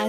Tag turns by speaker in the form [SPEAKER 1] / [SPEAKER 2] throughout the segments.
[SPEAKER 1] À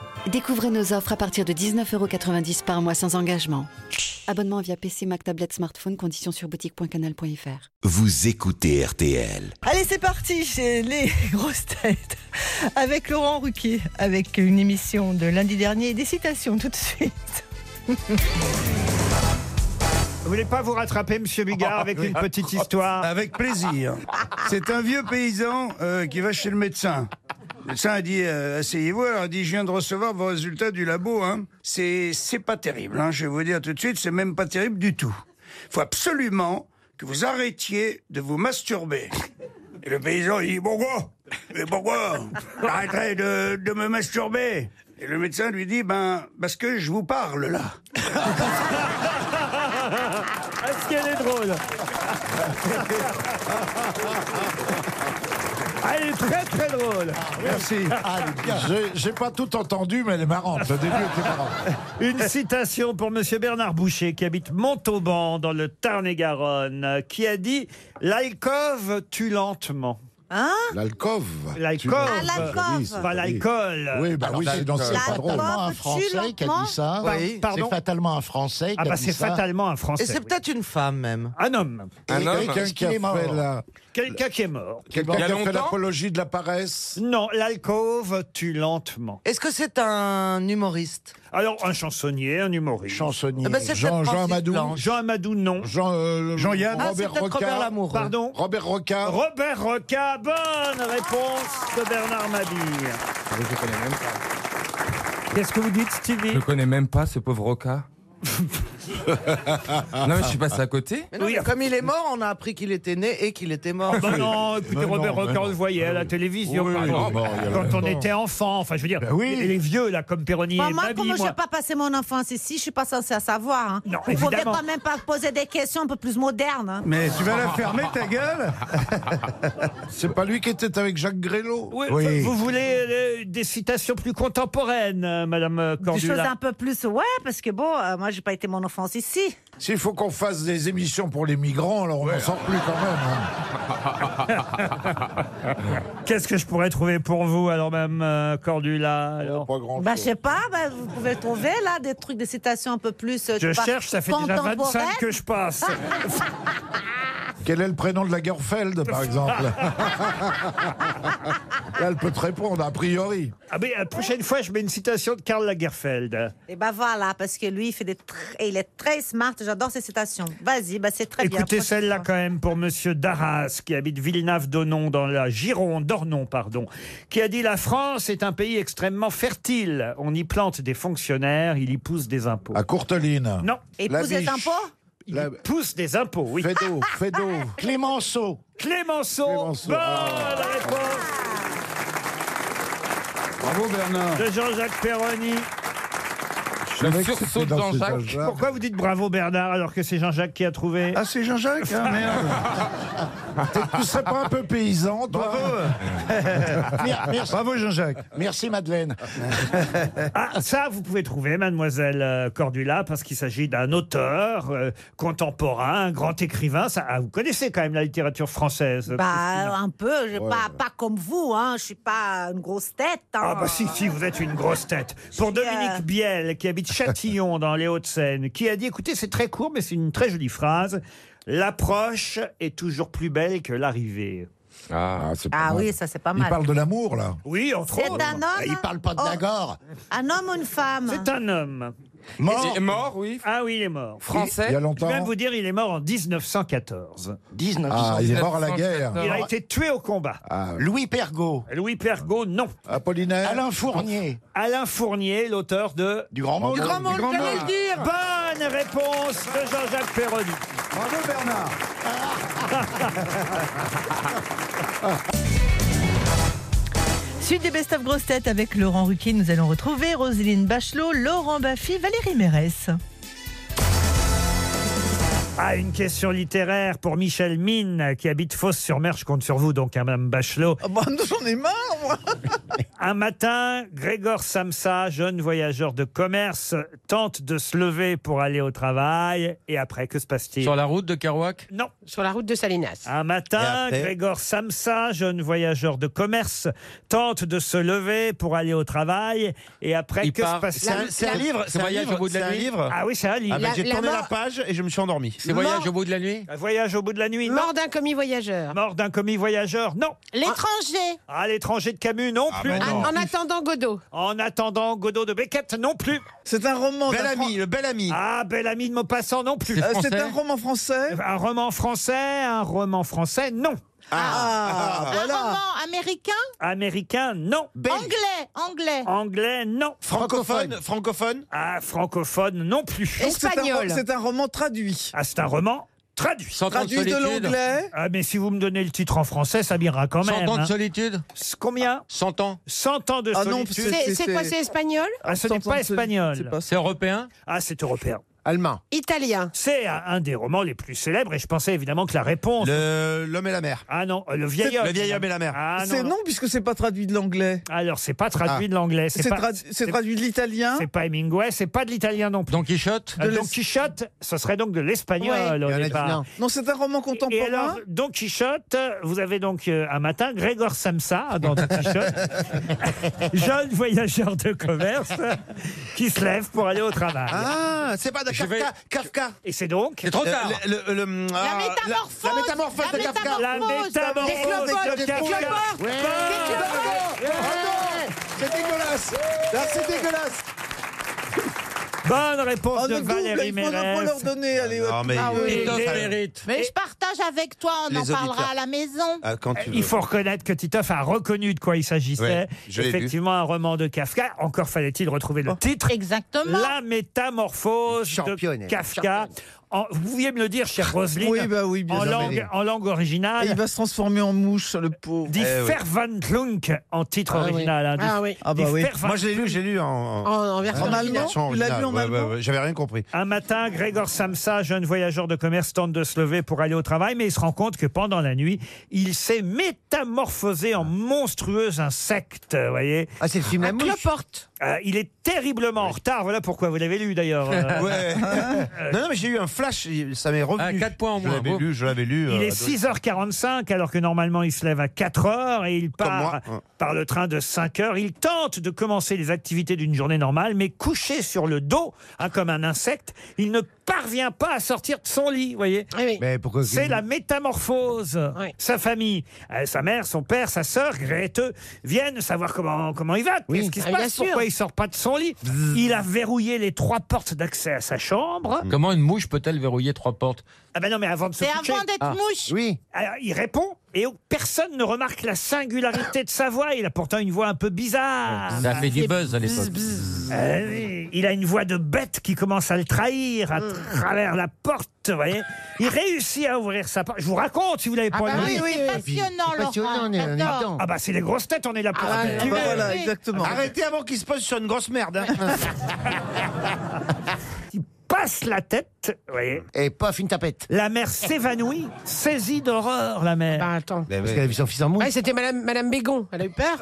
[SPEAKER 1] Découvrez nos offres à partir de 19,90€ par mois sans engagement. Abonnement via PC, Mac, tablette, smartphone, conditions sur boutique.canal.fr.
[SPEAKER 2] Vous écoutez RTL.
[SPEAKER 3] Allez, c'est parti chez les grosses têtes avec Laurent Ruquier, avec une émission de lundi dernier et des citations tout de suite.
[SPEAKER 4] Vous voulez pas vous rattraper, Monsieur Bigard, avec une petite histoire
[SPEAKER 5] Avec plaisir. C'est un vieux paysan euh, qui va chez le médecin. Le médecin a dit euh, Asseyez-vous. Alors, il dit Je viens de recevoir vos résultats du labo. Hein. C'est c'est pas terrible. Hein. Je vais vous dire tout de suite c'est même pas terrible du tout. faut absolument que vous arrêtiez de vous masturber. Et le paysan, il dit Pourquoi Mais pourquoi J'arrêterai de, de me masturber. Et le médecin lui dit Ben, parce que je vous parle là.
[SPEAKER 4] Est-ce qu'elle est drôle Ah, Elle est très très
[SPEAKER 6] Ah,
[SPEAKER 4] drôle.
[SPEAKER 5] Merci.
[SPEAKER 6] J'ai- J'ai pas tout entendu, mais elle est marrante. Le début était marrant.
[SPEAKER 4] Une citation pour Monsieur Bernard Boucher, qui habite Montauban, dans le Tarn-et-Garonne, euh, qui a dit « L'alcove tue lentement
[SPEAKER 6] L'alcove. ».
[SPEAKER 4] L'alcove,
[SPEAKER 6] Ah,
[SPEAKER 7] l'alcove.
[SPEAKER 6] Oui, c'est-
[SPEAKER 4] pas l'alcool.
[SPEAKER 6] Oui, bah
[SPEAKER 5] Alors,
[SPEAKER 6] oui, c'est
[SPEAKER 5] l'alcove.
[SPEAKER 6] donc c'est pas
[SPEAKER 7] L'alcove
[SPEAKER 6] drôle.
[SPEAKER 7] tue lentement.
[SPEAKER 6] ça.
[SPEAKER 4] Par- pardon
[SPEAKER 6] C'est fatalement un Français qui
[SPEAKER 4] Ah bah
[SPEAKER 6] a dit
[SPEAKER 4] c'est
[SPEAKER 6] ça.
[SPEAKER 4] fatalement un
[SPEAKER 8] Et
[SPEAKER 4] Français.
[SPEAKER 8] c'est peut-être une femme même.
[SPEAKER 4] Un homme.
[SPEAKER 6] Et
[SPEAKER 8] Un homme
[SPEAKER 6] Quelqu'un qui a
[SPEAKER 5] est mort.
[SPEAKER 6] fait la-
[SPEAKER 4] Quelqu'un qui est mort.
[SPEAKER 6] quelqu'un
[SPEAKER 8] Il y
[SPEAKER 6] qui
[SPEAKER 8] a
[SPEAKER 6] a fait
[SPEAKER 8] longtemps
[SPEAKER 6] l'apologie de la paresse.
[SPEAKER 4] Non, l'alcove tue lentement.
[SPEAKER 8] Est-ce que c'est un humoriste
[SPEAKER 4] Alors, un chansonnier, un humoriste.
[SPEAKER 6] Chansonnier.
[SPEAKER 8] Ah bah, c'est
[SPEAKER 6] Jean,
[SPEAKER 8] peut-être
[SPEAKER 6] Jean
[SPEAKER 8] Francis
[SPEAKER 6] Amadou.
[SPEAKER 8] Blanche.
[SPEAKER 4] Jean Amadou, non.
[SPEAKER 6] Jean, euh,
[SPEAKER 5] Jean-Yann.
[SPEAKER 8] Ah, c'est
[SPEAKER 6] Robert
[SPEAKER 8] peut-être Robert
[SPEAKER 6] Rocard.
[SPEAKER 8] Lamoureux.
[SPEAKER 4] Pardon
[SPEAKER 6] Robert Rocard.
[SPEAKER 4] Robert Roca, bonne réponse de Bernard Mabille. Qu'est-ce que vous dites, Stevie
[SPEAKER 9] Je le connais même pas, ce pauvre Roca. non, mais je suis passé à côté.
[SPEAKER 8] Mais non,
[SPEAKER 4] Oui.
[SPEAKER 8] mais Comme il est mort, on a appris qu'il était né et qu'il était mort.
[SPEAKER 4] Bah non, écoutez,
[SPEAKER 6] Mais non,
[SPEAKER 4] Robert
[SPEAKER 6] mais
[SPEAKER 4] Roca, on
[SPEAKER 6] non.
[SPEAKER 4] le voyait à la télévision.
[SPEAKER 6] Oui,
[SPEAKER 4] par
[SPEAKER 6] oui,
[SPEAKER 4] exemple.
[SPEAKER 6] bon, il y avait
[SPEAKER 4] quand on
[SPEAKER 6] longtemps.
[SPEAKER 4] était enfant, enfin, je veux dire,
[SPEAKER 6] Ben oui.
[SPEAKER 4] les vieux, là, comme Péroni
[SPEAKER 7] Bon,
[SPEAKER 4] et
[SPEAKER 7] Bah, moi,
[SPEAKER 4] Mabille,
[SPEAKER 7] comment je
[SPEAKER 4] moi.
[SPEAKER 7] n'ai pas passé mon enfance ici, je suis pas censée à savoir. hein.
[SPEAKER 4] Non,
[SPEAKER 7] Vous pouvez
[SPEAKER 4] évidemment.
[SPEAKER 7] quand même pas poser des questions un peu plus modernes. hein.
[SPEAKER 5] Mais tu vas la fermer ta gueule
[SPEAKER 6] C'est pas lui qui était avec Jacques Grélo
[SPEAKER 4] Oui,
[SPEAKER 5] Oui.
[SPEAKER 4] Vous voulez euh, des citations plus contemporaines, euh, Madame euh,
[SPEAKER 7] Des choses
[SPEAKER 4] Cordula
[SPEAKER 7] un peu plus, ouais, parce que bon, euh, moi, j'ai pas été mon enfance ici.
[SPEAKER 6] S'il faut qu'on fasse des émissions pour les migrants, alors on n'en sort plus quand même. hein.
[SPEAKER 4] Qu'est-ce que je pourrais trouver pour vous, alors, Madame euh, Cordula alors
[SPEAKER 6] Oh, Pas grand
[SPEAKER 7] Bah, je sais pas, bah, vous pouvez trouver là des trucs, des citations un peu plus. euh,
[SPEAKER 4] Je
[SPEAKER 7] tu vois,
[SPEAKER 4] cherche, ça fait déjà 25
[SPEAKER 7] contemporaines.
[SPEAKER 4] que je passe.
[SPEAKER 6] Quel est le prénom de la Gerfeld, par exemple Là, elle peut te répondre, a priori.
[SPEAKER 4] Ah, mais la prochaine fois, je mets une citation de Karl Lagerfeld.
[SPEAKER 7] Et bah voilà, parce que lui, il, fait des tr- et il est très smart, j'adore ses citations. Vas-y, bah, c'est très bien.
[SPEAKER 4] Écoutez
[SPEAKER 7] prochaine
[SPEAKER 4] celle-là
[SPEAKER 7] fois.
[SPEAKER 4] quand même pour Monsieur Darras, qui habite Villeneuve-d'Ornon, dans la Gironde, d'Ornon, pardon, qui a dit La France est un pays extrêmement fertile. On y plante des fonctionnaires, il y pousse des impôts.
[SPEAKER 6] À Courteline.
[SPEAKER 4] Non,
[SPEAKER 7] Et
[SPEAKER 6] La
[SPEAKER 7] pousser
[SPEAKER 6] biche.
[SPEAKER 7] d'impôts
[SPEAKER 4] il
[SPEAKER 6] La-
[SPEAKER 4] pousse des impôts, oui.
[SPEAKER 6] Fédo, Fédo. Clémenceau.
[SPEAKER 4] Clémenceau,
[SPEAKER 6] Clémenceau.
[SPEAKER 4] bonne
[SPEAKER 6] Ah.
[SPEAKER 4] réponse
[SPEAKER 5] Bravo Bernard
[SPEAKER 4] de Jean-Jacques Perroni.
[SPEAKER 6] savais que
[SPEAKER 9] Le sursaut
[SPEAKER 6] c'était
[SPEAKER 9] de
[SPEAKER 6] dans ces
[SPEAKER 9] Jean-Jacques.
[SPEAKER 6] âges-là.
[SPEAKER 4] Pourquoi vous dites bravo Bernard alors que c'est Jean-Jacques qui a trouvé
[SPEAKER 5] Ah c'est Jean-Jacques hein, merde
[SPEAKER 6] Tu serais pas un peu paysan, toi
[SPEAKER 5] Bravo
[SPEAKER 6] Mer- merci,
[SPEAKER 5] Bravo Jean-Jacques
[SPEAKER 6] merci, Madeleine.
[SPEAKER 4] Ah, ça, vous pouvez trouver, mademoiselle euh, Cordula, parce qu'il s'agit d'un auteur euh, contemporain, un grand écrivain. Ça, ah, vous connaissez quand même la littérature française. Christine.
[SPEAKER 7] Bah, un peu, je, pas, pas comme vous, hein, je suis pas une grosse tête. hein.
[SPEAKER 4] Ah bah si, si, vous êtes une grosse tête. Pour
[SPEAKER 7] Je suis, euh,
[SPEAKER 4] Dominique Biel, qui habite Châtillon dans les Hauts-de-Seine, qui a dit, écoutez, c'est très court, mais c'est une très jolie phrase, l'approche est toujours plus belle que l'arrivée.
[SPEAKER 9] Ah, c'est
[SPEAKER 7] Ah oui, ça c'est pas
[SPEAKER 6] Il
[SPEAKER 7] mal.
[SPEAKER 6] parle de l'amour, là.
[SPEAKER 4] Oui, entre
[SPEAKER 7] C'est
[SPEAKER 4] autres.
[SPEAKER 7] un homme. Oh,
[SPEAKER 6] gore.
[SPEAKER 7] Un homme ou une femme
[SPEAKER 4] C'est un homme.
[SPEAKER 6] Mort.
[SPEAKER 9] Il est mort, oui.
[SPEAKER 4] Ah oui, il est mort.
[SPEAKER 6] Il y
[SPEAKER 9] Français.
[SPEAKER 6] a
[SPEAKER 4] Je vais même
[SPEAKER 6] longtemps.
[SPEAKER 4] vous dire, il est mort en 1914.
[SPEAKER 6] Ah, il est mort à la guerre.
[SPEAKER 4] Il a été tué au combat.
[SPEAKER 6] Louis Pergaud.
[SPEAKER 4] Louis Pergaud, non.
[SPEAKER 6] Apollinaire. Alain Fournier.
[SPEAKER 4] Alain Fournier, l'auteur de
[SPEAKER 6] Du grand monde.
[SPEAKER 8] Du grand monde, j'allais le dire
[SPEAKER 4] Bonne réponse de Jean-Jacques Perroni.
[SPEAKER 5] Bravo Bernard
[SPEAKER 3] Suite des Best of Grosses Têtes avec Laurent Ruquier, nous allons retrouver Roselyne Bachelot, Laurent Baffy, Valérie Mérès.
[SPEAKER 4] Ah, une question littéraire pour Michel Mine, qui habite Fosse-sur-Mer. Je compte sur vous, donc, hein, Madame Bachelot.
[SPEAKER 10] Ah, bah, J'en ai marre, moi
[SPEAKER 4] Un matin, Grégor Samsa, jeune voyageur de commerce, tente de se lever pour aller au travail. Et après, que se passe-t-il
[SPEAKER 11] Sur la route de Kerouac
[SPEAKER 4] Non.
[SPEAKER 12] Sur la route de Salinas.
[SPEAKER 4] Un matin,
[SPEAKER 11] Et après
[SPEAKER 4] Grégor Samsa, jeune voyageur de commerce, tente de se lever pour aller au travail. Et après,
[SPEAKER 11] Il
[SPEAKER 4] que se
[SPEAKER 11] part.
[SPEAKER 4] passe-t-il
[SPEAKER 12] c'est un
[SPEAKER 11] livre, c'est un
[SPEAKER 10] voyage
[SPEAKER 11] livre,
[SPEAKER 10] au bout de
[SPEAKER 11] c'est
[SPEAKER 10] la
[SPEAKER 11] un
[SPEAKER 10] nuit. bah,
[SPEAKER 11] livre
[SPEAKER 4] Ah oui, c'est un livre.
[SPEAKER 12] La-
[SPEAKER 10] J'ai
[SPEAKER 12] la
[SPEAKER 10] tourné
[SPEAKER 12] mort-
[SPEAKER 10] la page et je me suis endormi.
[SPEAKER 11] C'est voyage au bout de la nuit
[SPEAKER 4] Un Voyage au bout de la nuit
[SPEAKER 12] Mort d'un commis voyageur.
[SPEAKER 4] Mort d'un commis voyageur Non. Ah,
[SPEAKER 12] L'étranger.
[SPEAKER 4] À l'étranger de Camus Non
[SPEAKER 10] bah
[SPEAKER 4] plus.
[SPEAKER 12] Ah, en attendant Godot.
[SPEAKER 4] En attendant Godot de Beckett Non plus.
[SPEAKER 10] C'est un roman.
[SPEAKER 5] Bel
[SPEAKER 10] d'un
[SPEAKER 5] ami,
[SPEAKER 10] Fran-
[SPEAKER 5] le bel ami.
[SPEAKER 4] Ah, bel ami de Maupassant Non plus.
[SPEAKER 11] C'est
[SPEAKER 10] Euh, C'est
[SPEAKER 11] français.
[SPEAKER 10] un roman français.
[SPEAKER 4] Un roman français Un roman français Non.
[SPEAKER 10] Ah, voilà.
[SPEAKER 7] roman américain,
[SPEAKER 4] Américain Non.
[SPEAKER 7] anglais, anglais.
[SPEAKER 4] Anglais Non.
[SPEAKER 10] Francophone, francophone.
[SPEAKER 4] Ah, francophone Non plus.
[SPEAKER 10] Donc, c'est un ro-
[SPEAKER 12] Espagnol.
[SPEAKER 10] C'est un roman traduit.
[SPEAKER 4] Ah, c'est un roman traduit.
[SPEAKER 11] Cent ans de
[SPEAKER 10] Traduit de
[SPEAKER 11] solitude.
[SPEAKER 10] l'anglais.
[SPEAKER 4] Ah, mais si vous me donnez le titre en français, ça m'ira quand même.
[SPEAKER 11] 100 ans
[SPEAKER 4] hein.
[SPEAKER 11] de solitude
[SPEAKER 4] C'est Combien
[SPEAKER 11] 100 ans
[SPEAKER 4] 100 ans de
[SPEAKER 10] Ah non,
[SPEAKER 4] solitude.
[SPEAKER 10] c'est-
[SPEAKER 12] C'est c'est quoi
[SPEAKER 10] c'est-
[SPEAKER 12] C'est espagnol
[SPEAKER 4] Ah, ce n'est pas espagnol.
[SPEAKER 10] C'est pas
[SPEAKER 11] C'est européen
[SPEAKER 4] Ah, c'est européen.
[SPEAKER 10] Allemand.
[SPEAKER 12] Italien.
[SPEAKER 4] C'est un un des romans les plus célèbres et je pensais évidemment que la réponse.
[SPEAKER 10] Le- L'homme et la mer.
[SPEAKER 4] Ah non, euh, le vieil homme.
[SPEAKER 10] Le vieil homme et la mer.
[SPEAKER 4] Ah non.
[SPEAKER 13] C'est
[SPEAKER 4] non.
[SPEAKER 13] non, puisque c'est pas traduit de l'anglais.
[SPEAKER 4] Alors, c'est pas traduit de l'anglais. C'est
[SPEAKER 13] C'est
[SPEAKER 4] pas,
[SPEAKER 13] tradu- c'est traduit de l'italien.
[SPEAKER 4] c'est pas Hemingway, c'est pas de l'italien non plus.
[SPEAKER 11] Don Quichotte
[SPEAKER 4] Euh, Don Quichotte, ce serait donc de l'espagnol au départ.
[SPEAKER 13] Non, c'est un roman
[SPEAKER 4] Et
[SPEAKER 13] contemporain.
[SPEAKER 4] alors, Don Quichotte, vous avez donc euh, un matin Grégor Samsa ah, dans Don Quichotte, jeune voyageur de commerce qui se lève pour aller au travail.
[SPEAKER 10] Ah, c'est pas de
[SPEAKER 11] Je
[SPEAKER 10] Kafka.
[SPEAKER 11] vais-
[SPEAKER 10] Kafka.
[SPEAKER 4] Et c'est donc
[SPEAKER 11] C'est trop tard
[SPEAKER 10] Le- le- le- le- ah,
[SPEAKER 7] métamorphose.
[SPEAKER 10] La métamorphose
[SPEAKER 7] La
[SPEAKER 10] de Kafka.
[SPEAKER 4] la métamorphose de
[SPEAKER 10] Des cloportes.
[SPEAKER 4] Kafka.
[SPEAKER 10] Ouais.
[SPEAKER 4] Bonne-
[SPEAKER 10] C'est dégueulasse. Là, c'est dégueulasse.
[SPEAKER 4] Bonne réponse
[SPEAKER 13] Oh,
[SPEAKER 4] de
[SPEAKER 13] le double, là,
[SPEAKER 4] Valérie
[SPEAKER 13] il faut pas leur
[SPEAKER 4] Mérès. Ah
[SPEAKER 13] donner. Allez, hop. Eh,
[SPEAKER 10] Non, mais
[SPEAKER 4] Et-
[SPEAKER 11] Christophe Mérite.
[SPEAKER 7] Mais je partage avec toi, on
[SPEAKER 10] Les
[SPEAKER 7] en parlera
[SPEAKER 10] auditeurs.
[SPEAKER 7] à la maison.
[SPEAKER 10] Ah, quand tu
[SPEAKER 4] Il
[SPEAKER 10] veux.
[SPEAKER 4] faut reconnaître que Titoff a reconnu de quoi il s'agissait.
[SPEAKER 10] Ouais, je l'ai lu.
[SPEAKER 4] Effectivement, un roman de Kafka. Encore fallait-il retrouver
[SPEAKER 13] Oh,
[SPEAKER 4] le titre.
[SPEAKER 7] Exactement.
[SPEAKER 4] La métamorphose de
[SPEAKER 10] Championne.
[SPEAKER 4] Kafka. En- vous pouviez me le dire, chère Roselyne,
[SPEAKER 13] Oui, bah oui, bien
[SPEAKER 4] en,
[SPEAKER 13] sûr.
[SPEAKER 4] langue, en langue
[SPEAKER 13] Et il
[SPEAKER 4] originale.
[SPEAKER 13] va se transformer en mouche, le pauvre.
[SPEAKER 4] Dit
[SPEAKER 10] Eh oui.
[SPEAKER 4] Verwandlung en titre original. hein, dit-
[SPEAKER 12] Ah oui.
[SPEAKER 13] Ah
[SPEAKER 4] dit
[SPEAKER 13] bah oui.
[SPEAKER 4] Verwandlung.
[SPEAKER 10] Moi, je l'ai lu, j'ai lu en.
[SPEAKER 12] En, en version
[SPEAKER 13] En allemand
[SPEAKER 12] originale.
[SPEAKER 10] version
[SPEAKER 13] Tu l'as
[SPEAKER 10] originale.
[SPEAKER 13] lu en
[SPEAKER 10] Ouais,
[SPEAKER 13] allemand
[SPEAKER 10] ouais, ouais, Bah, J'avais rien compris.
[SPEAKER 4] Un matin, Grégor Samsa, jeune voyageur de commerce, tente de se lever pour aller au travail, mais il se rend compte que pendant la nuit, il s'est métamorphosé en monstrueux insecte, vous voyez.
[SPEAKER 10] Ah, c'est le film La
[SPEAKER 12] Cloporte.
[SPEAKER 4] Euh, il est terriblement en retard, voilà pourquoi vous l'avez lu d'ailleurs. Euh,
[SPEAKER 10] Ouais. non, non, mais j'ai eu un flash, ça m'est
[SPEAKER 11] Ah,
[SPEAKER 10] revenu.
[SPEAKER 11] quatre points en
[SPEAKER 10] je
[SPEAKER 11] moins,
[SPEAKER 10] l'avais
[SPEAKER 11] beau.
[SPEAKER 10] lu, je l'avais lu.
[SPEAKER 4] Il
[SPEAKER 10] euh,
[SPEAKER 4] est 6h45 alors que normalement il se lève à 4h et il part
[SPEAKER 10] moi, hein.
[SPEAKER 4] par le train de 5h. Il tente de commencer les activités d'une journée normale mais couché sur le dos hein, comme un insecte, il ne parvient pas à sortir de son lit, vous voyez.
[SPEAKER 12] Ah oui.
[SPEAKER 10] Mais pourquoi
[SPEAKER 4] C'est la métamorphose.
[SPEAKER 12] Ouais.
[SPEAKER 4] Sa famille, euh, sa mère, son père, sa sœur, Grete, viennent savoir comment, comment il va, qu'est-ce qui se
[SPEAKER 12] Ah, bien
[SPEAKER 4] passe,
[SPEAKER 12] sûr.
[SPEAKER 4] pourquoi il sort pas de son lit. Il a verrouillé les trois portes d'accès à sa
[SPEAKER 10] Mm.
[SPEAKER 4] chambre.
[SPEAKER 11] Comment une mouche peut-elle verrouiller trois portes
[SPEAKER 4] Ah ben non, mais avant de se
[SPEAKER 7] C'est
[SPEAKER 4] coucher,
[SPEAKER 7] avant d'être mouche.
[SPEAKER 10] Oui.
[SPEAKER 4] alors, il répond et personne ne remarque la singularité de sa voix. Il a pourtant une voix un peu bizarre.
[SPEAKER 11] Ça a fait du buzz à l'époque.
[SPEAKER 4] Euh, oui, il a une voix de bête qui commence à le trahir à
[SPEAKER 7] Mm.
[SPEAKER 4] travers la porte. Vous voyez, il réussit à ouvrir sa porte. Je vous raconte si vous
[SPEAKER 7] Ah
[SPEAKER 4] l'avez pas lu.
[SPEAKER 7] bah c'est passionnant, Laurent. J'adore.
[SPEAKER 4] Ah bah c'est les grosses têtes, on est là pour.
[SPEAKER 12] Ah,
[SPEAKER 4] ça.
[SPEAKER 13] Ah bah voilà, exactement.
[SPEAKER 10] Arrêtez avant qu'il se pose sur une grosse merde. hein.
[SPEAKER 4] Il passe la tête. vous voyez.
[SPEAKER 10] Et paf, une tapette.
[SPEAKER 4] La mère s'évanouit, saisie d'horreur. La
[SPEAKER 7] Ah,
[SPEAKER 4] mère.
[SPEAKER 12] Bah, attends.
[SPEAKER 10] Parce qu'elle a vu son fils en mouche.
[SPEAKER 12] Ouais, c'était Madame, Madame Bégon. Elle a eu peur.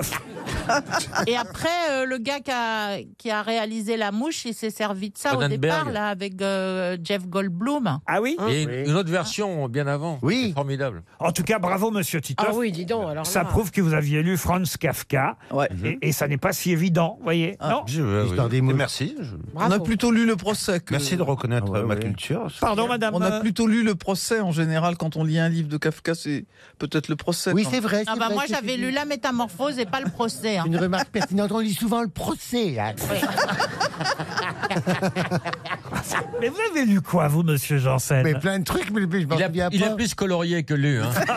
[SPEAKER 7] Et après, euh, le gars qui a, qui a réalisé La Mouche, il s'est servi de ça au
[SPEAKER 11] Cronenberg.
[SPEAKER 7] départ, là, avec euh, Jeff Goldblum. Hein
[SPEAKER 4] Ah oui.
[SPEAKER 11] Et une- une autre version bien avant.
[SPEAKER 10] Oui.
[SPEAKER 11] C'est Formidable.
[SPEAKER 4] En tout cas, bravo Monsieur Tito.
[SPEAKER 12] Ah oui, dis donc. Alors
[SPEAKER 4] Ça
[SPEAKER 12] là.
[SPEAKER 4] prouve que vous aviez lu Franz Kafka.
[SPEAKER 13] Ouais.
[SPEAKER 4] Et, et ça n'est pas si évident, voyez.
[SPEAKER 2] Ah,
[SPEAKER 4] non.
[SPEAKER 10] L'histoire des mouches. Merci. je-
[SPEAKER 13] On a
[SPEAKER 12] Bravo.
[SPEAKER 13] plutôt lu le procès. que-
[SPEAKER 10] Merci de reconnaître
[SPEAKER 11] Ah ouais,
[SPEAKER 10] euh, ma
[SPEAKER 11] ouais.
[SPEAKER 10] culture.
[SPEAKER 4] Pardon, madame.
[SPEAKER 13] On a
[SPEAKER 4] euh,
[SPEAKER 13] plutôt lu le procès en général quand on lit un livre de Kafka, c'est peut-être le procès.
[SPEAKER 2] Oui,
[SPEAKER 13] quand-
[SPEAKER 2] c'est vrai.
[SPEAKER 7] Ah
[SPEAKER 2] c'est
[SPEAKER 7] bah
[SPEAKER 2] vrai,
[SPEAKER 7] moi
[SPEAKER 2] c'est
[SPEAKER 7] j'avais
[SPEAKER 2] une-
[SPEAKER 7] lu La Métamorphose et pas le procès. hein.
[SPEAKER 2] Une remarque pertinente, on lit souvent le procès. hein.
[SPEAKER 4] Mais vous avez lu quoi, vous, monsieur Janssen
[SPEAKER 2] Mais plein de trucs, mais je m'en
[SPEAKER 11] Il a,
[SPEAKER 2] souviens
[SPEAKER 11] il a
[SPEAKER 2] pas.
[SPEAKER 11] plus colorié que lu. hein.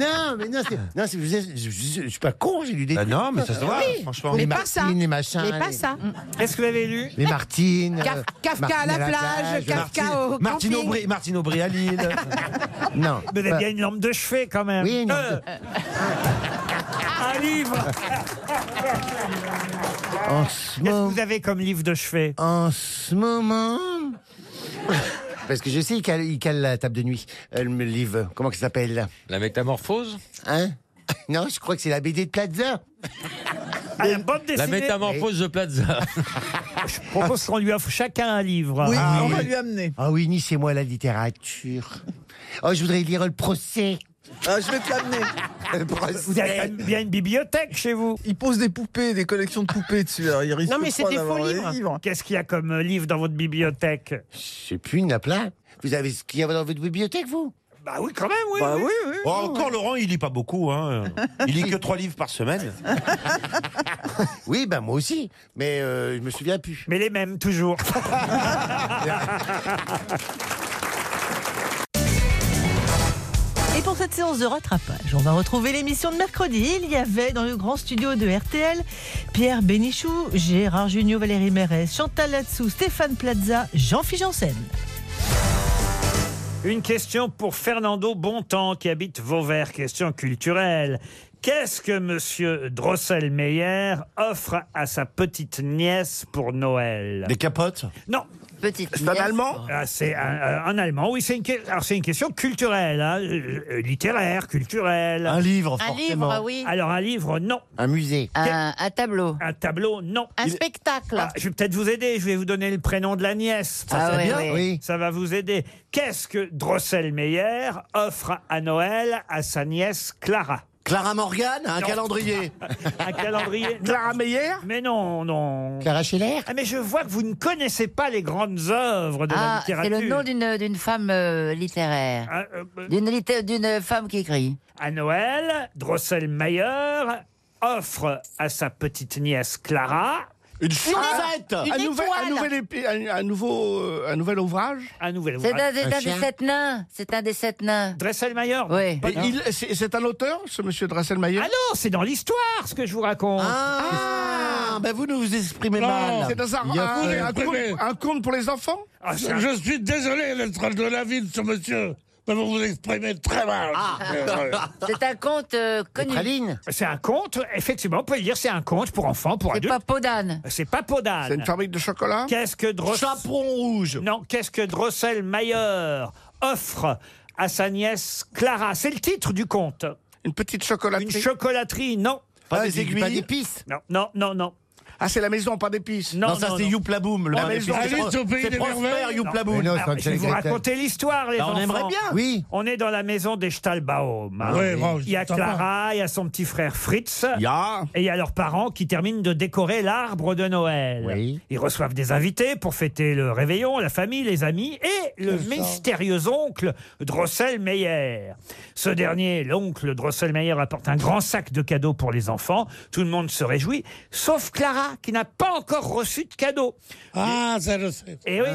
[SPEAKER 2] Non, mais non, c'est- non, c'est- je, je- je- je suis pas con, j'ai lu des.
[SPEAKER 10] Bah non, mais ça se voit, franchement.
[SPEAKER 12] Mais
[SPEAKER 2] les
[SPEAKER 12] pas
[SPEAKER 14] hein.
[SPEAKER 12] ça.
[SPEAKER 2] Martines, les machins.
[SPEAKER 12] Mais pas
[SPEAKER 2] les- Mm.
[SPEAKER 12] ça.
[SPEAKER 4] Est-ce que vous avez lu
[SPEAKER 2] Les Martines.
[SPEAKER 12] Kaf-
[SPEAKER 2] euh,
[SPEAKER 12] Kafka à la
[SPEAKER 2] Martine
[SPEAKER 12] plage, Kafka au
[SPEAKER 10] Martine
[SPEAKER 12] camping.
[SPEAKER 10] Aubry, Martine Aubry à Lille.
[SPEAKER 2] Non.
[SPEAKER 4] Vous avez
[SPEAKER 2] pas-
[SPEAKER 4] bien une lampe de chevet, quand même. Euh.
[SPEAKER 2] Oui, une lampe de-
[SPEAKER 4] Un livre
[SPEAKER 2] En ce
[SPEAKER 4] Qu'est-ce que
[SPEAKER 2] moment.
[SPEAKER 4] vous avez comme livre de chevet
[SPEAKER 2] En ce moment. Parce que je sais, il cale, il cale la table de nuit. Elle me livre. Comment ça s'appelle
[SPEAKER 11] La métamorphose
[SPEAKER 2] Hein Non, je crois que c'est la BD de Plaza.
[SPEAKER 4] la bande
[SPEAKER 11] La métamorphose de Plaza.
[SPEAKER 4] Je propose qu'on lui offre chacun un livre.
[SPEAKER 2] Oui, Ah, on oui. va
[SPEAKER 13] lui amener.
[SPEAKER 2] Ah oui, ni c'est moi la littérature. Oh, je voudrais lire le procès.
[SPEAKER 13] je vais te l'amener.
[SPEAKER 4] Vous avez bien une bibliothèque chez vous.
[SPEAKER 13] Il pose des poupées, des collections de poupées dessus. alors il risque
[SPEAKER 2] Non, mais c'est
[SPEAKER 13] pas
[SPEAKER 2] des
[SPEAKER 13] d'avoir
[SPEAKER 2] faux
[SPEAKER 13] les
[SPEAKER 2] livres.
[SPEAKER 4] Qu'est-ce qu'il y a comme euh, livre dans votre bibliothèque Je
[SPEAKER 2] sais plus, il y en a plein. Vous avez ce qu'il y a dans votre bibliothèque, vous
[SPEAKER 4] Bah oui, quand même, oui.
[SPEAKER 2] Bah oui,
[SPEAKER 15] Oh, encore Laurent, il lit pas beaucoup. Hein. Il lit que trois livres par semaine.
[SPEAKER 2] oui, ben moi aussi. Mais euh, je me souviens plus.
[SPEAKER 4] Mais les mêmes, toujours.
[SPEAKER 3] Et pour cette séance de rattrapage, on va retrouver l'émission de mercredi. Il y avait dans le grand studio de RTL Pierre Bénichou, Gérard Junior, Valérie Mérès, Chantal Latsou, Stéphane Plaza, Jean-Philippe Janssen.
[SPEAKER 4] Une question pour Fernando Bontemps qui habite Vauvert, question culturelle. Qu'est-ce que monsieur Drosselmeyer offre à sa petite nièce pour Noël Des
[SPEAKER 15] capotes
[SPEAKER 4] Non.
[SPEAKER 14] Petite
[SPEAKER 15] C'est un nièce. Allemand
[SPEAKER 4] Ah, C'est un, euh, un Allemand, oui. C'est une, que- alors, c'est une question culturelle, hein, euh, euh, littéraire, culturelle.
[SPEAKER 2] Un livre,
[SPEAKER 14] Un forcément. livre, oui.
[SPEAKER 4] Alors, un livre, Euh, non.
[SPEAKER 2] Un musée
[SPEAKER 14] Un, un tableau.
[SPEAKER 4] Un tableau, non.
[SPEAKER 14] Un
[SPEAKER 4] Il-
[SPEAKER 14] spectacle.
[SPEAKER 4] Ah, je vais peut-être vous aider. Je vais vous donner le prénom de la nièce.
[SPEAKER 14] Ah
[SPEAKER 4] c'est
[SPEAKER 14] ouais,
[SPEAKER 4] bien.
[SPEAKER 14] ouais.
[SPEAKER 4] Ça va vous aider. Qu'est-ce que Drosselmeyer offre à Noël à sa nièce Clara
[SPEAKER 2] Clara Morgan, un calendrier.
[SPEAKER 4] un calendrier. Clara Meyer Mais non, non.
[SPEAKER 2] Clara Scheller
[SPEAKER 4] Ah, mais je vois que vous ne connaissez pas les grandes œuvres de la
[SPEAKER 14] Ah, c'est
[SPEAKER 4] littérature.
[SPEAKER 14] le nom d'une d'une femme euh, littéraire.
[SPEAKER 4] Ah, euh, Ah, euh,
[SPEAKER 14] D'une litté- d'une femme qui écrit.
[SPEAKER 4] À Noël, Drosselmayer offre à sa petite nièce Clara
[SPEAKER 2] une
[SPEAKER 14] chaussette Une
[SPEAKER 2] Un
[SPEAKER 14] étoile.
[SPEAKER 2] nouvel- un nouvel épi- un- un nouveau, euh, un nouvel ouvrage
[SPEAKER 4] Un nouvel
[SPEAKER 14] C'est un, c'est un des sept nains. C'est un des sept nains.
[SPEAKER 4] Dresselmayer
[SPEAKER 14] Oui.
[SPEAKER 2] Et il- C'est c'est un auteur, ce monsieur Drasselmayer Ah
[SPEAKER 4] non, c'est dans l'histoire ce que je vous raconte.
[SPEAKER 2] Ah, ben vous ne vous exprimez
[SPEAKER 4] Non,
[SPEAKER 2] mal.
[SPEAKER 4] c'est dans un-
[SPEAKER 2] Il y a
[SPEAKER 4] un-
[SPEAKER 2] pas-
[SPEAKER 4] un
[SPEAKER 2] conte- un conte pour les enfants
[SPEAKER 4] Ah,
[SPEAKER 16] Je, je suis désolé, le troll de la ville, ce monsieur. Mais vous vous exprimez très mal.
[SPEAKER 6] Ah.
[SPEAKER 16] Euh,
[SPEAKER 14] Ah.
[SPEAKER 6] Eh
[SPEAKER 14] C'est un conte euh, connu.
[SPEAKER 4] C'est un conte, effectivement, on peut le dire, c'est un conte pour enfants, pour
[SPEAKER 14] C'est
[SPEAKER 4] adultes.
[SPEAKER 14] pas Podane.
[SPEAKER 4] C'est pas Podane.
[SPEAKER 2] C'est une fabrique de chocolat
[SPEAKER 4] Qu'est-ce que Dross...
[SPEAKER 2] Chaperon rouge.
[SPEAKER 4] Non, qu'est-ce que Drosselmayer offre à sa nièce Clara C'est le titre du conte.
[SPEAKER 2] Une petite chocolaterie.
[SPEAKER 4] Une chocolaterie, non.
[SPEAKER 2] Pas Ah, des des aiguilles. pas d'épices
[SPEAKER 4] Non, non, non, non.
[SPEAKER 2] Ah, c'est la maison, pas d'épices.
[SPEAKER 4] Non, non, non.
[SPEAKER 2] le
[SPEAKER 4] Ah, mais
[SPEAKER 2] maison.
[SPEAKER 4] Alice
[SPEAKER 2] C'est
[SPEAKER 4] au pays
[SPEAKER 2] c'est
[SPEAKER 4] des
[SPEAKER 2] prospère,
[SPEAKER 4] merveilles.
[SPEAKER 2] Youplaboum.
[SPEAKER 4] Non, mais non, c'est un Je vais vous raconter l'histoire, les
[SPEAKER 2] Bah, on
[SPEAKER 4] enfants.
[SPEAKER 2] aimerait bien. Ah Oui.
[SPEAKER 4] On est dans la maison des Stahlbaum. hein.
[SPEAKER 2] Ouais, bon,
[SPEAKER 4] il y a
[SPEAKER 2] sympa.
[SPEAKER 4] Clara, il y a son petit frère Fritz.
[SPEAKER 2] Ya.
[SPEAKER 4] Et il y a leurs parents qui terminent de décorer l'arbre de Noël. Ils reçoivent des invités pour fêter le réveillon, la famille, les amis et le mystérieux oncle Drosselmeyer. Ce dernier, l'oncle Drosselmeyer, apporte un grand sac de cadeaux pour les enfants. Tout le monde se réjouit, sauf Clara qui n'a pas encore reçu de cadeau.
[SPEAKER 16] Ah, ça je Ah.
[SPEAKER 4] Et oui,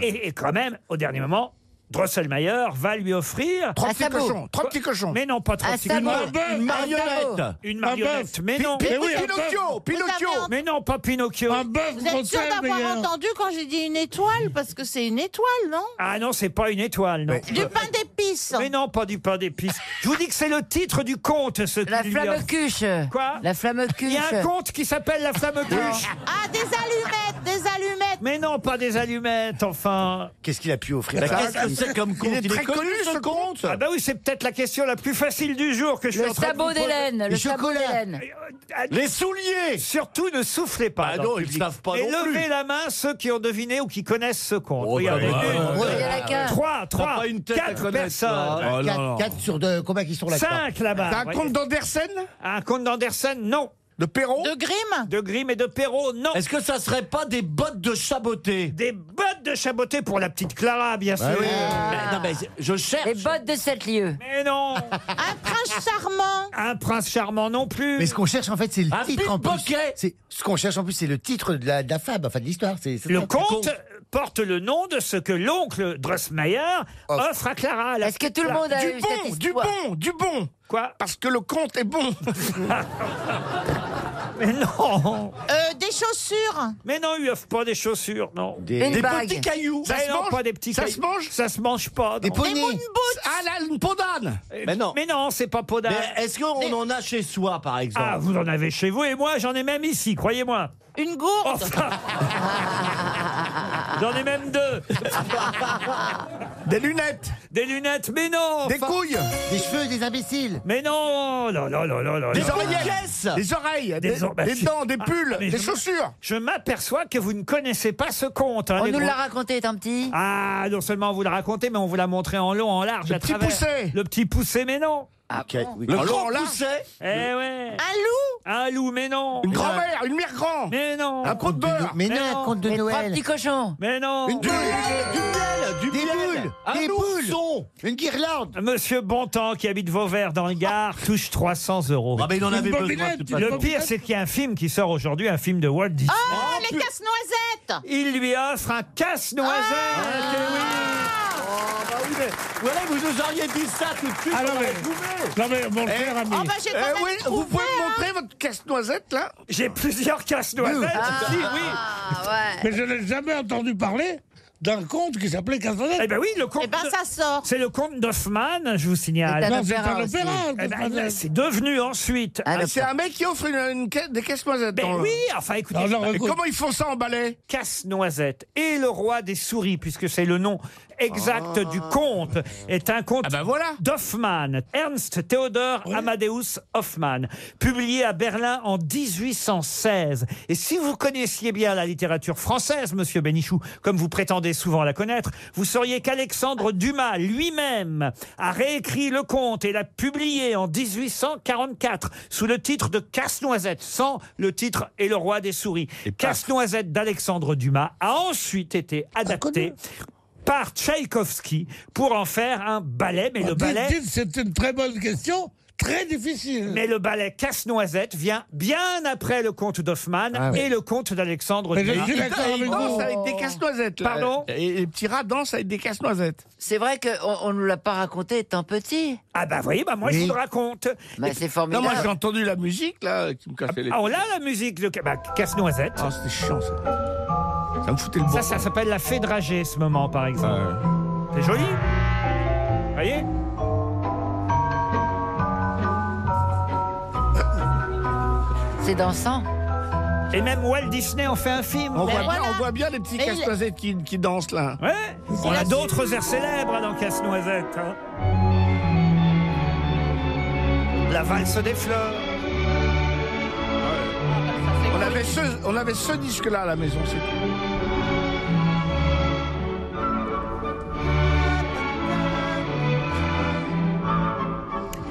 [SPEAKER 4] et, et- et quand même, au dernier moment, Drosselmayer va lui offrir.
[SPEAKER 2] Trois
[SPEAKER 4] Un
[SPEAKER 2] petits
[SPEAKER 4] sabot.
[SPEAKER 2] cochons, trois petits cochons.
[SPEAKER 4] Mais non, pas trois
[SPEAKER 2] Un
[SPEAKER 4] petits
[SPEAKER 2] sabot.
[SPEAKER 4] cochons.
[SPEAKER 2] Ah, Un bœuf, Une un marionnette. sabot.
[SPEAKER 4] Une
[SPEAKER 2] Un
[SPEAKER 4] marionnette.
[SPEAKER 2] bœuf.
[SPEAKER 4] Mais
[SPEAKER 2] Pi-
[SPEAKER 4] non.
[SPEAKER 2] pi- Mais oui, un Pinocchio, bœuf. Pinocchio. Vous avez
[SPEAKER 4] Mais non, pas Pinocchio. Un bœuf
[SPEAKER 12] Vous êtes sûr
[SPEAKER 2] euh,
[SPEAKER 12] d'avoir entendu quand j'ai dit une étoile Parce que c'est une étoile, non
[SPEAKER 4] Ah non, c'est pas une étoile, non. Du pain d'épices. Mais non, pas du pain d'épices. Je vous dis que c'est le titre du conte, ce La
[SPEAKER 14] flamme cuche.
[SPEAKER 4] Quoi
[SPEAKER 14] La flamme cuche.
[SPEAKER 4] Il y a un conte qui s'appelle La flamme cuche.
[SPEAKER 12] Ah, des allumettes Des allumettes
[SPEAKER 4] Mais non, pas des allumettes, enfin.
[SPEAKER 2] Qu'est-ce qu'il a pu offrir
[SPEAKER 4] Bah,
[SPEAKER 2] ça
[SPEAKER 4] qu'est-ce que c'est comme conte
[SPEAKER 2] Il est
[SPEAKER 4] Il est
[SPEAKER 2] très
[SPEAKER 4] connu,
[SPEAKER 2] connu, ce conte
[SPEAKER 4] Ah bah oui, c'est peut-être la question la plus facile du jour que je
[SPEAKER 14] Le
[SPEAKER 4] suis en train de
[SPEAKER 14] sabot
[SPEAKER 4] vous poser.
[SPEAKER 14] d'Hélène, le Les sabot chocolats. d'Hélène.
[SPEAKER 4] Ah,
[SPEAKER 2] Les souliers
[SPEAKER 4] Surtout ne soufflez pas.
[SPEAKER 2] Ah
[SPEAKER 4] dans
[SPEAKER 2] non,
[SPEAKER 4] le
[SPEAKER 2] ils
[SPEAKER 4] public.
[SPEAKER 2] savent pas
[SPEAKER 4] Et
[SPEAKER 2] non plus.
[SPEAKER 4] levez la main ceux qui ont deviné ou qui connaissent ce conte. Regardez,
[SPEAKER 2] bah, ouais,
[SPEAKER 4] une,
[SPEAKER 2] ouais,
[SPEAKER 4] deux,
[SPEAKER 2] ouais. Il y en a qu'un.
[SPEAKER 4] trois,
[SPEAKER 2] T'as
[SPEAKER 4] trois,
[SPEAKER 2] pas une tête à
[SPEAKER 4] quatre
[SPEAKER 2] connaître,
[SPEAKER 4] personnes.
[SPEAKER 2] là. Oh, non, Quatre- non. quatre sur deux, combien qui sont là-dedans
[SPEAKER 4] Ah, Cinq là-bas.
[SPEAKER 2] C'est un conte
[SPEAKER 4] d'Andersen Un conte d'Andersen, non. De Perrault De Grimm De Grimm et de Perrault, non. Est-ce que ça serait pas des bottes de chaboté Des bottes de chaboté pour la petite Clara, bien
[SPEAKER 2] Bah
[SPEAKER 4] sûr.
[SPEAKER 6] Ah.
[SPEAKER 4] Ah,
[SPEAKER 14] non, mais
[SPEAKER 4] je cherche.
[SPEAKER 14] Les bottes de sept lieux.
[SPEAKER 4] Mais non
[SPEAKER 12] Un prince charmant
[SPEAKER 4] Un prince charmant non plus.
[SPEAKER 2] Mais ce qu'on cherche en fait, c'est le titre en plus. C'est- Ce qu'on cherche en plus, c'est le titre de la, de la fable, enfin de l'histoire. C'est- c'est
[SPEAKER 4] Le
[SPEAKER 2] ça.
[SPEAKER 4] conte porte le nom de ce que l'oncle Drosselmayer offre à Clara. Est-ce que
[SPEAKER 14] tout le monde a
[SPEAKER 2] Du eu cette bon,
[SPEAKER 4] du bon, du bon Quoi Parce que le conte est bon Mais non
[SPEAKER 12] Euh, Des chaussures
[SPEAKER 4] Mais non, il offre pas des chaussures, non.
[SPEAKER 2] Des- Une Des bague.
[SPEAKER 12] petits cailloux.
[SPEAKER 4] Ça
[SPEAKER 2] Ça se
[SPEAKER 4] non,
[SPEAKER 2] mange
[SPEAKER 4] pas des petits
[SPEAKER 2] Ça
[SPEAKER 4] cailloux.
[SPEAKER 2] se mange
[SPEAKER 4] Ça se mange pas.
[SPEAKER 2] Des
[SPEAKER 4] non.
[SPEAKER 2] poneys.
[SPEAKER 4] Ah là, une peau d'âne Mais non. Mais non, c'est pas peau d'âne.
[SPEAKER 6] Mais est-ce qu'on en a chez soi, par exemple
[SPEAKER 4] Ah, vous en avez chez vous et moi, j'en ai même ici, croyez-moi.
[SPEAKER 12] Une
[SPEAKER 4] Oh,
[SPEAKER 12] gourde
[SPEAKER 4] J'en ai même deux. Des lunettes. Des lunettes, mais non. Des couilles. Des cheveux, des imbéciles. Mais non, oh non, non, non, non. non,
[SPEAKER 6] Des
[SPEAKER 4] non.
[SPEAKER 6] oreillettes. Pièces.
[SPEAKER 4] Des oreilles.
[SPEAKER 6] Des- des dents, des pulls,
[SPEAKER 4] Ah, mais
[SPEAKER 6] des
[SPEAKER 4] je-
[SPEAKER 6] chaussures.
[SPEAKER 4] Je m'aperçois que vous ne connaissez pas ce conte. hein,
[SPEAKER 14] On
[SPEAKER 4] les
[SPEAKER 14] nous
[SPEAKER 4] gros-
[SPEAKER 14] l'a raconté étant petit.
[SPEAKER 4] Ah, non seulement on vous le racontez, mais on vous l'a montré en long, en large,
[SPEAKER 14] Le
[SPEAKER 4] à
[SPEAKER 14] petit
[SPEAKER 4] travers.
[SPEAKER 14] poucet.
[SPEAKER 4] Le petit poussé, mais non.
[SPEAKER 6] oui. Ah, Le En long, grand en large. poucet.
[SPEAKER 4] Eh ouais.
[SPEAKER 12] Un loup
[SPEAKER 4] Un loup, mais non.
[SPEAKER 6] Une grand-mère,
[SPEAKER 4] une mère grand. Mais non.
[SPEAKER 6] Un conte de beurre. Mais non, un conte de Mais Noël. trois petits
[SPEAKER 4] cochon. Mais non.
[SPEAKER 6] Une Du boule. miel, du miel, du Des miel. boules, Un des ourson.
[SPEAKER 4] Une guirlande. Monsieur Bontemps, qui habite Vauvert dans le Gard, touche 300 euros.
[SPEAKER 6] Ah, mais il en Une avait besoin, de bobinette, toute façon.
[SPEAKER 4] Le pire, c'est qu'il y a un film qui sort aujourd'hui, un film de Walt Disney.
[SPEAKER 12] Oh, les casse-noisettes Ah.
[SPEAKER 4] Il lui offre un casse-noisette.
[SPEAKER 6] Oh, bah Ou alors vous nous auriez dit ça tout de suite, on aurait trouvé.
[SPEAKER 16] Ah, Non mais mon
[SPEAKER 6] Eh,
[SPEAKER 16] cher ami.
[SPEAKER 6] ah bah, j'ai quand même
[SPEAKER 16] oui,
[SPEAKER 6] trouvé,
[SPEAKER 16] vous pouvez me
[SPEAKER 6] hein.
[SPEAKER 16] montrer votre casse-noisette là
[SPEAKER 4] J'ai plusieurs casse-noisettes.
[SPEAKER 6] Ah,
[SPEAKER 4] Si,
[SPEAKER 14] ouais.
[SPEAKER 16] Mais je n'ai jamais entendu parler d'un conte qui s'appelait casse-noisette.
[SPEAKER 4] Eh ben oui, le conte.
[SPEAKER 16] Eh ben,
[SPEAKER 4] de-
[SPEAKER 16] ça
[SPEAKER 12] sort.
[SPEAKER 4] C'est le conte d'Hoffmann, je vous signale.
[SPEAKER 16] C'est un Non, c'est opéra un aussi. opéra,
[SPEAKER 4] Ah, Eh ben,
[SPEAKER 16] Hoffmann.
[SPEAKER 4] c'est devenu ensuite.
[SPEAKER 16] Ah, c'est un mec qui offre une, une ca- des casse-noisettes.
[SPEAKER 4] Ben
[SPEAKER 16] dans-
[SPEAKER 4] oui, enfin écoutez. euh,
[SPEAKER 16] Dans leur-
[SPEAKER 4] Et
[SPEAKER 16] écoute.
[SPEAKER 4] comment ils font ça en ballet Casse-noisette et le roi des souris, puisque c'est le nom exact
[SPEAKER 16] Ah.
[SPEAKER 4] du conte, est un conte d'Hoffmann, Ernst Theodor Amadeus Hoffmann, publié à Berlin en 1816. Et si vous connaissiez bien la littérature française, monsieur Bénichou, comme vous prétendez souvent la connaître, vous sauriez qu'Alexandre Dumas lui-même a réécrit le conte et l'a publié en 1844 sous le titre de Casse-Noisette, sans le titre et le roi des souris. Casse-Noisette d'Alexandre Dumas a ensuite été adapté par Tchaïkovski pour en faire un ballet, mais le
[SPEAKER 16] Oh, Dites-
[SPEAKER 4] ballet...
[SPEAKER 16] dites, C'est une très bonne question, très difficile.
[SPEAKER 4] Mais le ballet Casse-Noisette vient bien après le conte d'Hoffmann et le conte d'Alexandre
[SPEAKER 16] Ah Mais je
[SPEAKER 4] Dumas.
[SPEAKER 16] suis d'accord
[SPEAKER 4] Et-
[SPEAKER 16] avec
[SPEAKER 4] et-
[SPEAKER 16] vous.
[SPEAKER 4] oh,
[SPEAKER 16] avec des casse-noisettes.
[SPEAKER 4] là. Pardon
[SPEAKER 16] et les petits rats dansent avec des casse-noisettes.
[SPEAKER 14] C'est vrai qu'on ne nous l'a pas raconté étant petit.
[SPEAKER 4] Ah bah vous voyez, bah moi je
[SPEAKER 14] Oui.
[SPEAKER 4] vous le raconte.
[SPEAKER 14] Bah,
[SPEAKER 4] Et-
[SPEAKER 14] c'est formidable. Non, moi, j'ai
[SPEAKER 16] entendu la musique là qui me cassait les.
[SPEAKER 4] Ah on l'a la musique de Ca- bah, Casse-Noisette. Ah
[SPEAKER 16] c'était chiant ça.
[SPEAKER 4] Ça me foutait le Ça, ça s'appelle la fée dragée ce moment par exemple. C'est joli. Vous voyez
[SPEAKER 14] C'est dansant.
[SPEAKER 4] Et même Walt Disney en fait un film.
[SPEAKER 16] On, voit, bien, on voit bien les petits
[SPEAKER 14] Mais il-
[SPEAKER 16] casse-noisettes qui, qui dansent là.
[SPEAKER 4] Ouais. On a d'autres airs célèbres dans Casse-Noisette. hein. La valse des fleurs.
[SPEAKER 16] On avait ce, on avait ce disque-là à la maison, c'est tout.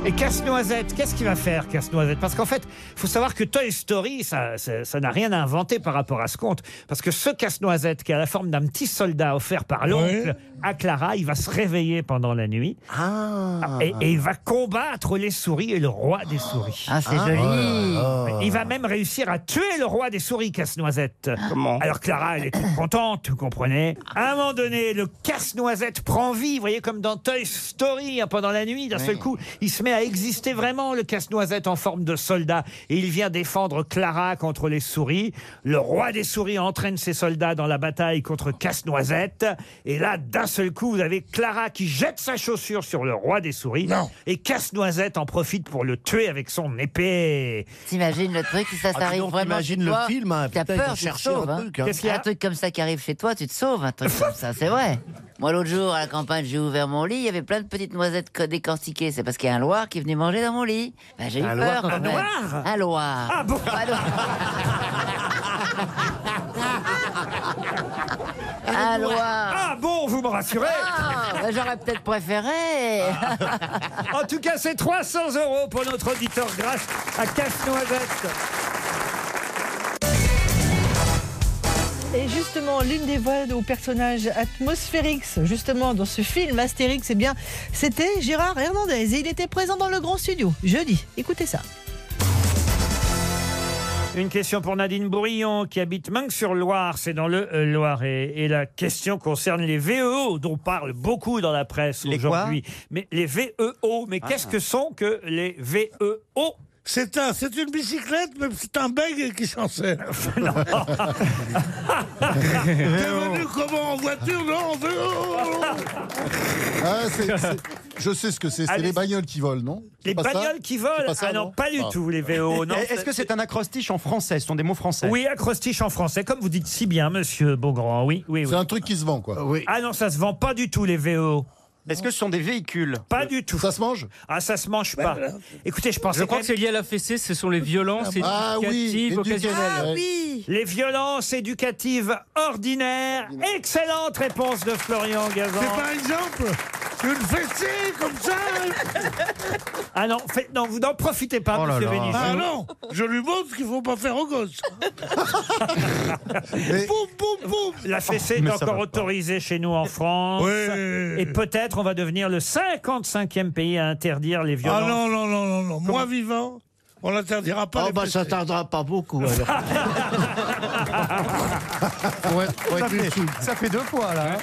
[SPEAKER 4] Et Casse-Noisette, qu'est-ce qu'il va faire, Casse-Noisette Parce qu'en fait, faut savoir que Toy Story, ça ça ça n'a rien inventé par rapport à ce conte. Parce que ce Casse-Noisette, qui a la forme d'un petit soldat offert par l'oncle à Clara, il va se réveiller pendant la nuit.
[SPEAKER 14] Ah.
[SPEAKER 4] Et, et il va combattre les souris et le roi des souris.
[SPEAKER 14] Ah, c'est joli.
[SPEAKER 4] Il va même réussir à tuer le roi des souris, Casse-Noisette.
[SPEAKER 16] Comment
[SPEAKER 4] Alors Clara, elle est toute contente, vous comprenez. À un moment donné, le Casse-Noisette prend vie, vous voyez, comme dans Toy Story, hein, pendant la nuit, d'un
[SPEAKER 6] Oui.
[SPEAKER 4] seul coup, il se met à exister vraiment, le Casse-Noisette en forme de soldat. Et il vient défendre Clara contre les souris. Le roi des souris entraîne ses soldats dans la bataille contre Casse-Noisette. Et là, d'un seul coup, vous avez Clara qui jette sa chaussure sur le roi des souris. Et Casse-Noisette en profite pour le tuer avec son épée.
[SPEAKER 14] T'imagines le truc, si ça
[SPEAKER 4] Ah, dis
[SPEAKER 14] t'arrive
[SPEAKER 4] donc,
[SPEAKER 14] vraiment
[SPEAKER 4] t'imagines
[SPEAKER 14] chez
[SPEAKER 4] le
[SPEAKER 14] toi,
[SPEAKER 4] film, hein,
[SPEAKER 14] t'as
[SPEAKER 4] putain, ils ont
[SPEAKER 14] peur, tu te
[SPEAKER 4] cherché un
[SPEAKER 14] sauves. hein.
[SPEAKER 4] truc, hein. Qu'est-ce qu'il y a
[SPEAKER 14] Un truc comme ça qui arrive chez toi, tu te sauves, un truc comme ça, c'est vrai. Moi, l'autre jour, à la campagne, j'ai ouvert mon lit, il y avait plein de petites noisettes co- décortiquées. C'est parce qu'il y a un loir qui est venu manger dans mon lit. Bah, j'ai eu
[SPEAKER 6] Un loir
[SPEAKER 14] peur. quand
[SPEAKER 6] Un
[SPEAKER 14] même.
[SPEAKER 6] loir
[SPEAKER 14] Un loir.
[SPEAKER 6] Ah bon
[SPEAKER 14] Pas de- Un loir.
[SPEAKER 4] Ah bon, vous me rassurez Ah.
[SPEAKER 14] Ah, bah, J'aurais peut-être préféré.
[SPEAKER 4] En tout cas, c'est 300 euros pour notre auditeur grâce à Casse-Noisette.
[SPEAKER 3] Et justement, l'une des voix aux personnages Atmosphérix, justement dans ce film Astérix, eh bien, c'était Gérard Hernandez. Et il était présent dans le grand studio jeudi. Écoutez ça.
[SPEAKER 4] Une question pour Nadine Bourillon qui habite Meung-sur-Loire, c'est dans le euh, Loiret. Et la question concerne les VEO dont parle beaucoup dans la presse aujourd'hui. Mais les VEO, mais qu'est-ce que sont que les E VEO
[SPEAKER 16] Ah. C'est un, c'est une bicyclette, mais c'est un bègue qui chancelle.
[SPEAKER 4] Non.
[SPEAKER 16] T'es venu comment en voiture Non, en vélo.
[SPEAKER 17] Ah, c'est- c'est- Je sais ce que c'est, c'est
[SPEAKER 4] Allez.
[SPEAKER 17] les bagnoles qui volent, non C'est
[SPEAKER 4] Les
[SPEAKER 17] pas ça
[SPEAKER 4] bagnoles qui volent
[SPEAKER 17] C'est pas ça,
[SPEAKER 4] Ah non, pas du tout, les VO. non.
[SPEAKER 6] Eh, Est-ce que c'est un acrostiche en français Ce sont des mots français.
[SPEAKER 4] Oui, acrostiche en français, comme vous dites si bien, monsieur Beaugrand. Oui, oui, C'est un truc qui se vend, quoi. Ah non, ça se vend pas du tout, les VO.
[SPEAKER 6] Est-ce que ce sont des véhicules
[SPEAKER 4] Pas du tout. Ça se mange Ah, ça se mange pas. Écoutez, je pensais
[SPEAKER 9] Je crois
[SPEAKER 4] quand
[SPEAKER 9] que c'est lié à la fessée, ce sont les violences
[SPEAKER 4] Ah bah,
[SPEAKER 9] éducatives
[SPEAKER 4] oui,
[SPEAKER 9] occasionnelles.
[SPEAKER 4] éducatives. Ah oui. Les violences éducatives ordinaires. Excellente réponse de Florian Gazan.
[SPEAKER 16] C'est par exemple une fessée comme ça hein
[SPEAKER 4] Ah non, faites- non vous n'en profitez pas, monsieur Bénichou.
[SPEAKER 16] Ah non, je lui montre qu'il ne faut pas faire aux gosses.
[SPEAKER 4] La fessée
[SPEAKER 16] Mais
[SPEAKER 4] est
[SPEAKER 16] ça va
[SPEAKER 4] encore
[SPEAKER 16] pas.
[SPEAKER 4] autorisée chez nous en France. Et peut-être on va devenir le 55e pays à interdire les violences.
[SPEAKER 16] Ah non, non, non, non, non. Moi
[SPEAKER 4] Comment
[SPEAKER 16] vivant, on l'interdira pas.
[SPEAKER 6] Oh, bah, ça
[SPEAKER 16] Ah tardera pas beaucoup alors.
[SPEAKER 6] être une soule.
[SPEAKER 16] ça fait deux fois là.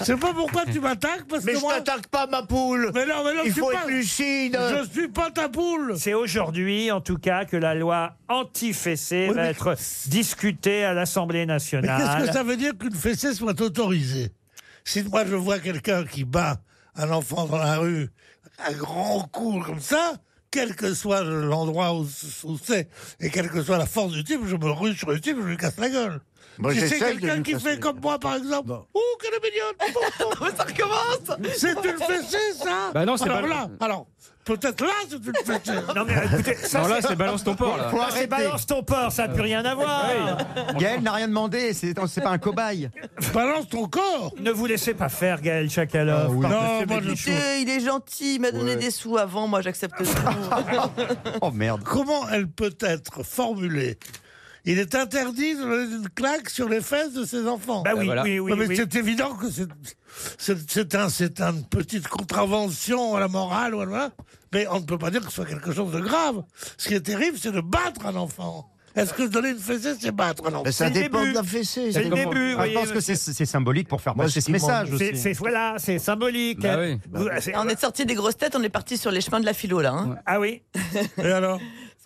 [SPEAKER 16] Je sais pas pourquoi tu m'attaques parce
[SPEAKER 6] hein. Mais
[SPEAKER 16] que
[SPEAKER 6] je
[SPEAKER 16] moi.
[SPEAKER 6] t'attaque pas, ma poule.
[SPEAKER 16] Mais non, mais non,
[SPEAKER 6] Il
[SPEAKER 16] je
[SPEAKER 6] faut
[SPEAKER 16] suis
[SPEAKER 6] être
[SPEAKER 16] pas-
[SPEAKER 6] lucide.
[SPEAKER 16] Je suis pas ta poule.
[SPEAKER 4] C'est aujourd'hui, en tout cas, que la loi anti-fessée
[SPEAKER 16] Oui,
[SPEAKER 4] va
[SPEAKER 16] mais-
[SPEAKER 4] être discutée à l'Assemblée
[SPEAKER 16] Mais
[SPEAKER 4] nationale.
[SPEAKER 16] qu'est-ce que ça veut dire qu'une fessée soit autorisée Si moi je vois quelqu'un qui bat un enfant dans la rue à grands coups comme ça, quel que soit l'endroit où, où c'est et quelle que soit la force du type, je me rue sur le type, je lui casse la gueule.
[SPEAKER 6] Moi,
[SPEAKER 16] si c'est
[SPEAKER 6] j'essaye de
[SPEAKER 16] quelqu'un
[SPEAKER 6] lui
[SPEAKER 16] qui
[SPEAKER 6] casser
[SPEAKER 16] fait comme moi par exemple, ouh quelle mignonne Ça recommence C'est une fessée ça
[SPEAKER 6] Bah non, c'est
[SPEAKER 16] Alors
[SPEAKER 6] pas-
[SPEAKER 16] là, alors peut-être là c'est une fessée.
[SPEAKER 4] Non mais écoutez, ça,
[SPEAKER 6] Non, là, c'est balance ton porc, là.
[SPEAKER 4] Là, c'est
[SPEAKER 6] Arrêtez.
[SPEAKER 4] balance ton porc, ça n'a plus rien à voir.
[SPEAKER 6] Gaël n'a rien demandé, c'est c'est pas un cobaye.
[SPEAKER 16] Balance ton corps
[SPEAKER 4] Ne vous laissez pas faire, Gaël
[SPEAKER 6] Ah
[SPEAKER 4] Chakalov. par Monsieur Bénichou.
[SPEAKER 8] Écoutez, il est gentil, il m'a donné
[SPEAKER 16] Ouais.
[SPEAKER 8] des sous avant, moi j'accepte tout.
[SPEAKER 16] Oh merde. Comment elle peut être formulée il est interdit de donner une claque sur les fesses de ses enfants.
[SPEAKER 4] Bah oui, Ah, voilà. oui, oui,
[SPEAKER 16] Non, mais
[SPEAKER 4] oui.
[SPEAKER 16] c'est évident que c'est- c'est c'est un, c'est une petite contravention à la morale. Voilà. Mais on ne peut pas dire que ce soit quelque chose de grave. Ce qui est terrible, c'est de battre un enfant. Est-ce que donner une fessée, c'est battre un enfant
[SPEAKER 6] Mais ça
[SPEAKER 4] C'est le dépend de début. la
[SPEAKER 16] fessée.
[SPEAKER 4] C'est le début, vous voyez,
[SPEAKER 6] Ah, je pense que c'est- c'est symbolique pour faire
[SPEAKER 16] Moi,
[SPEAKER 6] passer
[SPEAKER 16] je
[SPEAKER 6] ce
[SPEAKER 16] dis, moi,
[SPEAKER 6] message
[SPEAKER 4] C'est-
[SPEAKER 6] aussi.
[SPEAKER 4] C'est voilà, c'est symbolique.
[SPEAKER 6] Bah oui.
[SPEAKER 4] Vous- c'est-
[SPEAKER 8] on est sorti des grosses têtes, on est parti sur les chemins de la philo là. hein.
[SPEAKER 4] Ah oui
[SPEAKER 16] Et alors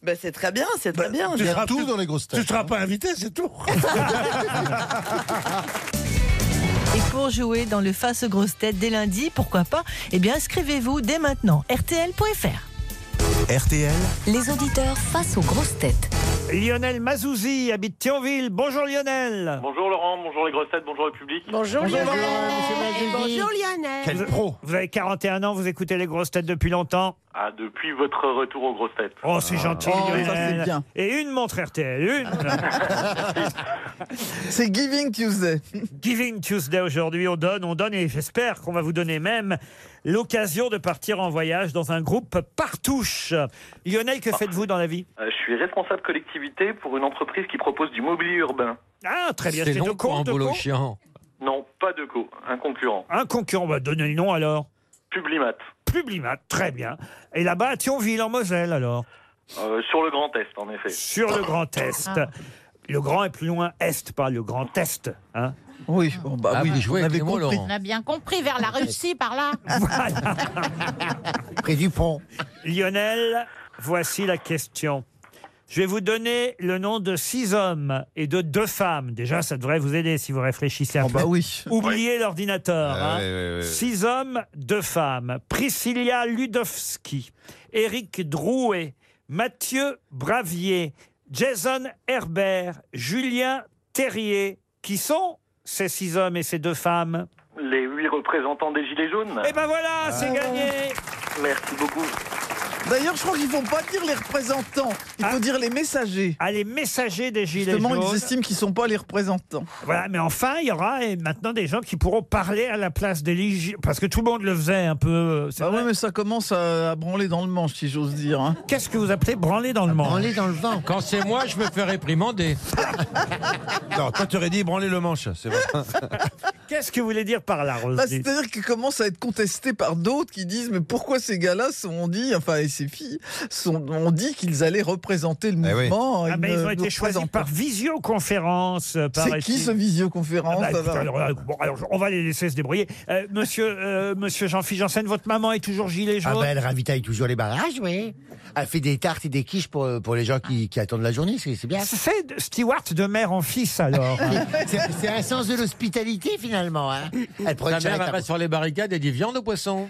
[SPEAKER 8] Bah, c'est très bien, c'est très bien.
[SPEAKER 16] tu seras-
[SPEAKER 17] Tout dans les grosses
[SPEAKER 16] Tu ne
[SPEAKER 17] têtes. hein.
[SPEAKER 16] seras pas invité, c'est tout.
[SPEAKER 3] Et pour jouer dans le Face aux grosses têtes dès lundi, pourquoi pas Eh bien, inscrivez-vous dès maintenant. RTL.fr.
[SPEAKER 18] RTL,
[SPEAKER 3] Les auditeurs face aux grosses têtes.
[SPEAKER 4] Lionel Mazouzi habite Thionville. Bonjour Lionel.
[SPEAKER 19] Bonjour Laurent, bonjour les grosses têtes, bonjour le public.
[SPEAKER 4] Bonjour
[SPEAKER 12] Lionel.
[SPEAKER 4] Vous- Vous avez 41 ans, vous écoutez les grosses têtes depuis longtemps.
[SPEAKER 19] Ah, depuis votre retour aux grosses têtes.
[SPEAKER 4] Oh, c'est gentil.
[SPEAKER 19] Oh, ça,
[SPEAKER 4] Lionel.
[SPEAKER 19] c'est bien.
[SPEAKER 4] Et une montre RTL, une.
[SPEAKER 13] C'est Giving Tuesday.
[SPEAKER 4] Giving Tuesday aujourd'hui, on donne, on donne et j'espère qu'on va vous donner même l'occasion de partir en voyage dans un groupe partouche. Lionel, que faites-vous dans la vie
[SPEAKER 19] Euh, je suis responsable collectivité pour une entreprise qui propose du mobilier urbain.
[SPEAKER 4] Ah, très bien,
[SPEAKER 19] C'est
[SPEAKER 4] c'est
[SPEAKER 19] long
[SPEAKER 4] de
[SPEAKER 19] pour
[SPEAKER 4] con,
[SPEAKER 19] un
[SPEAKER 4] de
[SPEAKER 19] boulot
[SPEAKER 4] con.
[SPEAKER 19] chiant. Non, pas de co, un concurrent.
[SPEAKER 4] Un concurrent, bah, donnez le nom alors.
[SPEAKER 19] Publimat.
[SPEAKER 4] Publimat, très bien. Et là-bas, à Thionville, en Moselle alors
[SPEAKER 19] Euh, sur le Grand Est, en effet.
[SPEAKER 4] Sur le Grand Est.
[SPEAKER 19] Ah.
[SPEAKER 4] Le Grand est plus loin Est, pas le Grand Est. Hein
[SPEAKER 13] oui, bon, bah,
[SPEAKER 4] Ah,
[SPEAKER 13] oui,
[SPEAKER 4] vous jouez
[SPEAKER 13] on
[SPEAKER 4] avec
[SPEAKER 13] avait
[SPEAKER 4] les mots,
[SPEAKER 13] compris.
[SPEAKER 4] Laurent.
[SPEAKER 12] On a bien compris, vers la Russie, par là.
[SPEAKER 4] Près du pont. Lionel, voici la question. Je vais vous donner le nom de six hommes et de deux femmes. Déjà, ça devrait vous aider si vous réfléchissez un peu.
[SPEAKER 13] Oh, bah oui.
[SPEAKER 4] Oubliez l'ordinateur.
[SPEAKER 13] Ah,
[SPEAKER 4] hein.
[SPEAKER 13] ouais, ouais, ouais.
[SPEAKER 4] Six hommes, deux femmes. Priscilla Ludowski, Éric Drouet, Mathieu Bravier, Jason Herbert, Julien Terrier. Qui sont ces six hommes et ces deux femmes
[SPEAKER 19] Les huit représentants des Gilets jaunes. Ah.
[SPEAKER 4] Eh ben voilà, c'est gagné
[SPEAKER 19] Merci beaucoup.
[SPEAKER 13] D'ailleurs, je crois qu'ils vont pas dire les représentants, il faut dire les messagers.
[SPEAKER 4] Ah, les messagers des Gilets
[SPEAKER 13] Justement,
[SPEAKER 4] jaunes.
[SPEAKER 13] ils estiment qu'ils sont pas les représentants.
[SPEAKER 4] Voilà, mais enfin, il y aura et maintenant des gens qui pourront parler à la place des lég- parce que tout le monde le faisait un peu. euh,
[SPEAKER 6] Bah
[SPEAKER 13] Ah ouais, mais ça commence à, à branler dans le manche, si j'ose dire. hein.
[SPEAKER 4] Qu'est-ce que vous appelez branler dans le manche
[SPEAKER 13] Branler dans le vent.
[SPEAKER 11] Quand c'est moi, je me fais réprimander.
[SPEAKER 15] Non, toi, t'aurais dit branler le manche, c'est vrai.
[SPEAKER 4] Qu'est-ce que vous voulez dire par là, Rose
[SPEAKER 13] Bah, C'est-à-dire qu'ils commencent à être contestés par d'autres qui disent mais pourquoi ces gars-là sont on dit enfin et ces filles sont on dit qu'ils allaient représenter
[SPEAKER 11] Eh
[SPEAKER 13] le mouvement.
[SPEAKER 4] Ah, mais
[SPEAKER 13] ne
[SPEAKER 4] ils ont
[SPEAKER 13] nous
[SPEAKER 4] été choisis
[SPEAKER 13] représentent
[SPEAKER 4] par
[SPEAKER 13] pas.
[SPEAKER 4] visioconférence. euh,
[SPEAKER 13] C'est qui
[SPEAKER 4] paraît-il.
[SPEAKER 13] ce visioconférence
[SPEAKER 4] Ah bah,
[SPEAKER 13] alors
[SPEAKER 4] putain, alors, alors, bon, alors, on va les laisser se débrouiller. Euh, monsieur euh, monsieur Jean-Philippe Janssen, votre maman est toujours gilet jaune
[SPEAKER 2] Ah ben, elle ravitaille toujours les barrages, oui. Elle fait des tartes et des quiches pour, euh, pour les gens qui, qui attendent la journée, c'est c'est bien.
[SPEAKER 4] C'est de- Stewart de mère en fils alors.
[SPEAKER 2] C'est c'est un sens de l'hospitalité, finalement. finalement. Hein. Elle prend
[SPEAKER 11] Ta mère,
[SPEAKER 2] une charrette
[SPEAKER 11] elle
[SPEAKER 2] à-
[SPEAKER 11] va sur les barricades et dit viande au poisson.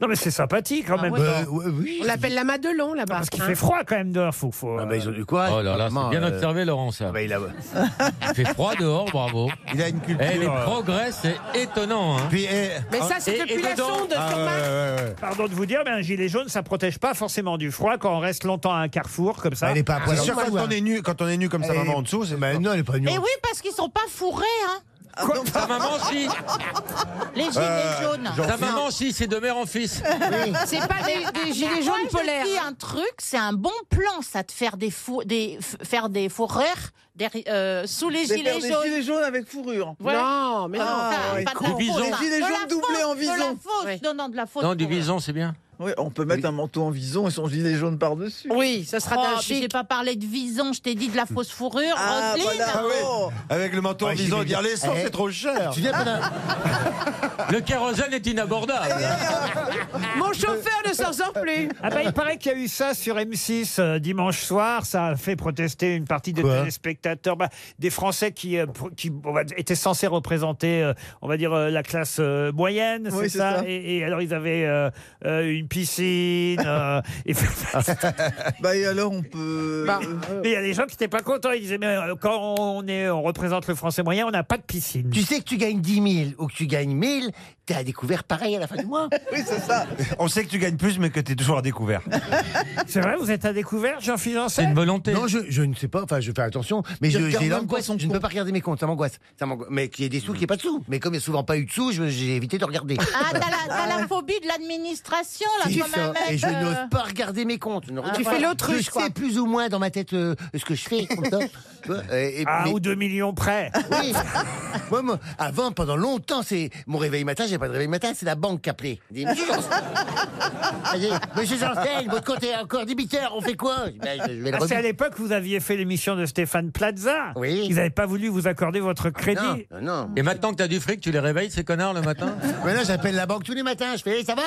[SPEAKER 4] Non, mais c'est sympathique
[SPEAKER 12] Ah
[SPEAKER 4] quand même.
[SPEAKER 11] ouais. Bah,
[SPEAKER 20] On l'appelle la Madelon là-bas.
[SPEAKER 4] Parce qu'il
[SPEAKER 20] hein.
[SPEAKER 4] fait froid quand même dehors, faut. faut euh.
[SPEAKER 2] Ah, bah, ils ont du quoi
[SPEAKER 11] Oh là là,
[SPEAKER 2] vraiment,
[SPEAKER 11] c'est bien
[SPEAKER 2] euh,
[SPEAKER 11] observé, Laurent, ça.
[SPEAKER 2] il,
[SPEAKER 11] fait froid dehors, bravo. Il a une culture. les
[SPEAKER 2] euh, eh,
[SPEAKER 11] progrès, c'est étonnant. Hein.
[SPEAKER 20] Mais ça, c'est
[SPEAKER 11] Et-
[SPEAKER 20] depuis
[SPEAKER 11] et
[SPEAKER 20] la
[SPEAKER 11] dedans- Ah
[SPEAKER 20] sonde,
[SPEAKER 2] ah,
[SPEAKER 20] sur Mars.
[SPEAKER 4] Pardon de vous dire, mais un gilet jaune, ça protège pas forcément du froid quand on reste longtemps à un carrefour comme ça. Ah,
[SPEAKER 2] Elle est pas à poil C'est en sûr, dessous, quand hein. on est
[SPEAKER 4] nu, quand on est nu
[SPEAKER 2] comme sa Elle maman est- en bah,
[SPEAKER 4] dessous, c'est
[SPEAKER 2] non, elle est pas nue.
[SPEAKER 12] Et Eh oui, parce qu'ils sont pas fourrés, hein.
[SPEAKER 13] Ah,
[SPEAKER 11] Sa maman, si.
[SPEAKER 12] Les gilets
[SPEAKER 13] Euh,
[SPEAKER 15] Euh,
[SPEAKER 12] jaunes.
[SPEAKER 11] Sa maman, si, c'est de mère en fils.
[SPEAKER 20] C'est pas des- des gilets
[SPEAKER 12] Mais
[SPEAKER 20] jaunes
[SPEAKER 12] moi, je
[SPEAKER 20] polaires,
[SPEAKER 12] dis
[SPEAKER 20] hein.
[SPEAKER 12] un truc, c'est un bon plan, ça, de faire des, fou- des, f- faire des fourrures derri- euh, sous les
[SPEAKER 13] De faire
[SPEAKER 12] gilets
[SPEAKER 13] des
[SPEAKER 12] jaunes.
[SPEAKER 13] gilets jaunes avec fourrure.
[SPEAKER 12] Ouais.
[SPEAKER 13] Non, mais non.
[SPEAKER 12] Ah,
[SPEAKER 13] il est
[SPEAKER 12] pas de
[SPEAKER 13] con.
[SPEAKER 12] la
[SPEAKER 13] Des
[SPEAKER 12] fausse,
[SPEAKER 13] gilets
[SPEAKER 12] hein.
[SPEAKER 13] jaunes
[SPEAKER 12] De la
[SPEAKER 13] doublés en
[SPEAKER 12] fausse, De la
[SPEAKER 13] vison.
[SPEAKER 12] fausse, non, non, de la fausse.
[SPEAKER 11] Non, du
[SPEAKER 12] fourrure.
[SPEAKER 11] bison, c'est bien.
[SPEAKER 13] Oui, on peut mettre un manteau en vison et son gilet jaune par-dessus.
[SPEAKER 20] Oui, ça sera
[SPEAKER 12] Oh,
[SPEAKER 20] d'un
[SPEAKER 12] mais j'ai
[SPEAKER 20] chic.
[SPEAKER 12] pas parlé de vison, je t'ai dit de la fausse fourrure.
[SPEAKER 13] Ah,
[SPEAKER 12] Roselyne.
[SPEAKER 13] voilà.
[SPEAKER 12] Ah ouais.
[SPEAKER 15] Avec le manteau en visant, dire les sangs, c'est trop cher.
[SPEAKER 2] Eh, Tu viens pendant-
[SPEAKER 13] Ah,
[SPEAKER 11] Le kérosène est inabordable.
[SPEAKER 20] Mon chauffeur ne s'en sort plus.
[SPEAKER 4] Ah bah, il paraît qu'il y a eu ça sur M6 euh, dimanche soir. Ça a fait protester une partie des téléspectateurs, Bah, des Français qui, euh, pr- qui on va dire, étaient censés représenter, euh, on va dire, euh, la classe euh, moyenne,
[SPEAKER 13] Oui,
[SPEAKER 4] c'est
[SPEAKER 13] c'est
[SPEAKER 4] ça,
[SPEAKER 13] ça.
[SPEAKER 4] Et, et alors ils avaient euh, euh, une piscine. euh, et...
[SPEAKER 13] Bah, et alors, on peut.
[SPEAKER 4] Bah, Mais il y a des gens qui n'étaient pas contents. Ils disaient, mais euh, quand on, est, on représente le français moyen, on n'a pas de piscine.
[SPEAKER 2] Tu sais que tu gagnes 10 000 ou que tu gagnes 1000, t'as découvert pareil à la fin du mois.
[SPEAKER 13] Oui, c'est ça.
[SPEAKER 15] On sait que tu gagnes plus, mais que t'es toujours à découvert.
[SPEAKER 4] C'est vrai, vous êtes à découvert, Jean-Philippe Janssen
[SPEAKER 11] C'est une volonté.
[SPEAKER 2] Non, je, je ne sais pas, enfin, je fais attention, mais je,
[SPEAKER 13] Tu regardes
[SPEAKER 2] j'ai
[SPEAKER 13] même
[SPEAKER 2] l'angoisse,
[SPEAKER 13] pas son
[SPEAKER 2] je ne peux pas regarder mes comptes, ça m'angoisse. Ça m'angoisse. Mais qu'il y ait des sous, qu'il n'y ait pas de sous. Mais comme il n'y a souvent pas eu de sous, je- j'ai évité de regarder.
[SPEAKER 12] Ah, t'as la, t'as la phobie de l'administration, là,
[SPEAKER 2] C'est
[SPEAKER 12] quand
[SPEAKER 2] ça.
[SPEAKER 12] même.
[SPEAKER 2] Et je
[SPEAKER 12] euh,
[SPEAKER 2] n'ose pas regarder mes comptes.
[SPEAKER 13] Ah,
[SPEAKER 2] Ne regarde
[SPEAKER 20] Tu
[SPEAKER 2] pas.
[SPEAKER 20] fais l'autruche,
[SPEAKER 2] Je
[SPEAKER 20] quoi.
[SPEAKER 2] sais plus ou moins dans ma tête euh, ce que je fais. comme ça. Tu vois, euh, et-
[SPEAKER 4] Ah,
[SPEAKER 2] mais-
[SPEAKER 4] ou 2 millions près.
[SPEAKER 2] Oui. Moi, moi, avant, pendant longtemps, c'est mon réveil matin. J'ai pas de réveil matin, c'est la banque qui appelait. Elle dit, Monsieur Janssen, Elle dit, Monsieur Janssen, votre compte est encore débiteur. On fait quoi Je dis, Ben, je- je vais le
[SPEAKER 4] Ah, c'est à
[SPEAKER 2] remettre.
[SPEAKER 4] l'époque que vous aviez fait l'émission de Stéphane Plaza.
[SPEAKER 2] Oui. Ah
[SPEAKER 4] Ils n'avaient pas voulu vous accorder votre crédit.
[SPEAKER 2] Non, non.
[SPEAKER 11] Et maintenant que t'as du fric, tu les réveilles, ces connards, le matin
[SPEAKER 2] Maintenant, j'appelle la banque tous les matins. Je fais, Hey, ça va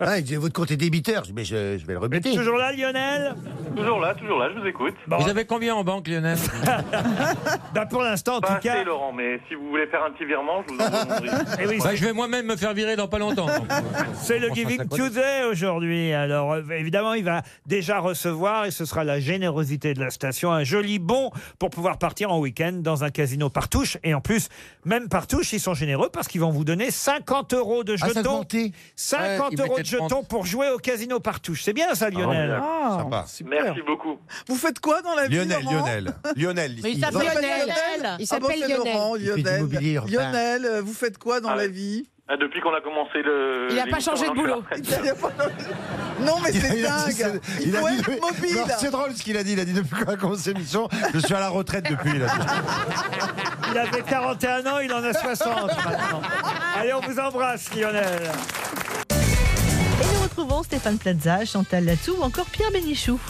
[SPEAKER 2] ah, il dit, Votre compte est débiteur. Je dis, mais je, je vais le remettre.
[SPEAKER 4] Toujours là, Lionel
[SPEAKER 19] Toujours là, toujours là, je vous écoute.
[SPEAKER 4] Bon,
[SPEAKER 11] Vous avez combien en banque, Lionel
[SPEAKER 4] bah, pour l'instant, en
[SPEAKER 19] Pas
[SPEAKER 4] tout
[SPEAKER 19] assez,
[SPEAKER 4] cas.
[SPEAKER 19] Laurent, mais si vous voulez faire un petit virement, je vous envoie mon drive.
[SPEAKER 4] Eh oui,
[SPEAKER 11] Bah, Je vais moi-même me faire virer dans pas longtemps.
[SPEAKER 4] C'est le
[SPEAKER 11] On s'en
[SPEAKER 4] Giving
[SPEAKER 11] sacre.
[SPEAKER 4] Tuesday aujourd'hui. Alors, euh, évidemment, il va déjà recevoir, et ce sera la générosité de la station, un joli bon pour pouvoir partir en week-end dans un casino par touche. Et en plus, même par touche, ils sont généreux parce qu'ils vont vous donner 50 euros de
[SPEAKER 2] Ah, ça
[SPEAKER 4] jetons.
[SPEAKER 2] augmentait.
[SPEAKER 4] 50
[SPEAKER 11] Ouais, ils
[SPEAKER 4] euros de
[SPEAKER 11] mettaient 30.
[SPEAKER 4] jetons pour jouer au casino par touche. C'est bien ça, Lionel Ah,
[SPEAKER 13] Ah,
[SPEAKER 15] Sympa.
[SPEAKER 13] super.
[SPEAKER 19] Merci beaucoup.
[SPEAKER 13] Vous faites quoi dans la vie
[SPEAKER 15] Lionel,
[SPEAKER 13] Laurent
[SPEAKER 15] Lionel. Lionel.
[SPEAKER 12] Mais il
[SPEAKER 15] il-
[SPEAKER 12] s'appelle
[SPEAKER 13] Lionel.
[SPEAKER 12] Lionel.
[SPEAKER 13] Ah
[SPEAKER 20] Il s'appelle
[SPEAKER 13] bon, c'est
[SPEAKER 20] Lionel.
[SPEAKER 13] Laurent,
[SPEAKER 2] Il fait du
[SPEAKER 13] Lionel.
[SPEAKER 2] mobilier urbain.
[SPEAKER 13] Lionel, euh, vous faites quoi dans
[SPEAKER 19] Ah
[SPEAKER 13] la
[SPEAKER 19] ouais.
[SPEAKER 13] vie
[SPEAKER 19] Ah, Depuis qu'on a commencé
[SPEAKER 20] Euh,
[SPEAKER 19] le.
[SPEAKER 20] Il a pas
[SPEAKER 19] l'émission,
[SPEAKER 20] changé de
[SPEAKER 19] non, je suis
[SPEAKER 20] boulot.
[SPEAKER 19] à la retraite.
[SPEAKER 13] Non, mais c'est
[SPEAKER 15] il a dit-
[SPEAKER 13] dingue.
[SPEAKER 15] c'est-
[SPEAKER 13] Il
[SPEAKER 15] il a
[SPEAKER 13] faut
[SPEAKER 15] dit-
[SPEAKER 13] être
[SPEAKER 15] Non,
[SPEAKER 13] mobile.
[SPEAKER 15] C'est drôle ce qu'il a dit. Il a dit depuis qu'on a commencé l'émission, je suis à la retraite depuis. il a dit.
[SPEAKER 4] Il avait 41 ans, il en a 60 maintenant. Allez, on vous embrasse, Lionel.
[SPEAKER 3] Et nous retrouvons Stéphane Plaza, Chantal Latsou ou encore Pierre Bénichou.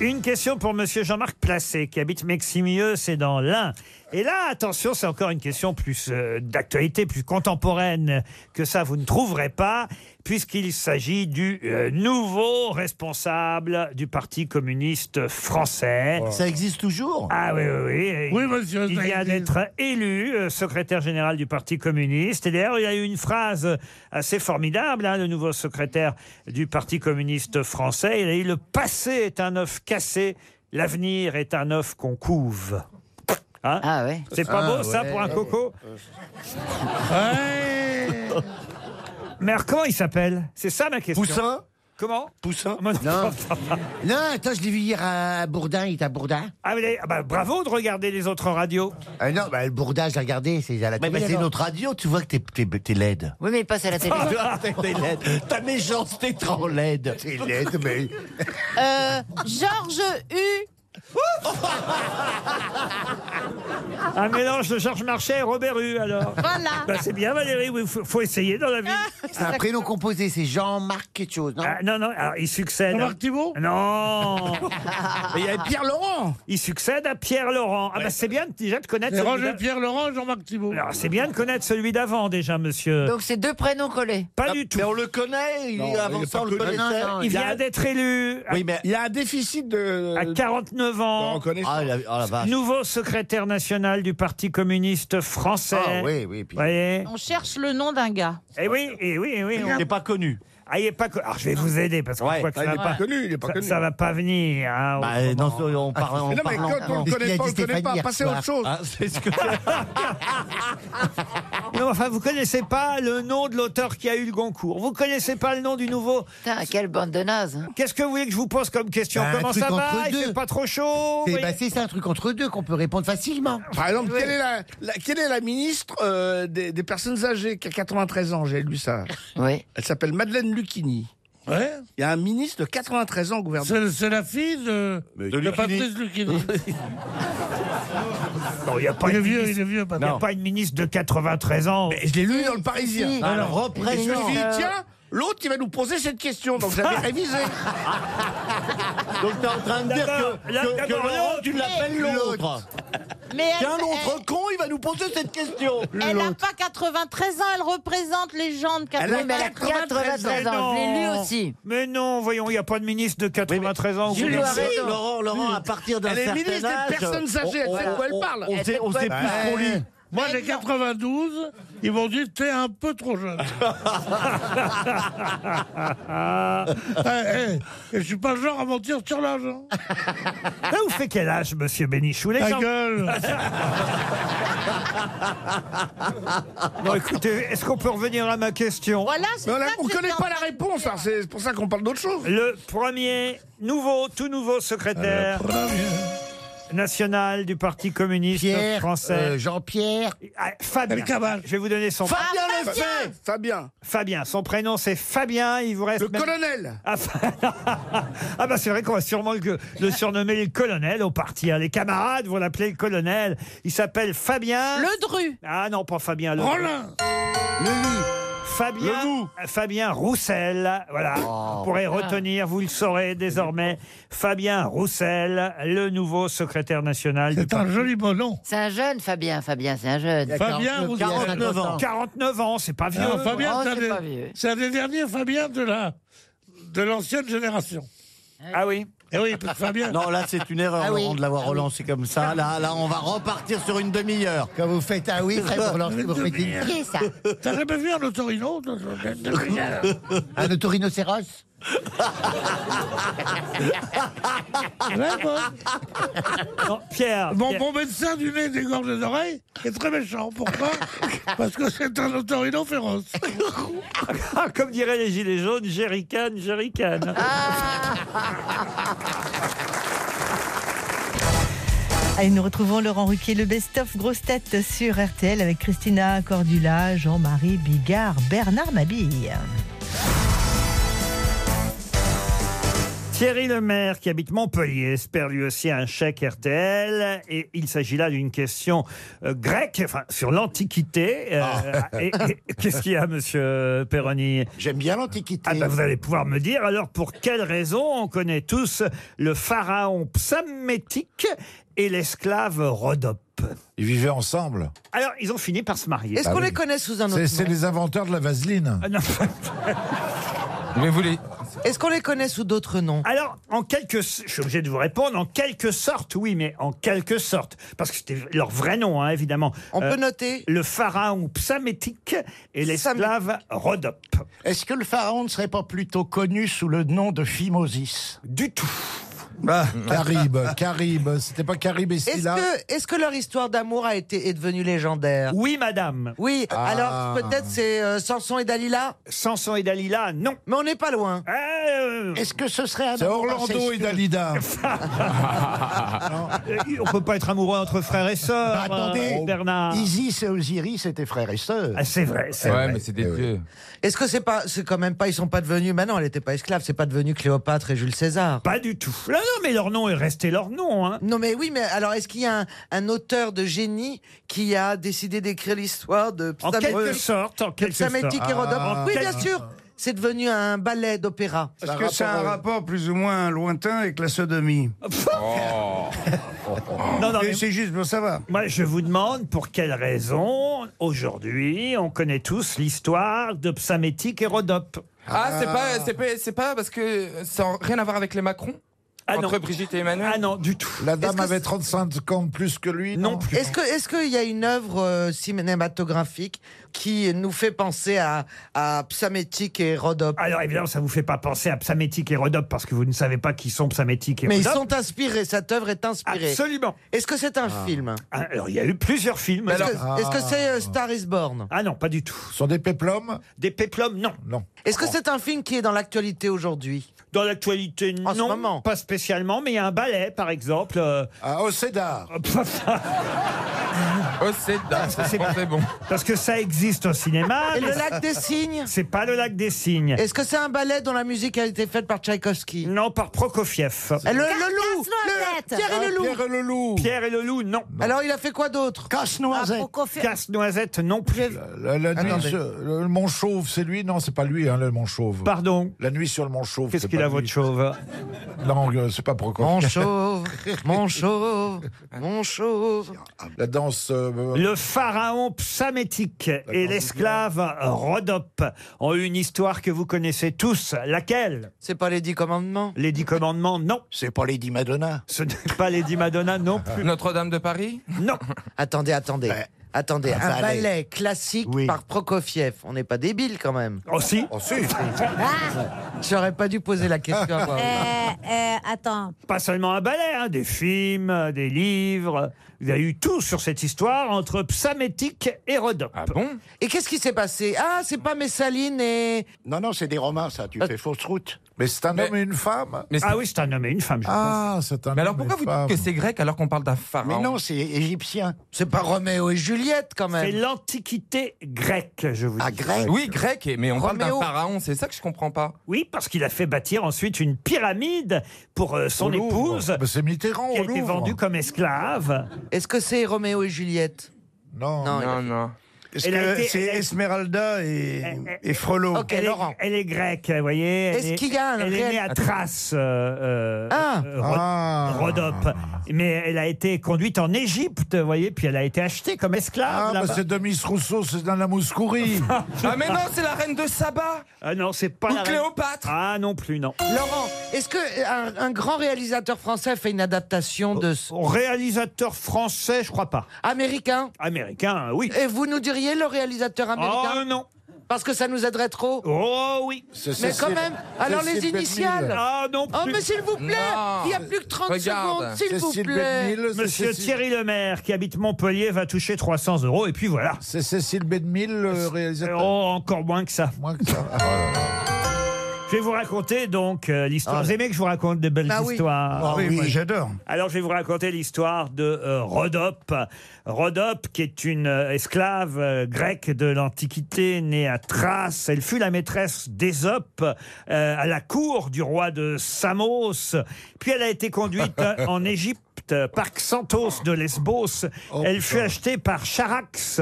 [SPEAKER 4] Une question pour Monsieur Jean-Marc Placé, qui habite Meximieux, c'est dans l'Ain. Et là, attention, c'est encore une question plus euh, d'actualité, plus contemporaine que ça, vous ne trouverez pas, puisqu'il s'agit du euh, nouveau responsable du Parti communiste français.
[SPEAKER 2] Ça existe toujours
[SPEAKER 4] Ah oui, oui, oui.
[SPEAKER 16] Oui, monsieur.
[SPEAKER 4] Il
[SPEAKER 16] ça
[SPEAKER 4] vient
[SPEAKER 16] existe.
[SPEAKER 4] d'être élu euh, secrétaire général du Parti communiste. Et d'ailleurs, il a eu une phrase assez formidable, hein, le nouveau secrétaire du Parti communiste français. Il a dit Le passé est un œuf cassé, l'avenir est un œuf qu'on couve. Hein
[SPEAKER 14] Ah ouais.
[SPEAKER 4] C'est pas
[SPEAKER 2] Ah
[SPEAKER 4] beau, ça,
[SPEAKER 2] ouais.
[SPEAKER 4] pour un coco
[SPEAKER 16] Ouais.
[SPEAKER 4] Mais alors, comment il s'appelle C'est ça ma question.
[SPEAKER 15] Poussin
[SPEAKER 4] Comment
[SPEAKER 15] Poussin
[SPEAKER 4] Ah, mais non.
[SPEAKER 2] Non, attends, je l'ai vu hier à Bourdin, il est à Bourdin.
[SPEAKER 4] Ah, mais les- ah, bah, bravo de regarder les autres radios.
[SPEAKER 2] Ah non, bah, le Bourdin, je l'ai regardé, c'est à la télé.
[SPEAKER 15] alors.
[SPEAKER 2] notre radio, tu vois que t'es- t'es t'es laide. Ah,
[SPEAKER 14] Oui, mais il passe à la télé.
[SPEAKER 4] Ah, bah.
[SPEAKER 2] t'es laide. Ta méchanceté te rend laide. T'es laide, mais.
[SPEAKER 12] Euh, Georges U.
[SPEAKER 4] Un mélange de Georges Marchais et Robert Hue, alors.
[SPEAKER 12] Voilà.
[SPEAKER 4] Bah, c'est bien, Valérie, il faut, faut essayer dans la vie.
[SPEAKER 6] Ah,
[SPEAKER 2] C'est un prénom composé, c'est Jean-Marc quelque chose, non
[SPEAKER 4] Ah, non, non, alors, il succède. à-
[SPEAKER 16] Jean-Marc Thibault
[SPEAKER 4] Non
[SPEAKER 6] Mais il y avait Pierre Laurent.
[SPEAKER 4] Il succède à Pierre Laurent. Ah bah c'est bien déjà de connaître
[SPEAKER 16] C'est
[SPEAKER 4] celui
[SPEAKER 16] Roger
[SPEAKER 4] d'a-
[SPEAKER 16] Pierre Laurent, Jean-Marc Thibault.
[SPEAKER 4] Alors, c'est bien de connaître celui d'avant déjà, monsieur.
[SPEAKER 14] Donc c'est deux prénoms collés.
[SPEAKER 4] pas du tout.
[SPEAKER 6] Mais on le connaît, il,
[SPEAKER 2] Non,
[SPEAKER 6] avant
[SPEAKER 2] il est
[SPEAKER 6] ça, on
[SPEAKER 2] pas
[SPEAKER 6] le
[SPEAKER 2] connu.
[SPEAKER 6] connaissait.
[SPEAKER 2] Non, non,
[SPEAKER 4] Il
[SPEAKER 6] y a-
[SPEAKER 4] vient d'être élu à,
[SPEAKER 6] Oui, mais il y a un déficit de.
[SPEAKER 4] à 49
[SPEAKER 10] Bah,
[SPEAKER 4] Morvan,
[SPEAKER 2] Ah, la, ah, la vache.
[SPEAKER 4] nouveau secrétaire national du Parti communiste français.
[SPEAKER 2] Ah, oui, oui, puis-
[SPEAKER 4] Voyez
[SPEAKER 12] On cherche le nom d'un gars.
[SPEAKER 4] Eh oui, eh oui, eh oui.
[SPEAKER 12] Il
[SPEAKER 4] on-
[SPEAKER 12] n'est
[SPEAKER 15] pas connu.
[SPEAKER 4] Ah, il n'est pas connu. Alors, je vais vous aider parce que
[SPEAKER 15] Ouais,
[SPEAKER 4] je crois que
[SPEAKER 15] ah,
[SPEAKER 4] ça
[SPEAKER 15] il
[SPEAKER 4] va
[SPEAKER 15] est pas connu, il est pas
[SPEAKER 4] ça-
[SPEAKER 15] connu.
[SPEAKER 4] Ça va pas venir. hein, au
[SPEAKER 15] Bah,
[SPEAKER 4] moment.
[SPEAKER 15] non, on parle- on Mais non, mais parle quand on lentement. le connaît pas, on le connaît pas, passez à autre chose. Ah, c'est ce que-
[SPEAKER 4] Non, enfin, vous connaissez pas le nom de l'auteur qui a eu le Goncourt. Vous connaissez pas le nom du nouveau.
[SPEAKER 14] Putain, Ah, quelle bande de nazes. hein.
[SPEAKER 4] Qu'est-ce que vous voulez que je vous pose comme question
[SPEAKER 2] Bah, un
[SPEAKER 4] Comment
[SPEAKER 2] truc
[SPEAKER 4] ça va
[SPEAKER 2] entre
[SPEAKER 4] Il
[SPEAKER 2] deux.
[SPEAKER 4] fait pas trop chaud
[SPEAKER 2] C'est
[SPEAKER 4] Oh, Oui.
[SPEAKER 2] bah, c'est ça, un truc entre deux qu'on peut répondre facilement.
[SPEAKER 10] Par exemple, quelle, est la, la- quelle est la ministre euh, des, des personnes âgées qui a 93 ans J'ai lu ça.
[SPEAKER 14] Oui.
[SPEAKER 10] Elle s'appelle Madeleine Lucchini. Ouais. Il y a un ministre de 93 ans au gouvernement.
[SPEAKER 16] C'est c'est la fille de, de, Patrice Lucchini.
[SPEAKER 4] Non, il n'y a pas
[SPEAKER 16] Il est
[SPEAKER 4] une
[SPEAKER 16] vieux,
[SPEAKER 4] ministre-
[SPEAKER 16] il est vieux,
[SPEAKER 4] il y a
[SPEAKER 16] Non.
[SPEAKER 4] pas une ministre de 93 ans.
[SPEAKER 10] Je l'ai lu dans le Parisien.
[SPEAKER 4] Si, si. Alors,
[SPEAKER 10] Et je me
[SPEAKER 4] reprenons.
[SPEAKER 10] suis dit,
[SPEAKER 4] Euh,
[SPEAKER 10] tiens, l'autre, il va nous poser cette question. Donc j'avais révisé.
[SPEAKER 6] Donc t'es en train de dire
[SPEAKER 10] D'abord,
[SPEAKER 6] que,
[SPEAKER 10] là,
[SPEAKER 6] que- que
[SPEAKER 10] d'abord
[SPEAKER 6] l'autre,
[SPEAKER 10] l'autre,
[SPEAKER 6] tu l'appelles
[SPEAKER 10] mais
[SPEAKER 6] l'autre.
[SPEAKER 12] Mais elle-
[SPEAKER 6] Tiens, l'autre con, il va nous poser cette question.
[SPEAKER 12] Elle n'a pas 93 ans, elle représente les gens de
[SPEAKER 4] Elle
[SPEAKER 12] 93
[SPEAKER 4] a
[SPEAKER 12] ans.
[SPEAKER 4] 93 ans. Mais non. Mais non, voyons, il n'y a pas de ministre de 93 ans.
[SPEAKER 6] Julio
[SPEAKER 4] Vous-
[SPEAKER 6] a raison.
[SPEAKER 2] Oh,
[SPEAKER 6] Laurent, Laurent, à partir d'un
[SPEAKER 4] Elle est
[SPEAKER 6] certain
[SPEAKER 4] ministre des
[SPEAKER 6] âge,
[SPEAKER 4] personnes âgées,
[SPEAKER 6] on-
[SPEAKER 4] elle sait de quoi elle
[SPEAKER 6] on-
[SPEAKER 4] parle.
[SPEAKER 6] On sait, on sait
[SPEAKER 16] Bah,
[SPEAKER 6] plus qu'on lit.
[SPEAKER 16] Moi, j'ai 92. Ils m'ont dit, t'es un peu trop jeune.
[SPEAKER 4] Ah.
[SPEAKER 16] Eh, eh, je suis pas le genre à mentir sur l'âge. hein.
[SPEAKER 4] Là, vous faites quel âge, monsieur Bénichou Les
[SPEAKER 16] Ta
[SPEAKER 4] gens-
[SPEAKER 16] gueule
[SPEAKER 4] Non, écoutez, est-ce qu'on peut revenir à ma question
[SPEAKER 10] Mais on a- on ne connaît pas la réponse, alors c'est pour ça qu'on parle d'autre chose.
[SPEAKER 4] Le premier nouveau, tout nouveau secrétaire national du Parti communiste
[SPEAKER 2] Pierre,
[SPEAKER 4] français.
[SPEAKER 2] euh, Jean-Pierre.
[SPEAKER 4] Ah, Fabien.
[SPEAKER 2] Cabal.
[SPEAKER 4] Je vais vous donner son
[SPEAKER 10] Fabien
[SPEAKER 4] Ah,
[SPEAKER 10] Lefebvre Fabien.
[SPEAKER 4] Fabien, son prénom c'est Fabien, il vous reste...
[SPEAKER 10] Le
[SPEAKER 4] même-
[SPEAKER 10] colonel.
[SPEAKER 4] Ah, ah bah c'est vrai qu'on va sûrement le, le surnommer le colonel au parti. hein. Les camarades vont l'appeler le colonel. Il s'appelle Fabien...
[SPEAKER 12] Le Dru.
[SPEAKER 4] Ah non, pas Fabien Le
[SPEAKER 16] Rollin
[SPEAKER 4] Fabien, Fabien Roussel, voilà,
[SPEAKER 14] Ah,
[SPEAKER 4] vous pourrez retenir, vous le saurez désormais, Fabien Roussel, le nouveau secrétaire national. du
[SPEAKER 16] C'est un
[SPEAKER 4] parti.
[SPEAKER 16] joli beau nom.
[SPEAKER 14] C'est un jeune, Fabien, Fabien, c'est un jeune.
[SPEAKER 16] Fabien, vous
[SPEAKER 14] 49 ans.
[SPEAKER 4] 49 ans, c'est pas vieux.
[SPEAKER 16] Non, Fabien,
[SPEAKER 14] Oh,
[SPEAKER 16] c'est un
[SPEAKER 14] c'est
[SPEAKER 16] des-
[SPEAKER 14] pas vieux.
[SPEAKER 16] c'est un des derniers Fabien de la de l'ancienne génération.
[SPEAKER 4] Ah oui
[SPEAKER 16] Eh oui, parce que Fabien.
[SPEAKER 6] Non, là, c'est une erreur,
[SPEAKER 2] Ah oui.
[SPEAKER 6] Laurent, de l'avoir relancé comme ça. Là, là, on va repartir sur une demi-heure.
[SPEAKER 2] Quand vous faites ah oui, ça, vous, relancez, vous faites une
[SPEAKER 16] Qui,
[SPEAKER 2] ça
[SPEAKER 16] T'as jamais vu un autorino
[SPEAKER 2] Un autorhinocéros
[SPEAKER 4] Non, Pierre,
[SPEAKER 16] Mon,
[SPEAKER 4] Pierre,
[SPEAKER 16] mon médecin du nez, des gorges et des oreilles est très méchant. Pourquoi Parce que c'est un autorino féroce.
[SPEAKER 4] Ah, comme diraient les gilets jaunes, jerrycan, jerrycan.
[SPEAKER 2] Ah,
[SPEAKER 3] Allez, nous retrouvons Laurent Ruquier, le best-of grosse tête sur RTL avec Christina Cordula, Jean-Marie Bigard, Bernard Mabille.
[SPEAKER 4] Thierry Lemaire, qui habite Montpellier, espère lui aussi un chèque RTL. Et il s'agit là d'une question euh, grecque, enfin, sur l'Antiquité. Euh, et- et- Qu'est-ce qu'il y a, monsieur Perroni
[SPEAKER 2] J'aime bien l'Antiquité.
[SPEAKER 4] Ah ben, vous allez pouvoir me dire, alors, pour quelle raison on connaît tous le pharaon psammétique et l'esclave Rhodope
[SPEAKER 17] Ils vivaient ensemble.
[SPEAKER 4] Alors, ils ont fini par se marier.
[SPEAKER 8] Est-ce
[SPEAKER 17] Bah
[SPEAKER 8] qu'on
[SPEAKER 17] oui.
[SPEAKER 8] les connaît sous un autre
[SPEAKER 17] C'est c'est
[SPEAKER 8] nom
[SPEAKER 17] les inventeurs de la vaseline.
[SPEAKER 4] Ah non.
[SPEAKER 11] Mais vous les...
[SPEAKER 8] Est-ce qu'on les connaît sous d'autres noms
[SPEAKER 4] Alors, en quelque, s- je suis obligé de vous répondre, en quelque sorte, oui, mais en quelque sorte, parce que c'était leur vrai nom, hein, évidemment.
[SPEAKER 8] On
[SPEAKER 4] Euh,
[SPEAKER 8] peut noter
[SPEAKER 4] le pharaon psamétique et l'esclave Rhodope.
[SPEAKER 6] Est-ce que le pharaon ne serait pas plutôt connu sous le nom de Phimosis
[SPEAKER 4] Du tout.
[SPEAKER 17] Bah, Caribe, Caribe. C'était pas Caribe et
[SPEAKER 8] Est-ce
[SPEAKER 17] Scylla.
[SPEAKER 8] que, est-ce que leur histoire d'amour a été, est devenue légendaire
[SPEAKER 4] Oui, madame.
[SPEAKER 8] Oui,
[SPEAKER 17] Ah.
[SPEAKER 8] alors peut-être c'est euh, Samson et Dalila,
[SPEAKER 4] Samson et Dalila, non.
[SPEAKER 8] mais on n'est pas loin.
[SPEAKER 4] Euh,
[SPEAKER 6] Est-ce que ce serait un
[SPEAKER 8] Ah,
[SPEAKER 17] C'est
[SPEAKER 6] amour
[SPEAKER 17] Orlando et
[SPEAKER 6] incestueux
[SPEAKER 17] Dalida.
[SPEAKER 4] euh, on peut pas être amoureux entre frères et
[SPEAKER 6] Bah,
[SPEAKER 4] sœurs.
[SPEAKER 6] Attendez,
[SPEAKER 4] euh, Bernard.
[SPEAKER 6] Isis et Osiris étaient frères et Eh sœurs.
[SPEAKER 4] Ah, c'est vrai, c'est
[SPEAKER 11] Ouais,
[SPEAKER 4] vrai.
[SPEAKER 11] mais c'est des dieux.
[SPEAKER 8] Est-ce que c'est pas, c'est quand même pas, ils sont pas devenus, maintenant elle n'était pas esclave, c'est pas devenu Cléopâtre et Jules César.
[SPEAKER 4] Pas du tout. Non, non, mais leur nom est resté leur nom. Hein.
[SPEAKER 8] Non mais oui, mais alors est-ce qu'il y a un, un auteur de génie qui a décidé d'écrire l'histoire de
[SPEAKER 4] En
[SPEAKER 8] Psamé-
[SPEAKER 4] quelque sorte, en
[SPEAKER 8] de
[SPEAKER 4] quelque sorte.
[SPEAKER 8] Psamétique et Rhodope
[SPEAKER 17] Ah.
[SPEAKER 8] Oui, bien sûr, c'est devenu un ballet d'opéra.
[SPEAKER 5] Est-ce que ça a un
[SPEAKER 17] rapport-
[SPEAKER 5] rapport plus ou moins lointain avec la sodomie
[SPEAKER 4] Oh. Non, non, mais
[SPEAKER 5] Et C'est juste pour savoir.
[SPEAKER 4] Moi, je vous demande pour quelle raison, aujourd'hui, on connaît tous l'histoire de Psamétique et Rhodope.
[SPEAKER 21] Ah, c'est pas, c'est pas, c'est pas parce que ça n'a rien à voir avec les Macron
[SPEAKER 4] Entre
[SPEAKER 17] Brigitte
[SPEAKER 4] et Emmanuel Ah non, du tout.
[SPEAKER 17] La dame avait 35 ans de plus que lui
[SPEAKER 4] Oh.
[SPEAKER 17] Non, plus.
[SPEAKER 8] Est-ce que est-ce qu'il y a une œuvre euh, cinématographique qui nous fait penser à, à Psamétique et Rhodope
[SPEAKER 4] Alors évidemment, ça vous fait pas penser à Psamétique et Rhodope parce que vous ne savez pas qui sont Psamétique et
[SPEAKER 8] Mais ils
[SPEAKER 4] Rhodope.
[SPEAKER 8] sont inspirés, cette œuvre est inspirée.
[SPEAKER 4] Absolument.
[SPEAKER 8] Est-ce que c'est un
[SPEAKER 4] Ah.
[SPEAKER 8] film
[SPEAKER 4] Ah, Alors il y a eu plusieurs films.
[SPEAKER 8] Est-ce que- est-ce que c'est euh, Star is Born
[SPEAKER 4] Ah non, pas du tout. Oh.
[SPEAKER 17] Ce sont des péplums
[SPEAKER 4] Des péplums, non. Non.
[SPEAKER 8] Est-ce que c'est un film qui est dans l'actualité aujourd'hui
[SPEAKER 4] Dans l'actualité, non, pas spécialement, mais il y a un ballet, par exemple. euh,
[SPEAKER 17] Ah, au Cédar.
[SPEAKER 4] Oh, Au Cédar,
[SPEAKER 17] c'est bon, Oh, c'est bon.
[SPEAKER 4] Parce que ça existe au cinéma.
[SPEAKER 8] Et le
[SPEAKER 4] mais-
[SPEAKER 8] lac des cygnes
[SPEAKER 4] C'est pas le lac des cygnes.
[SPEAKER 8] Est-ce que c'est un ballet dont la musique a été faite par Tchaïkovski
[SPEAKER 4] Non, par Prokofiev.
[SPEAKER 8] Le, le loup le- Pierre et le loup
[SPEAKER 17] le loup.
[SPEAKER 4] Pierre et le loup, non.
[SPEAKER 8] Alors il a fait quoi d'autre
[SPEAKER 4] Ah,
[SPEAKER 17] Casse-noisette.
[SPEAKER 4] Casse-noisette, non plus.
[SPEAKER 17] La, la nuit
[SPEAKER 4] Attendez.
[SPEAKER 17] sur- le, le Mont Chauve, c'est lui Non, c'est pas lui, hein, le Mont Chauve.
[SPEAKER 4] Pardon
[SPEAKER 17] La nuit sur le Mont Chauve.
[SPEAKER 4] Qu'est-ce
[SPEAKER 17] c'est
[SPEAKER 4] qu'il
[SPEAKER 17] pas
[SPEAKER 4] a,
[SPEAKER 17] lui.
[SPEAKER 4] votre chauve
[SPEAKER 17] Non, euh, c'est pas Prokofiev.
[SPEAKER 8] Mon chauve, mon chauve, mon chauve.
[SPEAKER 17] La danse. euh,
[SPEAKER 4] Le pharaon psamétique et l'esclave Rhodope ont eu une histoire que vous connaissez tous. Laquelle
[SPEAKER 8] C'est pas les dix commandements
[SPEAKER 4] Les dix commandements, non.
[SPEAKER 17] C'est pas les dix Madonna
[SPEAKER 4] Ce n'est pas les dix Madonna non
[SPEAKER 17] Ah.
[SPEAKER 4] plus.
[SPEAKER 8] Notre-Dame de
[SPEAKER 9] Paris
[SPEAKER 4] Non.
[SPEAKER 8] attendez, attendez. Ah, Attendez,
[SPEAKER 9] un
[SPEAKER 8] un, ballet.
[SPEAKER 9] ballet.
[SPEAKER 8] classique par Prokofiev. On n'est pas débile quand même.
[SPEAKER 4] Aussi.
[SPEAKER 8] J'aurais pas dû poser la question. à voix haute.
[SPEAKER 7] Ah. Eh, attends.
[SPEAKER 4] Pas seulement un ballet, hein, des films, euh, des livres. Vous avez eu tout sur cette histoire entre psamétique et Rhodope. Ah bon
[SPEAKER 8] Et qu'est-ce qui s'est passé Ah, c'est pas Messaline et. Ah.
[SPEAKER 6] Non, non, c'est des romains, ça. Tu fais fausse route.
[SPEAKER 17] Mais c'est un homme et une femme
[SPEAKER 4] Ah oui, c'est un homme et une femme, je
[SPEAKER 17] Ah, c'est un
[SPEAKER 9] Mais alors
[SPEAKER 17] homme et
[SPEAKER 9] pourquoi vous
[SPEAKER 17] femme.
[SPEAKER 9] dites que c'est grec alors qu'on parle d'un pharaon
[SPEAKER 6] Mais non, c'est égyptien.
[SPEAKER 8] C'est pas Roméo et Juliette quand
[SPEAKER 4] C'est
[SPEAKER 8] même. Ah,
[SPEAKER 4] l'Antiquité grecque, je vous dis.
[SPEAKER 9] Oui, grec, et- mais on parle
[SPEAKER 4] Roméo.
[SPEAKER 9] d'un pharaon, c'est ça que je comprends pas.
[SPEAKER 4] Oui, parce qu'il a fait bâtir ensuite une pyramide pour euh, son
[SPEAKER 17] Au Louvre.
[SPEAKER 4] épouse.
[SPEAKER 17] Ben, c'est Mitterrand,
[SPEAKER 4] Qui a
[SPEAKER 17] au
[SPEAKER 4] été
[SPEAKER 17] Louvre.
[SPEAKER 4] vendue comme esclave.
[SPEAKER 8] Est-ce que c'est Roméo et Juliette
[SPEAKER 17] Non.
[SPEAKER 8] Non, il a-
[SPEAKER 9] non.
[SPEAKER 5] Est-ce
[SPEAKER 4] Elle a
[SPEAKER 5] que
[SPEAKER 4] été- Eh,
[SPEAKER 5] c'est
[SPEAKER 4] elle a-
[SPEAKER 5] Esmeralda et, et Frollo
[SPEAKER 8] Ok,
[SPEAKER 4] elle, est,
[SPEAKER 8] Laurent.
[SPEAKER 4] elle est grecque, vous voyez. elle
[SPEAKER 8] Est-ce
[SPEAKER 4] est-
[SPEAKER 8] qu'il y a un
[SPEAKER 4] Elle est
[SPEAKER 8] réel-
[SPEAKER 4] née à Thrace, euh, euh,
[SPEAKER 8] Ah.
[SPEAKER 4] euh, Rho-
[SPEAKER 17] Ah.
[SPEAKER 4] Rhodope. Mais elle a été conduite en Égypte, vous voyez, puis elle a été achetée comme esclave.
[SPEAKER 17] Ah, bah,
[SPEAKER 4] là-bas.
[SPEAKER 17] c'est Demis Rousseau, c'est dans la Mouscourie.
[SPEAKER 9] Ah mais non, c'est la reine de Saba
[SPEAKER 4] Ah non, c'est pas
[SPEAKER 9] Ou
[SPEAKER 4] la reine-
[SPEAKER 9] Cléopâtre
[SPEAKER 4] Ah non plus, non.
[SPEAKER 8] Laurent, est-ce qu'un un grand réalisateur français fait une adaptation de ce.
[SPEAKER 4] Réalisateur français, je crois pas.
[SPEAKER 8] Américain
[SPEAKER 4] Américain, oui.
[SPEAKER 8] Et vous nous diriez le réalisateur américain
[SPEAKER 4] Oh non.
[SPEAKER 8] Parce que ça nous aiderait trop
[SPEAKER 4] Oh oui.
[SPEAKER 8] Mais quand même, alors les initiales
[SPEAKER 4] Ah non
[SPEAKER 8] Oh
[SPEAKER 4] plus.
[SPEAKER 8] mais s'il vous plaît
[SPEAKER 9] Non.
[SPEAKER 8] Il n'y a plus que 30
[SPEAKER 9] Regarde.
[SPEAKER 8] secondes, s'il vous
[SPEAKER 17] Cécile
[SPEAKER 8] plaît
[SPEAKER 17] Bénil, c'est
[SPEAKER 4] Monsieur
[SPEAKER 17] Cécile-
[SPEAKER 4] Thierry Lemaire, qui habite Montpellier, va toucher 300 euros, et puis voilà.
[SPEAKER 17] C'est Cécile Bédemille, le réalisateur.
[SPEAKER 4] Oh, encore moins que ça.
[SPEAKER 17] Moins que ça. Ah, voilà.
[SPEAKER 4] Je vais vous raconter donc euh, l'histoire.
[SPEAKER 5] Ah.
[SPEAKER 4] Vous aimez que je vous raconte des belles
[SPEAKER 8] Bah oui.
[SPEAKER 4] histoires
[SPEAKER 5] Ah oui, moi j'adore.
[SPEAKER 4] Alors, je vais vous raconter l'histoire de euh, Rhodope. Rhodope, qui est une euh, esclave euh, grecque de l'Antiquité, née à Thrace. Elle fut la maîtresse d'Ésope euh, à la cour du roi de Samos. Puis, elle a été conduite euh, en Égypte. euh, Par Xanthos de Lesbos, elle fut achetée par Charax,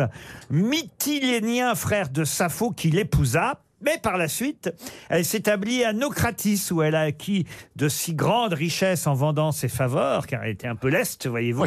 [SPEAKER 4] mytilénien frère de Sappho qui l'épousa. Mais par la suite, elle s'établit à Nocratis, où elle a acquis de si grandes richesses en vendant ses faveurs, car elle était un peu leste, voyez-vous.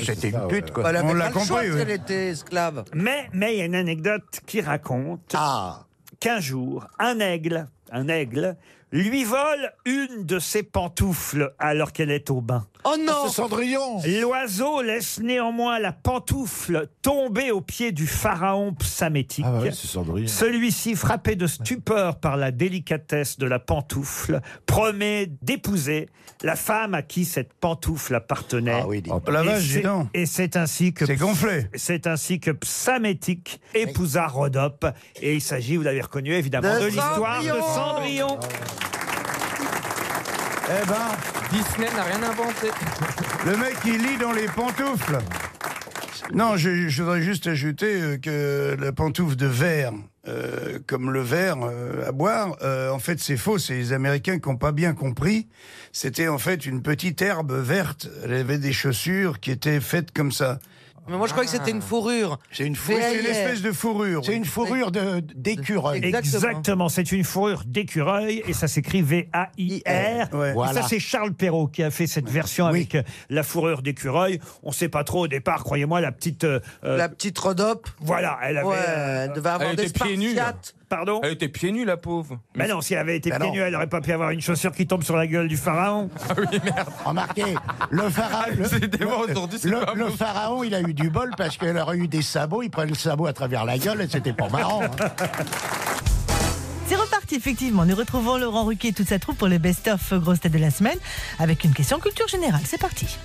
[SPEAKER 5] quoi. On l'a compris, oui.
[SPEAKER 8] Elle était esclave.
[SPEAKER 4] Mais mais il y a une anecdote qui raconte
[SPEAKER 8] Ah.
[SPEAKER 4] qu'un jour, un aigle, un aigle, lui vole une de ses pantoufles alors qu'elle est au bain.
[SPEAKER 8] Oh non
[SPEAKER 17] C'est Cendrillon.
[SPEAKER 4] L'oiseau laisse néanmoins la pantoufle tomber aux pieds du pharaon psamétique.
[SPEAKER 17] Ah, bah oui, c'est Cendrillon.
[SPEAKER 4] Celui-ci, frappé de stupeur par la délicatesse de la pantoufle, promet d'épouser la femme à qui cette pantoufle appartenait.
[SPEAKER 5] Oh la
[SPEAKER 4] Et
[SPEAKER 5] vache, dis
[SPEAKER 4] c'est-
[SPEAKER 5] donc.
[SPEAKER 4] Et c'est ainsi que
[SPEAKER 5] C'est gonflé.
[SPEAKER 4] C'est ainsi que Psamétique épousa Rhodope. Et il s'agit, vous l'avez reconnu évidemment,
[SPEAKER 8] De
[SPEAKER 4] Ah, de l'histoire de
[SPEAKER 8] Cendrillon.
[SPEAKER 4] Cendrillon.
[SPEAKER 5] Eh ben,
[SPEAKER 9] Disney n'a rien inventé.
[SPEAKER 5] le mec, il lit dans les pantoufles. Non, je, je voudrais juste ajouter euh, que la pantoufle de verre, euh, comme le verre euh, à boire, euh, en fait, c'est faux. C'est les Américains qui n'ont pas bien compris. C'était en fait une petite herbe verte. Elle avait des chaussures qui étaient faites comme ça.
[SPEAKER 8] Mais moi, je croyais que c'était une fourrure.
[SPEAKER 17] C'est une
[SPEAKER 8] fourrure.
[SPEAKER 17] C'est une espèce
[SPEAKER 8] de fourrure.
[SPEAKER 17] C'est une fourrure de- d'écureuil.
[SPEAKER 4] Exactement, c'est une fourrure d'écureuil et ça s'écrit V-A-I-R. Et
[SPEAKER 17] Voilà.
[SPEAKER 4] Ça, c'est Charles Perrault qui a fait cette version avec euh, la fourrure d'écureuil. On ne sait pas trop au départ, croyez-moi, la petite. la
[SPEAKER 8] petite Rhodope.
[SPEAKER 4] Voilà, elle avait. euh,
[SPEAKER 9] Ouais,
[SPEAKER 4] elle devait
[SPEAKER 9] Elle était pieds nus. là.
[SPEAKER 4] Pardon
[SPEAKER 9] Elle était pieds nus, la pauvre.
[SPEAKER 4] Mais non, si elle avait été
[SPEAKER 9] Bah
[SPEAKER 4] pieds
[SPEAKER 9] non.
[SPEAKER 4] nus, elle n'aurait pas pu avoir une chaussure qui tombe sur la gueule du pharaon. Ah oui, merde.
[SPEAKER 17] Remarquez, le pharaon, le, le- le- le pharaon, il a eu du bol parce qu'elle aurait eu des sabots. Il prenait le sabot à travers la gueule et c'était pas marrant. hein.
[SPEAKER 3] C'est reparti, effectivement. Nous retrouvons Laurent Ruquier et toute sa troupe pour le best-of grosse tête de la semaine avec une question culture générale. C'est parti.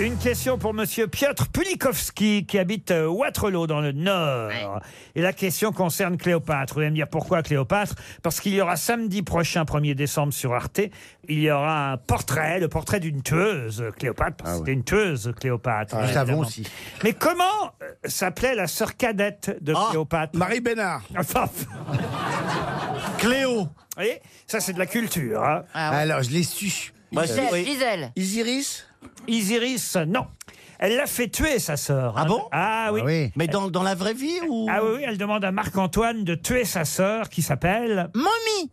[SPEAKER 4] Une question pour Monsieur Piotr Pulikowski qui habite euh, Waterloo dans le Nord. Et la question concerne Cléopâtre. Vous allez me dire pourquoi Cléopâtre Parce qu'il y aura samedi prochain, 1er décembre sur Arte, il y aura un portrait, le portrait d'une tueuse euh, Cléopâtre. parce que C'était une tueuse Cléopâtre.
[SPEAKER 10] Ah ouais. Nous
[SPEAKER 4] évidemment.
[SPEAKER 10] savons aussi.
[SPEAKER 4] Mais comment euh, s'appelait la sœur cadette de Cléopâtre Marie Bénard. Cléo. Vous voyez, ça c'est de la culture. hein.
[SPEAKER 2] Alors, je l'ai su.
[SPEAKER 4] Gisèle,
[SPEAKER 14] Gisèle.
[SPEAKER 2] Isiris
[SPEAKER 4] Isiris, non. Elle l'a fait tuer, sa sœur. Ah bon Ah oui. Mais dans, la vraie vie ou Ah oui, oui, elle demande à Marc-Antoine de tuer sa sœur qui s'appelle...
[SPEAKER 14] Mommy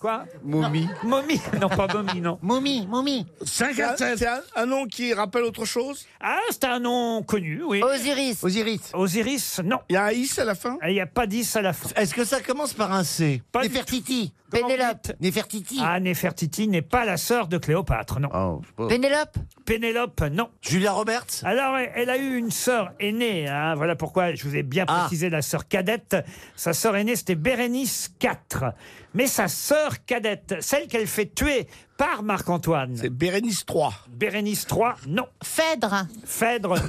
[SPEAKER 4] Quoi Momie. Momie. Non, pas momie, non.
[SPEAKER 14] Momie, momie.
[SPEAKER 10] C'est un- c'est un, un nom qui rappelle autre chose
[SPEAKER 4] Ah, c'est un nom connu, oui.
[SPEAKER 14] Osiris.
[SPEAKER 4] Osiris. Osiris, non.
[SPEAKER 10] Il y a un is à la fin
[SPEAKER 4] Il n'y a pas d'is à la fin.
[SPEAKER 2] Est-ce que ça commence par un C
[SPEAKER 4] Pas
[SPEAKER 2] Nefertiti.
[SPEAKER 14] Pénélope.
[SPEAKER 2] Nefertiti.
[SPEAKER 4] Ah, Nefertiti n'est pas la sœur de Cléopâtre, non.
[SPEAKER 14] Pénélope.
[SPEAKER 4] Pénélope, non.
[SPEAKER 2] Julia Roberts
[SPEAKER 4] Alors, elle- elle a eu une sœur aînée. hein. Voilà pourquoi je vous ai bien
[SPEAKER 14] Ah.
[SPEAKER 4] précisé la sœur cadette. Sa sœur aînée, c'était Bérénice IV. Mais sa sœur cadette, celle qu'elle fait tuer par Marc-Antoine. C'est
[SPEAKER 10] Bérénice III.
[SPEAKER 4] Bérénice III, non.
[SPEAKER 14] Phèdre.
[SPEAKER 4] Phèdre,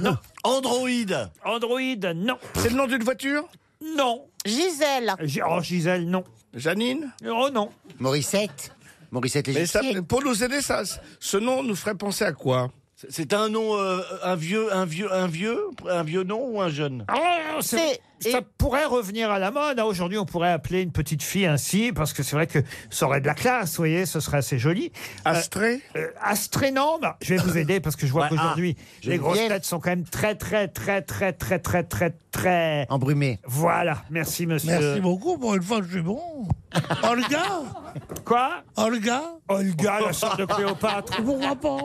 [SPEAKER 4] non.
[SPEAKER 2] Android.
[SPEAKER 4] Android, non.
[SPEAKER 10] C'est le nom d'une voiture
[SPEAKER 4] Non.
[SPEAKER 14] Gisèle.
[SPEAKER 4] Gi- Oh, Gisèle, non.
[SPEAKER 10] Janine
[SPEAKER 4] Oh non.
[SPEAKER 2] Morissette. Morissette
[SPEAKER 10] Mais ça-
[SPEAKER 2] l'égyptienne.
[SPEAKER 10] pour nous aider, ça, ce nom nous ferait penser à quoi
[SPEAKER 2] C'est un nom, euh, un vieux, un vieux, un vieux, un vieux nom ou un jeune
[SPEAKER 4] Ah, c'est- ça pourrait revenir à la mode. hein. Aujourd'hui, on pourrait appeler une petite fille ainsi, parce que c'est vrai que ça aurait de la classe, vous voyez, ce serait assez joli.
[SPEAKER 10] Astrée
[SPEAKER 4] euh, Astrée, non, bah, je vais vous aider, parce que je vois
[SPEAKER 2] Ouais,
[SPEAKER 4] qu'aujourd'hui,
[SPEAKER 2] ah,
[SPEAKER 4] les
[SPEAKER 2] Geneviève.
[SPEAKER 4] grosses têtes sont quand même très, très, très, très, très, très, très, très...
[SPEAKER 2] Embrumé.
[SPEAKER 4] Voilà, merci monsieur.
[SPEAKER 16] Merci beaucoup pour une fois, je suis bon. Olga
[SPEAKER 4] Quoi
[SPEAKER 16] Olga
[SPEAKER 4] Olga, la sœur de Cléopâtre.
[SPEAKER 16] Pourquoi pas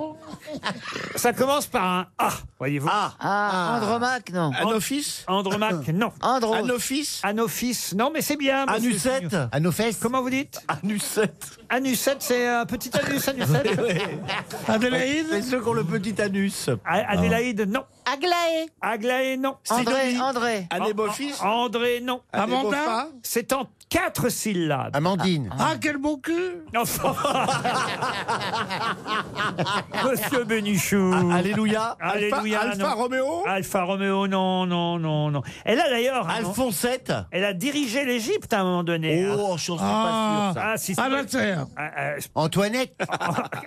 [SPEAKER 4] Ça commence par un A, voyez-vous. Ah,
[SPEAKER 14] Ah, Andromaque, non.
[SPEAKER 10] Anophis
[SPEAKER 4] Andromaque, non.
[SPEAKER 14] Andros.
[SPEAKER 10] Anophis
[SPEAKER 4] Anophis, non, mais c'est bien. monsieur
[SPEAKER 2] Anucette
[SPEAKER 4] Signon.
[SPEAKER 2] Anofest
[SPEAKER 4] Comment vous dites
[SPEAKER 2] Anucette.
[SPEAKER 4] Anucette, c'est un petit anus, Anucette.
[SPEAKER 2] Adélaïde C'est ceux qui ont le petit anus.
[SPEAKER 4] A- Adélaïde, non.
[SPEAKER 14] Aglaé.
[SPEAKER 4] Aglaé, non.
[SPEAKER 14] André, André.
[SPEAKER 10] Anébophis
[SPEAKER 4] An- An- André, non.
[SPEAKER 10] Amanda Anébophis
[SPEAKER 4] C'est en quatre syllabes.
[SPEAKER 2] Amandine.
[SPEAKER 16] Ah, quel bon cul
[SPEAKER 4] Monsieur Benichou.
[SPEAKER 2] Alléluia.
[SPEAKER 4] Alléluia.
[SPEAKER 10] Alpha-
[SPEAKER 4] non.
[SPEAKER 10] Alpha Romeo
[SPEAKER 4] Alpha Romeo, non, non, non, non. Elle a d'ailleurs. un-
[SPEAKER 2] Alphonsette.
[SPEAKER 4] Elle a dirigé l'Égypte à un moment donné. hein.
[SPEAKER 2] Oh, je suis pas sûr, ça.
[SPEAKER 4] Ah, si, si.
[SPEAKER 16] Amateur.
[SPEAKER 4] Ah, ah,
[SPEAKER 2] Antoinette.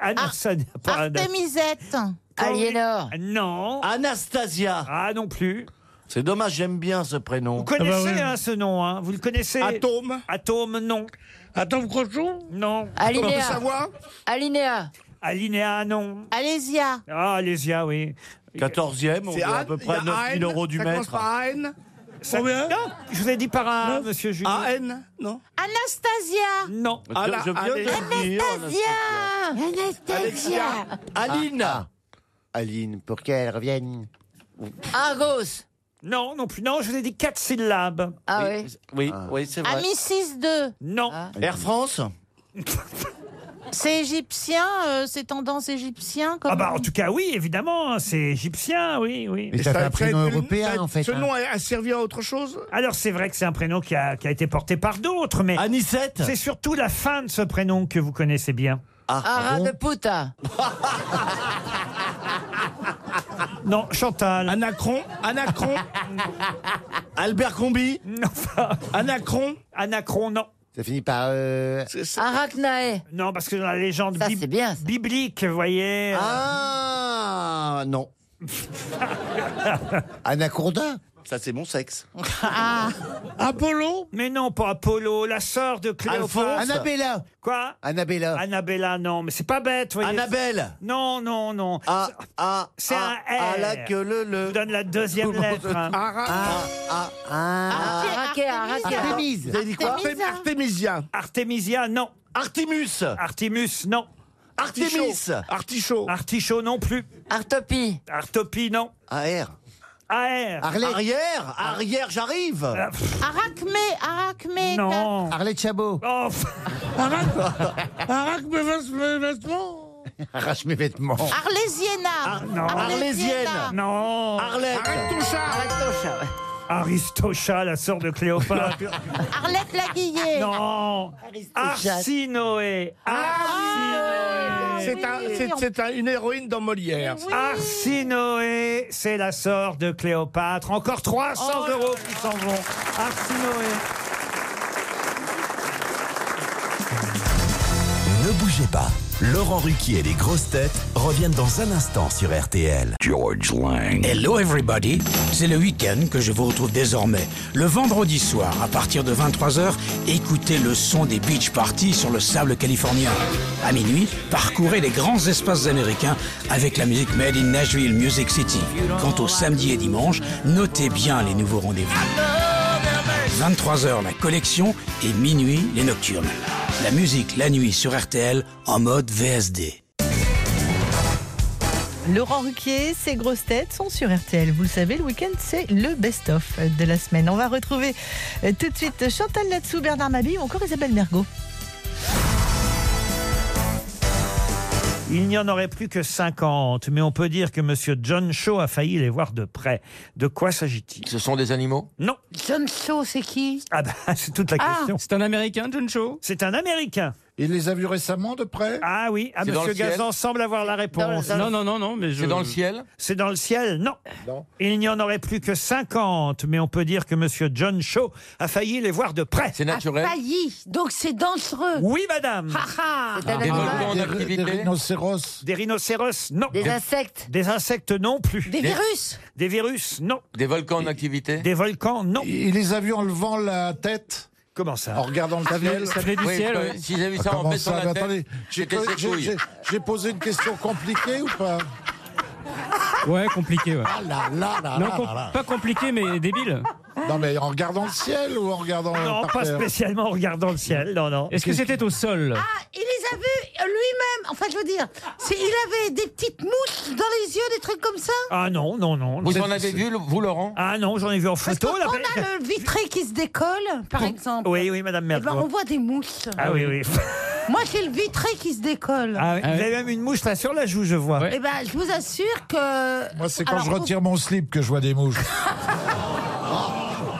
[SPEAKER 4] Anderson, pas Anderson.
[SPEAKER 14] Artémisette. Aliénor.
[SPEAKER 4] Ah Non.
[SPEAKER 2] Anastasia.
[SPEAKER 4] Ah, non plus.
[SPEAKER 2] C'est dommage, j'aime bien ce prénom.
[SPEAKER 4] Vous connaissez
[SPEAKER 16] Ah bah oui.
[SPEAKER 4] hein, ce nom, hein Vous le connaissez
[SPEAKER 10] Atome
[SPEAKER 4] Atome, non.
[SPEAKER 16] Attends, Crochon
[SPEAKER 4] Non.
[SPEAKER 14] Alinéa. Alinéa.
[SPEAKER 4] Alinéa, non.
[SPEAKER 14] Alésia.
[SPEAKER 4] Ah, Alésia, oui.
[SPEAKER 2] 14e, on est à peu près à 9000 euros du
[SPEAKER 10] Ça commence
[SPEAKER 2] mètre.
[SPEAKER 10] par AN
[SPEAKER 4] Ça- non, je vous ai dit par un, monsieur Julien.
[SPEAKER 10] AN Non
[SPEAKER 14] Anastasia.
[SPEAKER 4] Non.
[SPEAKER 10] Ah, là,
[SPEAKER 2] je viens
[SPEAKER 10] allez.
[SPEAKER 2] de dire.
[SPEAKER 14] Anastasia.
[SPEAKER 2] Aline.
[SPEAKER 14] Ah.
[SPEAKER 2] Ah, Aline, pour qu'elle revienne.
[SPEAKER 14] Argos.
[SPEAKER 4] Non, non plus. Non, je vous ai dit quatre syllabes.
[SPEAKER 14] Ah oui.
[SPEAKER 2] Oui, oui, c'est
[SPEAKER 14] Amicis 2.
[SPEAKER 4] Non.
[SPEAKER 2] Air France
[SPEAKER 12] Ah. C'est égyptien, euh, c'est tendance égyptien comme
[SPEAKER 4] Ah bah en tout cas oui, évidemment, hein, c'est égyptien, oui, oui.
[SPEAKER 10] Et ça- ça a été- ça a- Ce nom a, a servi à autre chose
[SPEAKER 4] Alors c'est vrai que c'est un prénom qui a, qui a été porté par d'autres, mais
[SPEAKER 2] Anisette
[SPEAKER 4] c'est surtout la fin de ce prénom que vous connaissez bien.
[SPEAKER 14] Ara Ah, de Puta.
[SPEAKER 4] Non, Chantal.
[SPEAKER 10] Anacron Anacron Albert Combi
[SPEAKER 4] Non, enfin,
[SPEAKER 10] Anacron
[SPEAKER 4] Anacron, non.
[SPEAKER 2] Ça finit par. euh,
[SPEAKER 10] C'est- c'est-
[SPEAKER 14] Arachnae.
[SPEAKER 4] Non, parce que dans la légende
[SPEAKER 14] Ça,
[SPEAKER 4] bib-
[SPEAKER 14] c'est bien. ça.
[SPEAKER 4] biblique, vous voyez. euh,
[SPEAKER 2] Ah, non. Anaconda
[SPEAKER 21] Ça, c'est mon sexe.
[SPEAKER 14] Ah.
[SPEAKER 4] Apollo Mais non, pas Apollo, la sœur de Cléopâtre.
[SPEAKER 21] Alphonse. Annabella.
[SPEAKER 4] Quoi Annabella. Annabella, non, mais c'est pas bête, voyez.
[SPEAKER 21] Annabelle.
[SPEAKER 4] Non, non, non.
[SPEAKER 21] Ah, ah,
[SPEAKER 4] C'est
[SPEAKER 21] ah,
[SPEAKER 4] un R.
[SPEAKER 21] ah, la queue le le.
[SPEAKER 4] Je vous donne la deuxième lettre. hein.
[SPEAKER 21] Ah, ah,
[SPEAKER 4] Artémise.
[SPEAKER 10] Vous avez dit quoi Artemisa.
[SPEAKER 4] Artemisia. Artemisia, non. Artemus. Artemus, non.
[SPEAKER 21] Artemis.
[SPEAKER 4] Artichaut. Artichaut non plus.
[SPEAKER 14] Artopie.
[SPEAKER 4] Artopie, non. Ah. AR. AR.
[SPEAKER 21] Arrière, arrière, j'arrive.
[SPEAKER 12] Arachmé, arachmé.
[SPEAKER 4] Non.
[SPEAKER 2] Arlette Chabot.
[SPEAKER 4] Oh.
[SPEAKER 16] Arrache mes vêtements, mes vêtements.
[SPEAKER 2] Arrache mes vêtements.
[SPEAKER 12] Ah, Arlésienne.
[SPEAKER 4] Oh. Ah, non. Arlésienne. Non.
[SPEAKER 21] Arlette. Arrête ton chat.
[SPEAKER 4] Aristocha, la sœur de Cléopâtre.
[SPEAKER 12] Arlette Laguillé.
[SPEAKER 4] Non. Arsinoé.
[SPEAKER 2] Ah,
[SPEAKER 4] Arsinoé.
[SPEAKER 10] C'est un- c'est- c'est un- une héroïne dans Molière.
[SPEAKER 4] Arsinoé, c'est la sœur de Cléopâtre. Encore
[SPEAKER 6] Oh.
[SPEAKER 4] 300 euros qui s'en vont. Arsinoé.
[SPEAKER 18] Ne bougez pas. Laurent Ruquier et les grosses têtes reviennent dans un instant sur RTL. George Lang.
[SPEAKER 22] Hello everybody, c'est le week-end que je vous retrouve désormais. Le vendredi soir, à partir de 23h, écoutez le son des beach parties sur le sable californien. À minuit, parcourez les grands espaces américains avec la musique Made in Nashville Music City. Quant au samedi et dimanche, notez bien les nouveaux rendez-vous. 23h la collection et minuit les nocturnes. La musique la nuit sur RTL en mode VSD.
[SPEAKER 3] Laurent Ruquier, ses grosses têtes sont sur RTL. Vous le savez, le week-end, c'est le best-of de la semaine. On va retrouver euh, tout de suite Chantal Latsou, Bernard Mabille ou encore Isabelle Mergot.
[SPEAKER 4] Il n'y en aurait plus que 50, mais on peut dire que Monsieur John Shaw a failli les voir de près. De quoi s'agit-il Ce sont des animaux Non.
[SPEAKER 20] John Shaw, c'est qui
[SPEAKER 4] Ah bah, c'est toute la
[SPEAKER 20] Ah.
[SPEAKER 4] question. C'est un Américain, John Shaw C'est un Américain.
[SPEAKER 6] Il les a vus récemment de près
[SPEAKER 4] Ah oui, ah,
[SPEAKER 6] C'est dans
[SPEAKER 4] Monsieur
[SPEAKER 6] le ciel
[SPEAKER 4] Gazan semble avoir la réponse.
[SPEAKER 6] Dans le- dans le- Non,
[SPEAKER 4] non, mais
[SPEAKER 6] je- C'est dans le
[SPEAKER 4] ciel C'est dans le ciel, non. Il n'y en aurait plus que 50, mais on peut dire que Monsieur John Shaw a failli les voir de près. C'est naturel
[SPEAKER 20] Failli, donc c'est dangereux.
[SPEAKER 4] Oui, madame.
[SPEAKER 2] Ah.
[SPEAKER 4] Ah.
[SPEAKER 20] Des
[SPEAKER 6] volcans en Des- activité des rhinocéros
[SPEAKER 4] Des rhinocéros, non.
[SPEAKER 20] Des insectes
[SPEAKER 4] Des insectes, non plus.
[SPEAKER 20] Des virus
[SPEAKER 4] Des virus, non.
[SPEAKER 11] Des volcans en activité
[SPEAKER 4] Des volcans, non.
[SPEAKER 6] Il les a vus en levant la tête
[SPEAKER 4] Comment ça
[SPEAKER 6] En regardant le
[SPEAKER 11] Ça venait-
[SPEAKER 6] ciel Ah,
[SPEAKER 11] ça venait du Oui, ciel, parce que oui. s'ils avaient vu ça en
[SPEAKER 6] comment
[SPEAKER 11] baissant la
[SPEAKER 6] Mais
[SPEAKER 11] tête,
[SPEAKER 6] attendez, j'ai-
[SPEAKER 11] c'était ses
[SPEAKER 6] j'ai-
[SPEAKER 11] couilles.
[SPEAKER 6] j'ai- J'ai posé une question compliquée ou pas
[SPEAKER 11] Ouais, compliqué, ouais.
[SPEAKER 6] Ah là là là
[SPEAKER 11] Non,
[SPEAKER 6] là
[SPEAKER 11] com-
[SPEAKER 6] là là.
[SPEAKER 11] pas compliqué, mais débile.
[SPEAKER 6] Non mais en regardant le ciel ou en regardant
[SPEAKER 4] Non,
[SPEAKER 6] par
[SPEAKER 4] pas
[SPEAKER 6] terre
[SPEAKER 4] spécialement en regardant le ciel, non, non.
[SPEAKER 11] Est-ce que c'était au sol
[SPEAKER 12] Ah, il les a vus lui-même. Enfin, je veux dire, c'est- il avait des petites mouches dans les yeux, des trucs comme ça.
[SPEAKER 4] Ah non, non, non.
[SPEAKER 11] Vous en avez vu, vous, Laurent
[SPEAKER 4] Ah non, j'en ai vu en
[SPEAKER 12] Parce que
[SPEAKER 4] photo. là,
[SPEAKER 12] quand
[SPEAKER 4] mais-
[SPEAKER 12] on a le vitré qui se décolle, par exemple,
[SPEAKER 4] Oui, oui, madame
[SPEAKER 12] eh
[SPEAKER 4] Mergo.
[SPEAKER 12] ben, on voit des mouches.
[SPEAKER 4] Ah oui, oui.
[SPEAKER 12] Moi, j'ai le vitré qui se décolle.
[SPEAKER 4] Ah oui, Vous avez même une mouche là sur la joue, je vois.
[SPEAKER 12] Eh ben, je vous assure que.
[SPEAKER 6] Moi Ah, c'est quand
[SPEAKER 12] Alors,
[SPEAKER 6] je
[SPEAKER 12] vous-
[SPEAKER 6] retire mon slip que je vois des mouches.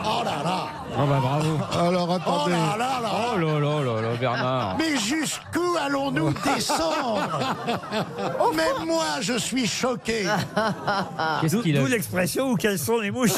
[SPEAKER 2] Oh là là.
[SPEAKER 11] Oh bah bravo.
[SPEAKER 6] Alors
[SPEAKER 4] Oh
[SPEAKER 6] attendez.
[SPEAKER 11] là là là là là là, Bernard.
[SPEAKER 6] Mais jusqu'où allons-nous descendre Même moi, je suis choqué.
[SPEAKER 11] Qu'est-ce
[SPEAKER 4] D'où
[SPEAKER 11] qu'il a
[SPEAKER 4] d'où l'expression où quelles sont les mouches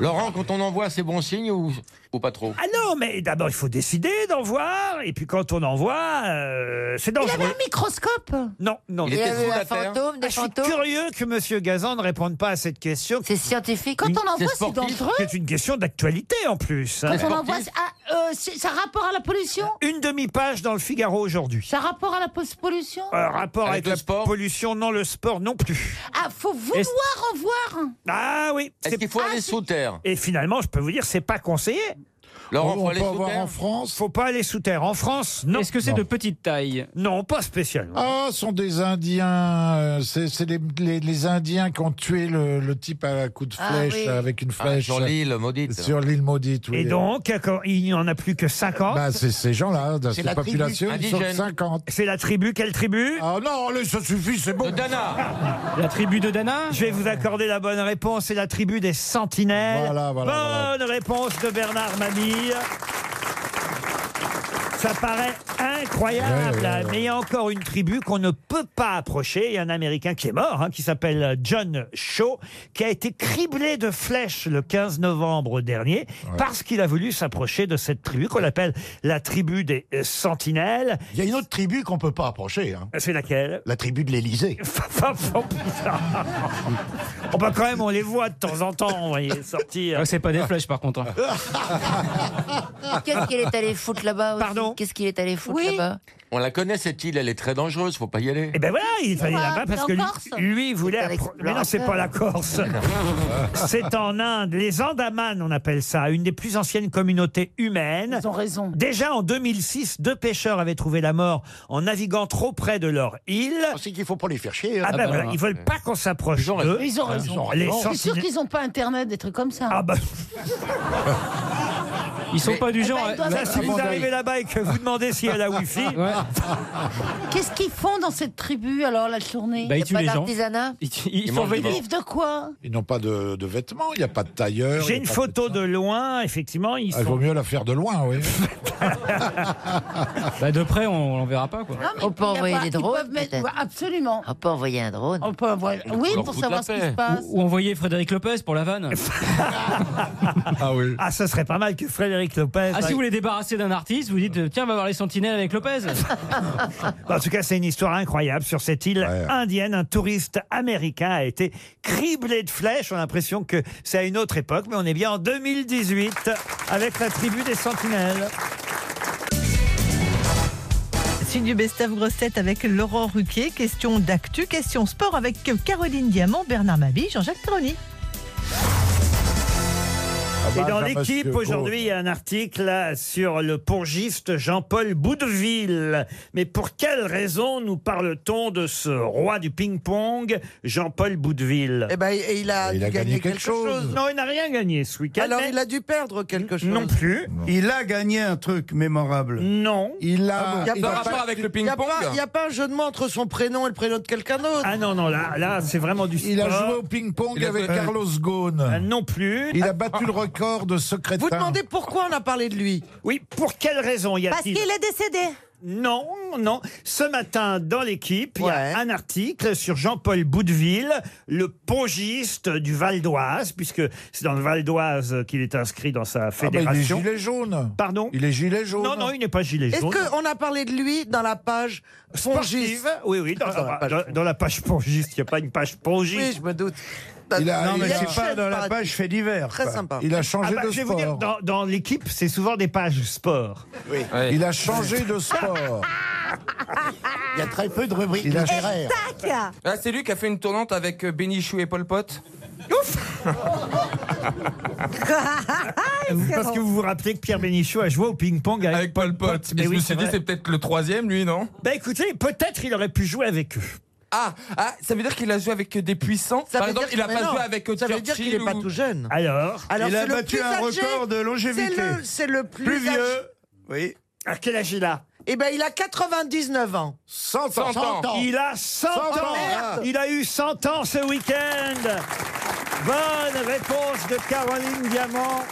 [SPEAKER 11] Laurent, quand on envoie, c'est bon signe ou, ou pas trop
[SPEAKER 4] Ah non, mais d'abord il faut décider d'en voir, et puis quand on en voit, euh, c'est
[SPEAKER 12] Il avait
[SPEAKER 4] dangereux.
[SPEAKER 12] un microscope.
[SPEAKER 4] Non, non.
[SPEAKER 12] Il Il était avait sous euh, un la terre. fantôme, des
[SPEAKER 4] Ah, Je suis
[SPEAKER 12] fantômes.
[SPEAKER 4] curieux que Monsieur Gazan ne réponde pas à cette question.
[SPEAKER 12] C'est scientifique. Quand on en voit, c'est dangereux.
[SPEAKER 4] C'est une question d'actualité en plus. hein.
[SPEAKER 12] Quand on envoie. Ah, euh, c'est- ça a rapport à la pollution
[SPEAKER 4] Une demi-page dans le Figaro aujourd'hui.
[SPEAKER 12] Ça a rapport à la pollution
[SPEAKER 4] Euh, rapport avec, la pollution, non, le sport non plus.
[SPEAKER 12] Ah, faut vouloir en voir.
[SPEAKER 4] Ah oui.
[SPEAKER 11] Est-ce qu'il faut aller sous terre
[SPEAKER 4] Et finalement, je peux vous dire, c'est pas conseillé.
[SPEAKER 11] Laurent, faut aller sous terre
[SPEAKER 6] France
[SPEAKER 4] Faut pas aller sous terre. En France, non.
[SPEAKER 11] Est-ce que c'est de petite taille
[SPEAKER 4] Non, pas spécialement.
[SPEAKER 6] Ah, ce sont des Indiens. euh, C'est c'est les, les- les Indiens qui ont tué le, le type à coup de
[SPEAKER 11] Ah
[SPEAKER 6] flèche,
[SPEAKER 11] oui.
[SPEAKER 6] euh, avec une
[SPEAKER 11] Ah,
[SPEAKER 6] flèche.
[SPEAKER 11] sur l'île maudite.
[SPEAKER 6] Sur l'île maudite, oui.
[SPEAKER 4] Et donc, quand il n'y en a plus que 50.
[SPEAKER 6] Bah, c'est ces gens-là, de cette population, ils sont 50.
[SPEAKER 4] C'est la tribu, quelle tribu
[SPEAKER 6] Ah non, allez, ça suffit, c'est bon.
[SPEAKER 11] Dana La tribu de Dana
[SPEAKER 4] Je vais vous accorder la bonne réponse, c'est la tribu des Sentinelles.
[SPEAKER 6] Voilà, voilà,
[SPEAKER 4] bonne réponse de Bernard Mamille. Ça paraît incroyable,
[SPEAKER 1] Ouais, ouais,
[SPEAKER 4] hein,
[SPEAKER 1] ouais.
[SPEAKER 4] mais il y a encore une tribu qu'on ne peut pas approcher. Il y a un Américain qui est mort, hein, qui s'appelle John Shaw, qui a été criblé de flèches le 15 novembre dernier parce qu'il a voulu s'approcher de cette tribu qu'on appelle la tribu des euh, Sentinelles. Il y a une autre tribu qu'on peut pas approcher. C'est laquelle La tribu de l'Élysée. oh bah quand même, on les voit de temps en temps, vous voyez, sortir. C'est pas des flèches par contre. hein.
[SPEAKER 14] Qu'est-ce qu'il est allé foutre là-bas Pardon Qu'est-ce qu'il est allé foutre là-bas
[SPEAKER 11] On la connaît cette île, elle est très dangereuse, faut pas y aller.
[SPEAKER 4] Eh ben voilà, il fallait
[SPEAKER 14] Quoi
[SPEAKER 4] là-bas parce
[SPEAKER 14] En
[SPEAKER 4] que lui,
[SPEAKER 14] Corse
[SPEAKER 4] lui, il voulait.
[SPEAKER 14] C'est un
[SPEAKER 4] appro- Mais
[SPEAKER 14] explorateur.
[SPEAKER 4] non, c'est pas la Corse. c'est en Inde. Les Andamans, on appelle ça, une des plus anciennes communautés humaines. Ils ont raison. Déjà en 2006, deux pêcheurs avaient trouvé la mort en naviguant trop près de leur île. C'est qu'il faut pas les faire chier. Ah
[SPEAKER 11] Ah
[SPEAKER 4] ben
[SPEAKER 11] bah
[SPEAKER 4] voilà,
[SPEAKER 11] non.
[SPEAKER 4] ils veulent pas qu'on s'approche
[SPEAKER 11] Ils ont raison.
[SPEAKER 4] d'eux.
[SPEAKER 11] Ils ont raison. Ils ont
[SPEAKER 4] Les
[SPEAKER 11] raison.
[SPEAKER 20] C'est sûr
[SPEAKER 4] sentinelles-
[SPEAKER 20] qu'ils n'ont pas internet, des trucs comme ça.
[SPEAKER 4] Ah bah.
[SPEAKER 20] Ils sont Mais- pas du Eh ben, genre ils à- doivent
[SPEAKER 4] Là,
[SPEAKER 20] être
[SPEAKER 4] si vous
[SPEAKER 20] abandonnés.
[SPEAKER 4] arrivez là-bas et que vous demandez s'il y a la Wi-Fi.
[SPEAKER 20] Qu'est-ce qu'ils font dans cette tribu alors la journée
[SPEAKER 6] Bah, ils Y a tuent pas les gens.
[SPEAKER 20] d'artisanat
[SPEAKER 6] Ils- ils- ils
[SPEAKER 20] Ils,
[SPEAKER 6] surveillent les gens.
[SPEAKER 20] vivent de quoi
[SPEAKER 6] Ils n'ont pas de, de vêtements, il n'y a pas de tailleur.
[SPEAKER 4] J'ai une photo de loin, effectivement. Ils
[SPEAKER 6] Il
[SPEAKER 4] sont
[SPEAKER 6] vaut mieux la faire de loin, oui.
[SPEAKER 1] Bah, de près, on l'en verra pas, quoi.
[SPEAKER 20] Non, mais
[SPEAKER 14] On peut
[SPEAKER 20] il y a
[SPEAKER 14] envoyer
[SPEAKER 20] pas-
[SPEAKER 14] des
[SPEAKER 20] ils
[SPEAKER 14] drones,
[SPEAKER 20] peuvent mettre-
[SPEAKER 14] peut-être.
[SPEAKER 20] Ouais, Absolument.
[SPEAKER 14] On peut envoyer un drone.
[SPEAKER 20] On peut envoyer. Oui, pour savoir ce qui se passe.
[SPEAKER 1] Ou, ou envoyer Frédéric Lopez pour la vanne.
[SPEAKER 4] Ah oui. Ah, ça serait pas mal que Frédéric Lopez.
[SPEAKER 1] Ah, si vous voulez débarrasser d'un artiste, vous dites euh, tiens, va voir les sentinelles avec Lopez.
[SPEAKER 4] En tout cas, c'est une histoire incroyable sur cette île indienne. Un touriste américain a été criblé de flèches. On a l'impression que c'est à une autre époque, mais on est bien en 2018 avec la tribu des Sentinelles.
[SPEAKER 6] Ah
[SPEAKER 3] Suite du best-of grosse tête avec Laurent Ruquier. Question d'actu, question sport avec Caroline Diamant, Bernard Mabille, Jean-Jacques Perroni.
[SPEAKER 4] Et
[SPEAKER 6] bah,
[SPEAKER 4] dans
[SPEAKER 6] ça,
[SPEAKER 4] l'équipe
[SPEAKER 6] monsieur
[SPEAKER 4] aujourd'hui, il y a un article là, sur le pongiste Jean-Paul Boudeville. Mais pour quelle raison nous parle-t-on de ce roi du ping-pong, Jean-Paul Boudeville
[SPEAKER 8] Eh ben, et il a, dû gagner quelque, chose.
[SPEAKER 4] Non, il n'a rien gagné ce week-end.
[SPEAKER 8] Alors,
[SPEAKER 4] mais-
[SPEAKER 8] il a dû perdre quelque chose.
[SPEAKER 4] Non plus.
[SPEAKER 5] Il a gagné un truc mémorable.
[SPEAKER 4] Non.
[SPEAKER 5] Il a.
[SPEAKER 8] Ah bon Y a
[SPEAKER 5] il
[SPEAKER 8] pas-
[SPEAKER 5] a pas-
[SPEAKER 8] y a pas- Il n'y a pas un jeu de mots entre son prénom et le prénom de quelqu'un d'autre.
[SPEAKER 4] Ah non, non, là, là c'est vraiment du
[SPEAKER 6] Il a
[SPEAKER 4] sport.
[SPEAKER 6] joué au ping-pong
[SPEAKER 4] Il a
[SPEAKER 6] avec
[SPEAKER 4] fait-
[SPEAKER 6] Carlos Ghosn.
[SPEAKER 4] Ah, non plus.
[SPEAKER 6] Il a battu le record de secrétaire.
[SPEAKER 8] Vous demandez pourquoi on a parlé de lui
[SPEAKER 4] Oui, pour quelle raison y
[SPEAKER 7] Parce
[SPEAKER 4] a-t-il
[SPEAKER 7] qu'il est décédé.
[SPEAKER 4] Non, non. Ce matin, dans l'équipe, il y a un article sur Jean-Paul Boudeville, le pongiste du Val d'Oise, puisque c'est dans le Val d'Oise qu'il est inscrit dans sa
[SPEAKER 6] Ah bah, il est
[SPEAKER 4] fédération.
[SPEAKER 6] gilet jaune.
[SPEAKER 4] Pardon
[SPEAKER 6] Il est gilet jaune.
[SPEAKER 4] non, non, il n'est pas gilet
[SPEAKER 8] Est-ce
[SPEAKER 4] jaune.
[SPEAKER 8] qu'on a parlé de lui dans la page
[SPEAKER 4] Sportive,
[SPEAKER 8] Pongiste
[SPEAKER 4] oui,
[SPEAKER 6] Ah,
[SPEAKER 4] oui, dans, dans- dans- dans la page pongiste, il n'y a pas une page pongiste.
[SPEAKER 8] Oui, je me doute.
[SPEAKER 6] Il a-
[SPEAKER 8] Non, mais
[SPEAKER 6] il a-
[SPEAKER 8] c'est pas dans la page
[SPEAKER 5] fait divers.
[SPEAKER 8] Très quoi. sympa.
[SPEAKER 6] Il a changé de
[SPEAKER 4] Ah bah, je vais vous dire,
[SPEAKER 6] sport.
[SPEAKER 4] dans, dans l'équipe, c'est souvent des pages sport.
[SPEAKER 6] Il a changé de sport.
[SPEAKER 9] Il y a très peu de
[SPEAKER 6] rubriques
[SPEAKER 9] Il a-
[SPEAKER 6] littéraires.
[SPEAKER 7] Tac
[SPEAKER 9] Ah, c'est lui qui a fait une tournante avec euh, Bénichou et Pol Pot.
[SPEAKER 7] Ah,
[SPEAKER 4] Parce que vous vous rappelez que Pierre Bénichou a joué au ping-pong avec, Paul Pot.
[SPEAKER 9] Et je me suis dit, c'est peut-être le troisième, lui, non
[SPEAKER 4] Bah écoutez, peut-être il aurait pu jouer avec eux.
[SPEAKER 9] Ah, ah, ça veut dire qu'il a joué avec des puissants
[SPEAKER 8] Ça
[SPEAKER 9] Par
[SPEAKER 8] veut
[SPEAKER 9] exemple,
[SPEAKER 8] dire-
[SPEAKER 9] il a
[SPEAKER 8] mais
[SPEAKER 9] pas
[SPEAKER 8] non,
[SPEAKER 9] joué avec euh,
[SPEAKER 8] ça veut dire qu'il est
[SPEAKER 9] Churchill
[SPEAKER 8] pas
[SPEAKER 9] ou-
[SPEAKER 8] tout jeune.
[SPEAKER 4] Alors,
[SPEAKER 8] Alors,
[SPEAKER 5] il a
[SPEAKER 8] c'est le
[SPEAKER 5] battu
[SPEAKER 8] plus
[SPEAKER 5] un
[SPEAKER 8] âgé,
[SPEAKER 5] record de longévité.
[SPEAKER 8] c'est le- C'est le, plus,
[SPEAKER 5] Plus
[SPEAKER 8] âgé.
[SPEAKER 5] vieux. Oui.
[SPEAKER 4] À quel âge il a
[SPEAKER 8] Eh ben, il a 99 ans.
[SPEAKER 6] 100 ans. hein.
[SPEAKER 8] 100 ans.
[SPEAKER 4] Il a 100, ans.
[SPEAKER 8] Merde.
[SPEAKER 4] Il a eu 100 ans ce week-end. Bonne réponse de Caroline Diamant.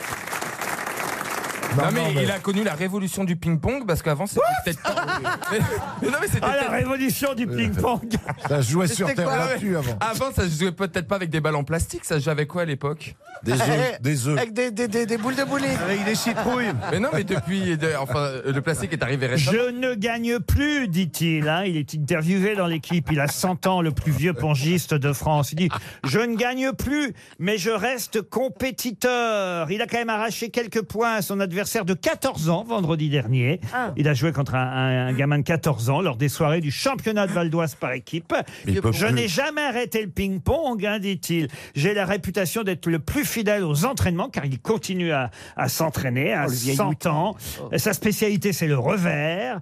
[SPEAKER 9] Non, mais, il a connu la révolution du ping-pong parce qu'avant c'était peut-être pas. Mais- mais non, mais c'était
[SPEAKER 4] Ah, la
[SPEAKER 9] peut-être-
[SPEAKER 4] révolution du ping-pong.
[SPEAKER 6] Euh, Ça se jouait
[SPEAKER 9] C'était
[SPEAKER 6] sur terre
[SPEAKER 9] quoi, ouais.
[SPEAKER 6] battue avant.
[SPEAKER 9] Avant, ça se jouait peut-être pas avec des balles en plastique, ça se jouait avec quoi à l'époque Eh,
[SPEAKER 6] Des œufs, des œufs.
[SPEAKER 8] Avec des, des, des, des boules de bowling.
[SPEAKER 5] Avec des citrouilles.
[SPEAKER 9] Mais non, mais depuis. de- Enfin, euh, le plastique est arrivé récemment.
[SPEAKER 4] Je ne gagne plus, dit-il. hein. Il est interviewé dans l'équipe. Il a 100 ans, le plus vieux pongiste de France. Il dit Je ne gagne plus, mais je reste compétiteur. Il a quand même arraché quelques points à son adversaire de 14 ans vendredi dernier.
[SPEAKER 1] Ah.
[SPEAKER 4] Il a joué contre un, un- un gamin de 14 ans lors des soirées du championnat de Val d'Oise par équipe.
[SPEAKER 1] Mais il peut
[SPEAKER 4] Je
[SPEAKER 1] plus.
[SPEAKER 4] n'ai jamais arrêté le ping-pong, hein, dit-il. J'ai la réputation d'être le plus fidèle aux entraînements car il continue à, à s'entraîner à
[SPEAKER 6] Oh, le vieil
[SPEAKER 4] 100 ans.
[SPEAKER 19] Oh.
[SPEAKER 4] Sa spécialité, c'est le revers.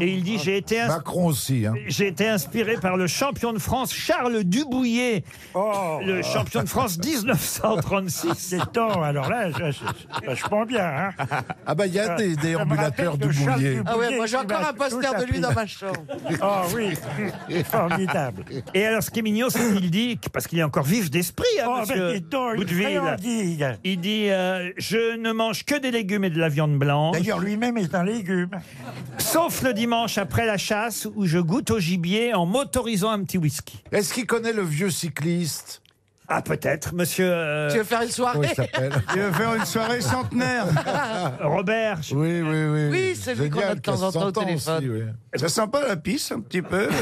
[SPEAKER 4] et il dit, j'ai été, ins-
[SPEAKER 6] Macron aussi. hein.
[SPEAKER 4] j'ai été inspiré par le champion de France, Charles Dubouillet,
[SPEAKER 19] Oh.
[SPEAKER 4] le champion de France 1936.
[SPEAKER 19] C'est temps, alors là, je- je- je- vachement bien. Hein
[SPEAKER 6] Ah bah il y a des, des ambulateurs du boulier.
[SPEAKER 8] Ah ouais, moi j'ai encore un poster de lui dans ma chambre.
[SPEAKER 4] Oh oui, formidable. Et alors, ce qui est mignon, c'est qu'il dit, parce qu'il est encore vif d'esprit, hein,
[SPEAKER 16] Oh,
[SPEAKER 4] monsieur
[SPEAKER 16] mais dis donc, il est
[SPEAKER 4] Woodville.
[SPEAKER 16] splendide.
[SPEAKER 4] Il dit euh, Je ne mange que des légumes et de la viande blanche. D'ailleurs, lui-même est un légume. Sauf le dimanche après la chasse où je goûte au gibier en m'autorisant un petit whisky. Est-ce qu'il connaît le vieux cycliste Ah, peut-être, monsieur. euh,
[SPEAKER 8] Tu veux faire une soirée Comment il s'appelle
[SPEAKER 5] Il veut faire une soirée centenaire.
[SPEAKER 4] Robert.
[SPEAKER 6] Oui, oui, oui.
[SPEAKER 8] Oui, c'est lui qu'on a de temps en temps au téléphone.
[SPEAKER 5] Ça sent pas la pisse un petit peu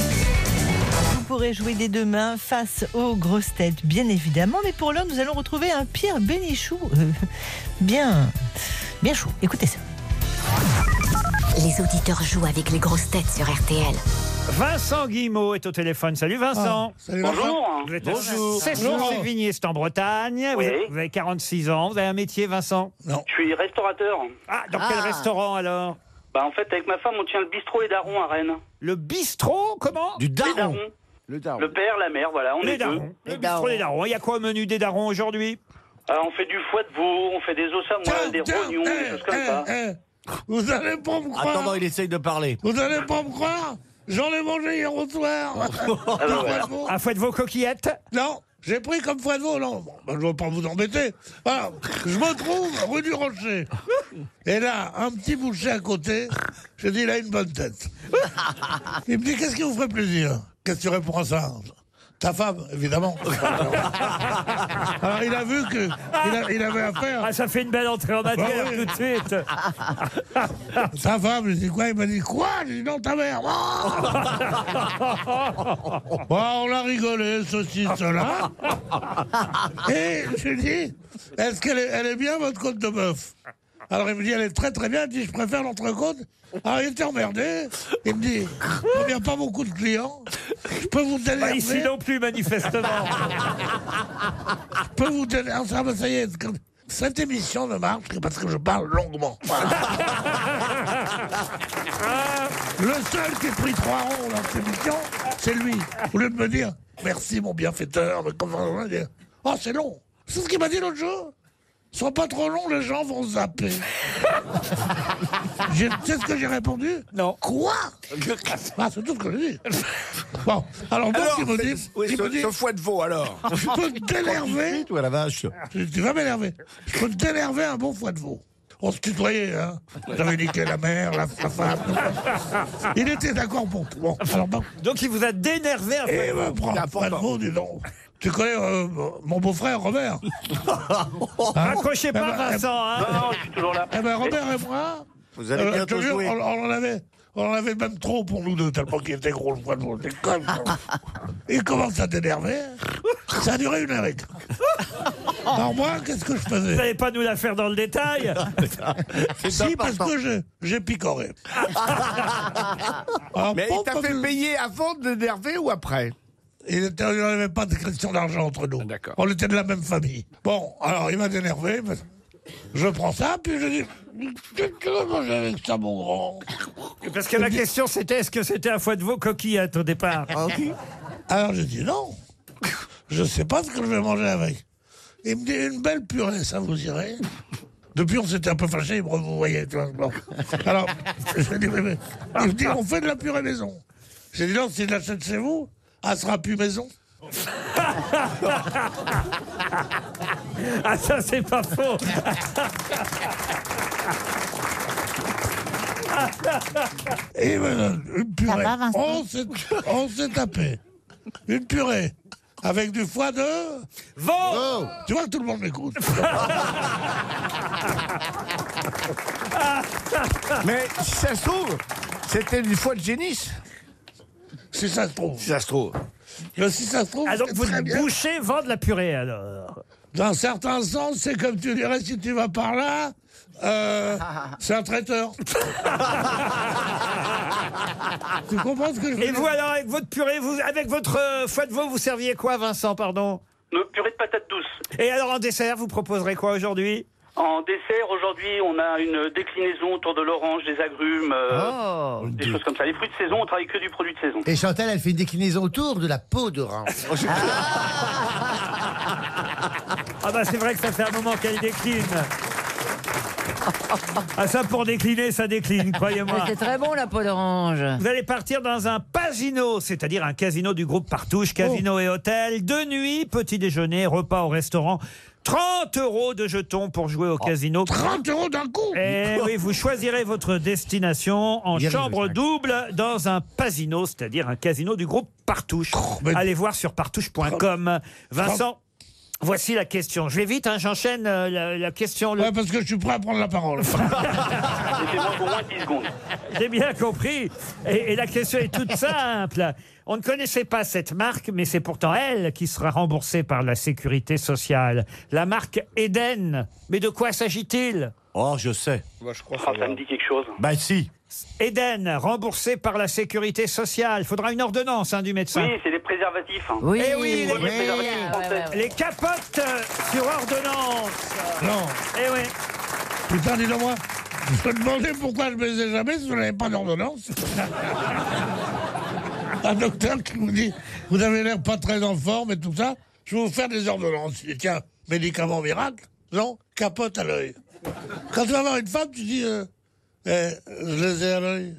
[SPEAKER 3] Vous pourrez jouer dès demain face aux grosses têtes, bien évidemment. Mais pour l'heure, nous allons retrouver un Pierre Bénichou euh, bien, bien chaud. Écoutez ça.
[SPEAKER 13] Les auditeurs jouent avec les grosses têtes sur RTL.
[SPEAKER 4] Vincent Guimot est au téléphone. Salut Vincent.
[SPEAKER 16] Ah, salut, Vincent. Bonjour.
[SPEAKER 4] Vous êtes
[SPEAKER 16] Bonjour.
[SPEAKER 4] C'est
[SPEAKER 16] Bonjour.
[SPEAKER 4] Sévigné, c'est en Bretagne. Vous
[SPEAKER 19] Oui.
[SPEAKER 4] avez- Vous avez 46 ans. Vous avez un métier, Vincent Non.
[SPEAKER 19] Je suis restaurateur.
[SPEAKER 4] Ah, dans quel restaurant alors
[SPEAKER 19] Bah en fait avec ma femme on tient le bistrot Les Darons à Rennes.
[SPEAKER 4] Le bistrot comment
[SPEAKER 19] Du daron. Le père, la mère, voilà, on
[SPEAKER 4] Les
[SPEAKER 19] est deux.
[SPEAKER 4] darons. Le bistrot des darons. Il y a quoi au menu des darons aujourd'hui
[SPEAKER 19] Ah, on fait du foie de veau, on fait des os samoines, des rognons, des choses comme ça.
[SPEAKER 16] Eh, Vous allez pas me croire.
[SPEAKER 21] Attends, non, il essaye de parler.
[SPEAKER 16] Vous allez pas me croire J'en ai mangé hier au soir.
[SPEAKER 21] Ah
[SPEAKER 4] Un fouet de vos coquillettes
[SPEAKER 16] Non, j'ai pris comme fouet de veau, non. Bon, ben, je veux pas vous embêter. Voilà, je me trouve rue du Rocher. Et là, un petit boucher à côté, je dis, il a une bonne tête. Il me dit, qu'est-ce qui vous ferait plaisir Qu'est-ce que tu réponds à ça Ta femme, évidemment. Alors, il a vu que il, a- il avait affaire. Bah
[SPEAKER 4] Ah, ça fait une belle entrée en matière tout de suite.
[SPEAKER 16] Sa femme, je dis quoi Il m'a dit quoi J'ai dit non, ta mère. Bon, Bah, on a rigolé, ceci, cela. Et je lui dis, est-ce qu'elle est, elle est bien votre côte de bœuf Alors il me dit, elle est très très bien. Il dit, je préfère l'entrecôte. Alors il était emmerdé. Il me dit, il n'y a pas beaucoup de clients. Je peux vous donner.
[SPEAKER 4] Bah, ici non plus, manifestement.
[SPEAKER 16] Je peux vous donner. Ah, ça, bah, ça y est. Cette émission ne marche que parce que je parle longuement. Le seul qui a pris trois ronds dans cette émission, c'est lui. Au lieu de me dire merci mon bienfaiteur, le commandant, il dit, oh c'est long. C'est ce qu'il m'a dit l'autre jour. Sois pas trop long, les gens vont zapper. J'ai- Tu sais ce que j'ai répondu Non. Quoi Ah, C'est tout ce que j'ai dit. Bon, alors donc
[SPEAKER 10] Alors,
[SPEAKER 16] il me
[SPEAKER 10] c'est-
[SPEAKER 16] dit...
[SPEAKER 10] oui,
[SPEAKER 16] il
[SPEAKER 10] ce-
[SPEAKER 16] me dit-
[SPEAKER 10] ce foie de veau, alors.
[SPEAKER 16] Je peux t'énerver...
[SPEAKER 10] Ou à la vache.
[SPEAKER 16] Tu tu vas m'énerver. Je peux t'énerver un bon foie de veau. On se tutoyait, hein. J'avais niqué la mère, la, la femme. Il était d'accord pour tout. Bon, alors bon.
[SPEAKER 4] Donc il vous a dénervé un
[SPEAKER 16] Et me prend un foie de veau, dis donc. Tu connais euh, mon beau-frère, Robert
[SPEAKER 4] Raccrochez pas, Vincent, hein. Non, non,
[SPEAKER 16] je suis toujours là. Eh ben, Robert et moi...
[SPEAKER 21] Vous allez
[SPEAKER 16] euh, je
[SPEAKER 21] bientôt
[SPEAKER 16] te jure,
[SPEAKER 21] jouer.
[SPEAKER 16] On, on en avait... On en avait même trop pour nous deux, tellement qu'il était gros le foie de veau. T'es con, toi. Il commence à t'énerver. hein Ça a duré une heure et quart. Alors moi, qu'est-ce que je faisais
[SPEAKER 4] Vous n'allez pas nous la faire dans le détail
[SPEAKER 16] Si, parce que j'ai- j'ai picoré.
[SPEAKER 10] Mais il t'a fait payer avant de l'énerver ou après Ah,
[SPEAKER 16] Il était- il n'y avait pas de question d'argent entre nous. On était de la même famille. Bon, alors il m'a dénervé. parce que Je prends ça, puis je dis Qu'est-ce que tu veux manger avec ça, mon grand
[SPEAKER 4] Parce que la question c'était est-ce que c'était un foie de vos coquillettes au départ
[SPEAKER 16] Alors j'ai dit non. Je ne sais pas ce que je vais manger avec. Il me dit une belle purée, ça vous irait Depuis, on s'était un peu fâchés, il me revoyait. tu vois. Bon. Alors, je dis, mais- mais- il me dit on fait de la purée maison. J'ai dit non, si je l'achète chez vous, elle sera plus maison.
[SPEAKER 4] Ah ça c'est pas faux
[SPEAKER 16] Et voilà, une purée. On s'est- on s'est tapé. Une purée. Avec du foie de.
[SPEAKER 4] Veau
[SPEAKER 16] Tu vois que tout le monde m'écoute.
[SPEAKER 10] Mais si ça se trouve, c'était du foie de génisse.
[SPEAKER 16] Si ça se trouve.
[SPEAKER 10] Si ça se trouve.
[SPEAKER 16] Mais si ça se trouve.
[SPEAKER 4] Ah donc
[SPEAKER 16] c'est
[SPEAKER 4] vous
[SPEAKER 16] très bien.
[SPEAKER 4] bouchez vend de la purée alors
[SPEAKER 16] Dans certains sens, c'est comme tu dirais si tu vas par là. euh, c'est un traiteur. tu comprends ce que je veux
[SPEAKER 4] Et
[SPEAKER 16] dire
[SPEAKER 4] vous alors avec votre purée, vous, avec votre euh, foie de veau, vous serviez quoi Vincent, pardon
[SPEAKER 19] Une purée de patates douces.
[SPEAKER 4] Et alors en dessert, vous proposerez quoi aujourd'hui
[SPEAKER 19] En dessert, aujourd'hui, on a une déclinaison autour de l'orange, des agrumes, euh, des choses comme ça. Les fruits de saison, on travaille que du produit de saison.
[SPEAKER 2] Et Chantal, elle fait une déclinaison autour de la peau d'orange.
[SPEAKER 4] Ah bah c'est vrai que ça fait un moment qu'elle décline. Ah ça pour décliner, ça décline, croyez-moi.
[SPEAKER 14] C'est très bon la peau d'orange.
[SPEAKER 4] Vous allez partir dans un pasino, c'est-à-dire un casino du groupe Partouche,
[SPEAKER 16] Oh.
[SPEAKER 4] casino et hôtel, deux nuits, petit déjeuner, repas au restaurant. 30 euros de jetons pour jouer au casino.
[SPEAKER 16] 30 Oh, euros d'un coup
[SPEAKER 4] Et oui, vous choisirez votre destination en
[SPEAKER 16] Il y arrive,
[SPEAKER 4] chambre double dans un pasino, c'est-à-dire un casino du groupe Partouche.
[SPEAKER 16] Oh,
[SPEAKER 4] Allez voir sur partouche.com. Vincent, voici la question. Je vais vite, hein, j'enchaîne euh, la, la question. Ouais,
[SPEAKER 16] parce que je suis prêt à prendre la parole.
[SPEAKER 19] Laissez-moi au moins 10 secondes.
[SPEAKER 4] J'ai bien compris. Et, et la question est toute simple. On ne connaissait pas cette marque, mais c'est pourtant elle qui sera remboursée par la sécurité sociale. La marque Eden. Mais de quoi s'agit-il
[SPEAKER 21] Oh, je sais.
[SPEAKER 19] Ah, ça me dit quelque chose.
[SPEAKER 21] Bah si.
[SPEAKER 4] Eden, remboursée par la sécurité sociale. Faudra une ordonnance hein, du médecin.
[SPEAKER 19] Oui, c'est des préservatifs. hein.
[SPEAKER 4] Oui, Eh oui, les-
[SPEAKER 19] Premier
[SPEAKER 4] oui,
[SPEAKER 19] préservatif
[SPEAKER 4] ouais,
[SPEAKER 19] français.
[SPEAKER 4] Les capotes euh, sur ordonnance.
[SPEAKER 16] Non.
[SPEAKER 4] Eh oui.
[SPEAKER 16] Putain, dis-le-moi. Je me demandais pourquoi je baisais jamais si je n'avais pas d'ordonnance. Un docteur qui vous dit Vous avez l'air pas très en forme et tout ça, je vais vous faire des ordonnances. Il dit Tiens, médicament miracle Non, capote à l'œil. Quand tu vas voir une femme, tu dis euh, Eh, Je les ai à l'œil.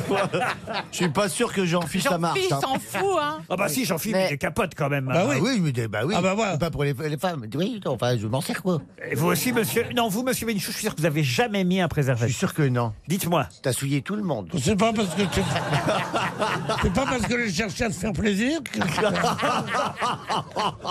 [SPEAKER 21] Je suis pas sûr que j'en fiche ça marche.
[SPEAKER 16] Jean-Phi
[SPEAKER 21] hein.
[SPEAKER 16] s'en fout, hein.
[SPEAKER 4] Ah bah si, j'en fiche
[SPEAKER 2] Mais-
[SPEAKER 4] des capotes quand même.
[SPEAKER 2] Bah oui, oui, je me dis, bah oui.
[SPEAKER 4] Ah bah voilà.
[SPEAKER 2] C'est Pas pour les, les femmes. Oui, non, enfin, je m'en sers quoi.
[SPEAKER 4] Et vous aussi, monsieur Non, vous, monsieur Bénichou, je suis sûr que vous avez jamais mis un préservatif. Je suis
[SPEAKER 2] sûr que non.
[SPEAKER 4] Dites-moi.
[SPEAKER 2] T'as souillé tout le monde.
[SPEAKER 16] C'est pas parce que tu... C'est pas parce que je cherchais à te faire plaisir que...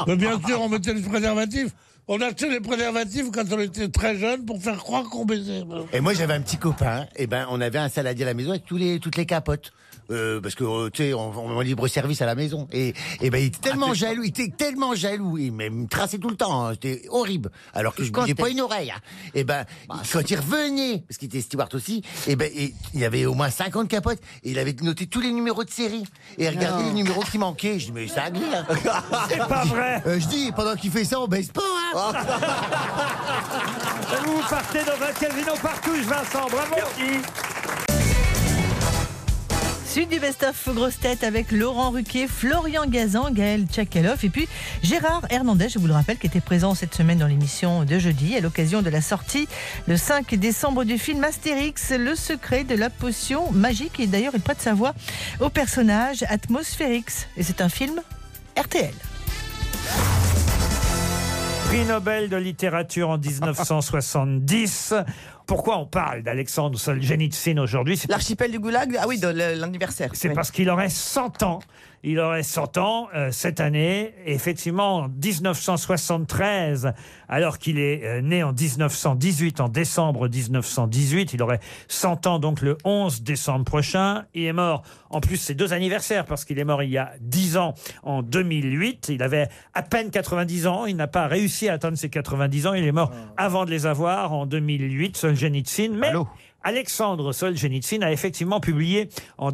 [SPEAKER 16] Mais bien sûr, on mettait les préservatifs. On achetait les préservatifs quand on était très jeune pour faire croire qu'on baisait.
[SPEAKER 2] Et moi, j'avais un petit copain. Et ben, on avait un saladier à la maison avec tous les, toutes les capotes. Euh, parce que euh, tu sais, on, on est libre service à la maison. Et, et ben, il était tellement
[SPEAKER 14] Ah,
[SPEAKER 2] jaloux, il était tellement jaloux, il me- me traçait tout le temps. hein. C'était horrible. Alors que je
[SPEAKER 14] Quand
[SPEAKER 2] bougeais
[SPEAKER 14] t'es- Bah,
[SPEAKER 2] pas une oreille. hein. Et ben, quand il revenait, parce qu'il était steward aussi, et ben, et- il y avait au moins 50 capotes. Et il avait noté tous les numéros de série et regardé
[SPEAKER 14] Non.
[SPEAKER 2] les numéros qui manquaient. Je dis mais ça hein.
[SPEAKER 4] C'est pas vrai.
[SPEAKER 2] Euh, je dis pendant qu'il fait ça, on baisse pas. Hein.
[SPEAKER 4] Vous partez dans un casino partout, Vincent, bravo
[SPEAKER 3] Suite du best-of Grosse Tête avec Laurent Ruquier, Florian Gazan, Gaël Tchakaloff et puis Gérard Hernandez, je vous le rappelle, qui était présent cette semaine dans l'émission de jeudi à l'occasion de la sortie le 5 décembre du film Astérix, le secret de la potion magique. Et d'ailleurs, il prête sa voix au personnage Atmosphérix. Et c'est un film RTL.
[SPEAKER 4] Prix Nobel de littérature en 1970. Pourquoi on parle d'Alexandre Solzhenitsyn aujourd'hui C'est
[SPEAKER 17] L'archipel du Goulag, ah oui, de l- l'anniversaire.
[SPEAKER 4] C'est parce qu'il aurait 100 ans. Il aurait 100 ans euh, cette année. Et effectivement, en 1973, alors qu'il est euh, né en 1918, en décembre 1918, il aurait 100 ans donc le 11 décembre prochain. Il est mort. En plus, c'est deux anniversaires parce qu'il est mort il y a 10 ans, en 2008. Il avait à peine 90 ans. Il n'a pas réussi à atteindre ses 90 ans. Il est mort avant de les avoir, en 2008, Solzhenitsyn. Mais Alexandre Solzhenitsyn a effectivement publié en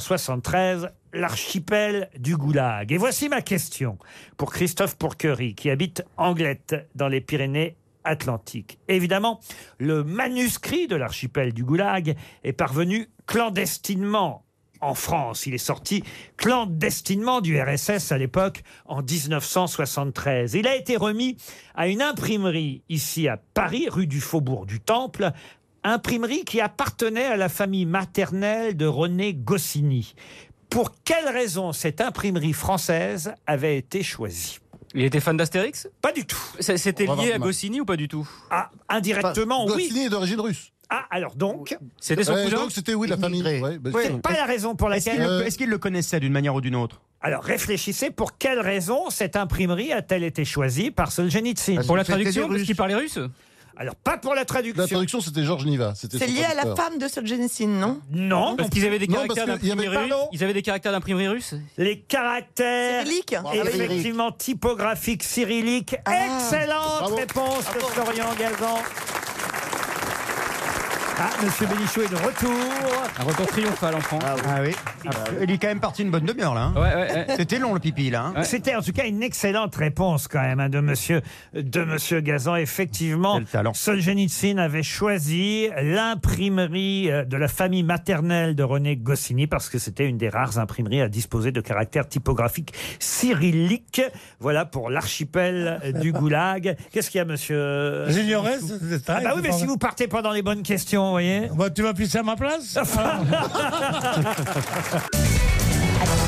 [SPEAKER 4] 1973 L'archipel du Goulag. Et voici ma question pour Christophe Pourquerie, qui habite Anglette, dans les Pyrénées-Atlantiques. Évidemment, le manuscrit de l'archipel du Goulag est parvenu clandestinement en France. Il est sorti clandestinement du RSS à l'époque, en 1973. Il a été remis à une imprimerie ici à Paris, rue du Faubourg du Temple, imprimerie qui appartenait à la famille maternelle de René Goscinny. Pour quelle raison cette imprimerie française avait été choisie
[SPEAKER 1] Il était fan d'Astérix
[SPEAKER 4] Pas du tout.
[SPEAKER 1] C'était
[SPEAKER 4] On
[SPEAKER 1] lié
[SPEAKER 4] va voir
[SPEAKER 1] à
[SPEAKER 4] demain.
[SPEAKER 1] Goscinny ou pas du tout
[SPEAKER 4] Ah, indirectement,
[SPEAKER 1] Enfin,
[SPEAKER 4] oui.
[SPEAKER 1] Goscinny
[SPEAKER 4] est d'origine russe. Ah, alors donc
[SPEAKER 1] C'était son
[SPEAKER 6] Euh,
[SPEAKER 15] Ouais,
[SPEAKER 1] cousin
[SPEAKER 15] donc c'était, oui, la famille. Ouais, bah,
[SPEAKER 4] C'est
[SPEAKER 15] c'est-
[SPEAKER 4] pas la raison pour
[SPEAKER 15] Est-ce qu'il
[SPEAKER 4] laquelle-
[SPEAKER 15] le- Est-ce qu'il le connaissait d'une manière ou d'une autre
[SPEAKER 4] Alors réfléchissez, pour quelle raison cette imprimerie a-t-elle été choisie par Solzhenitsyn
[SPEAKER 15] Pour la C'était traduction, des parce Russes. qu'il
[SPEAKER 4] parlait russe Alors pas pour la traduction.
[SPEAKER 15] La traduction, c'était Georges Niva. c'était
[SPEAKER 17] C'est
[SPEAKER 15] son
[SPEAKER 17] lié à la
[SPEAKER 15] traducteur.
[SPEAKER 17] femme de Solzhenitsyn, non
[SPEAKER 4] Non,
[SPEAKER 1] Parce qu'ils avaient des
[SPEAKER 15] Non,
[SPEAKER 1] caractères
[SPEAKER 15] parce qu'il y avait-
[SPEAKER 1] d'imprimerie russe.
[SPEAKER 15] Pardon
[SPEAKER 1] Ils avaient des caractères d'imprimerie russe
[SPEAKER 4] Les caractères
[SPEAKER 17] Cyrillique
[SPEAKER 4] effectivement typographiques cyrilliques.
[SPEAKER 17] Ah.
[SPEAKER 4] Excellente réponse de Florian Gazan. Ah, Monsieur Bénichou est de retour.
[SPEAKER 21] Un retour triomphal en France. Ah oui. Il est quand même parti une bonne demi-heure là. hein. C'était long le pipi là. hein.
[SPEAKER 4] C'était en tout cas une excellente réponse quand même hein, de monsieur de monsieur Gazan. Effectivement, Solzhenitsyn avait choisi l'imprimerie euh, de la famille maternelle de René Goscinny parce que c'était une des rares imprimeries à disposer de caractères typographiques cyrilliques. Voilà pour l'archipel du Goulag. Qu'est-ce qu'il y a monsieur euh,
[SPEAKER 16] J'ignorais
[SPEAKER 4] Bénichou
[SPEAKER 16] ce détail.
[SPEAKER 4] Ah bah oui, mais si vous partez pas dans les bonnes questions, vous voyez.
[SPEAKER 16] Bah, tu vas pisser à ma place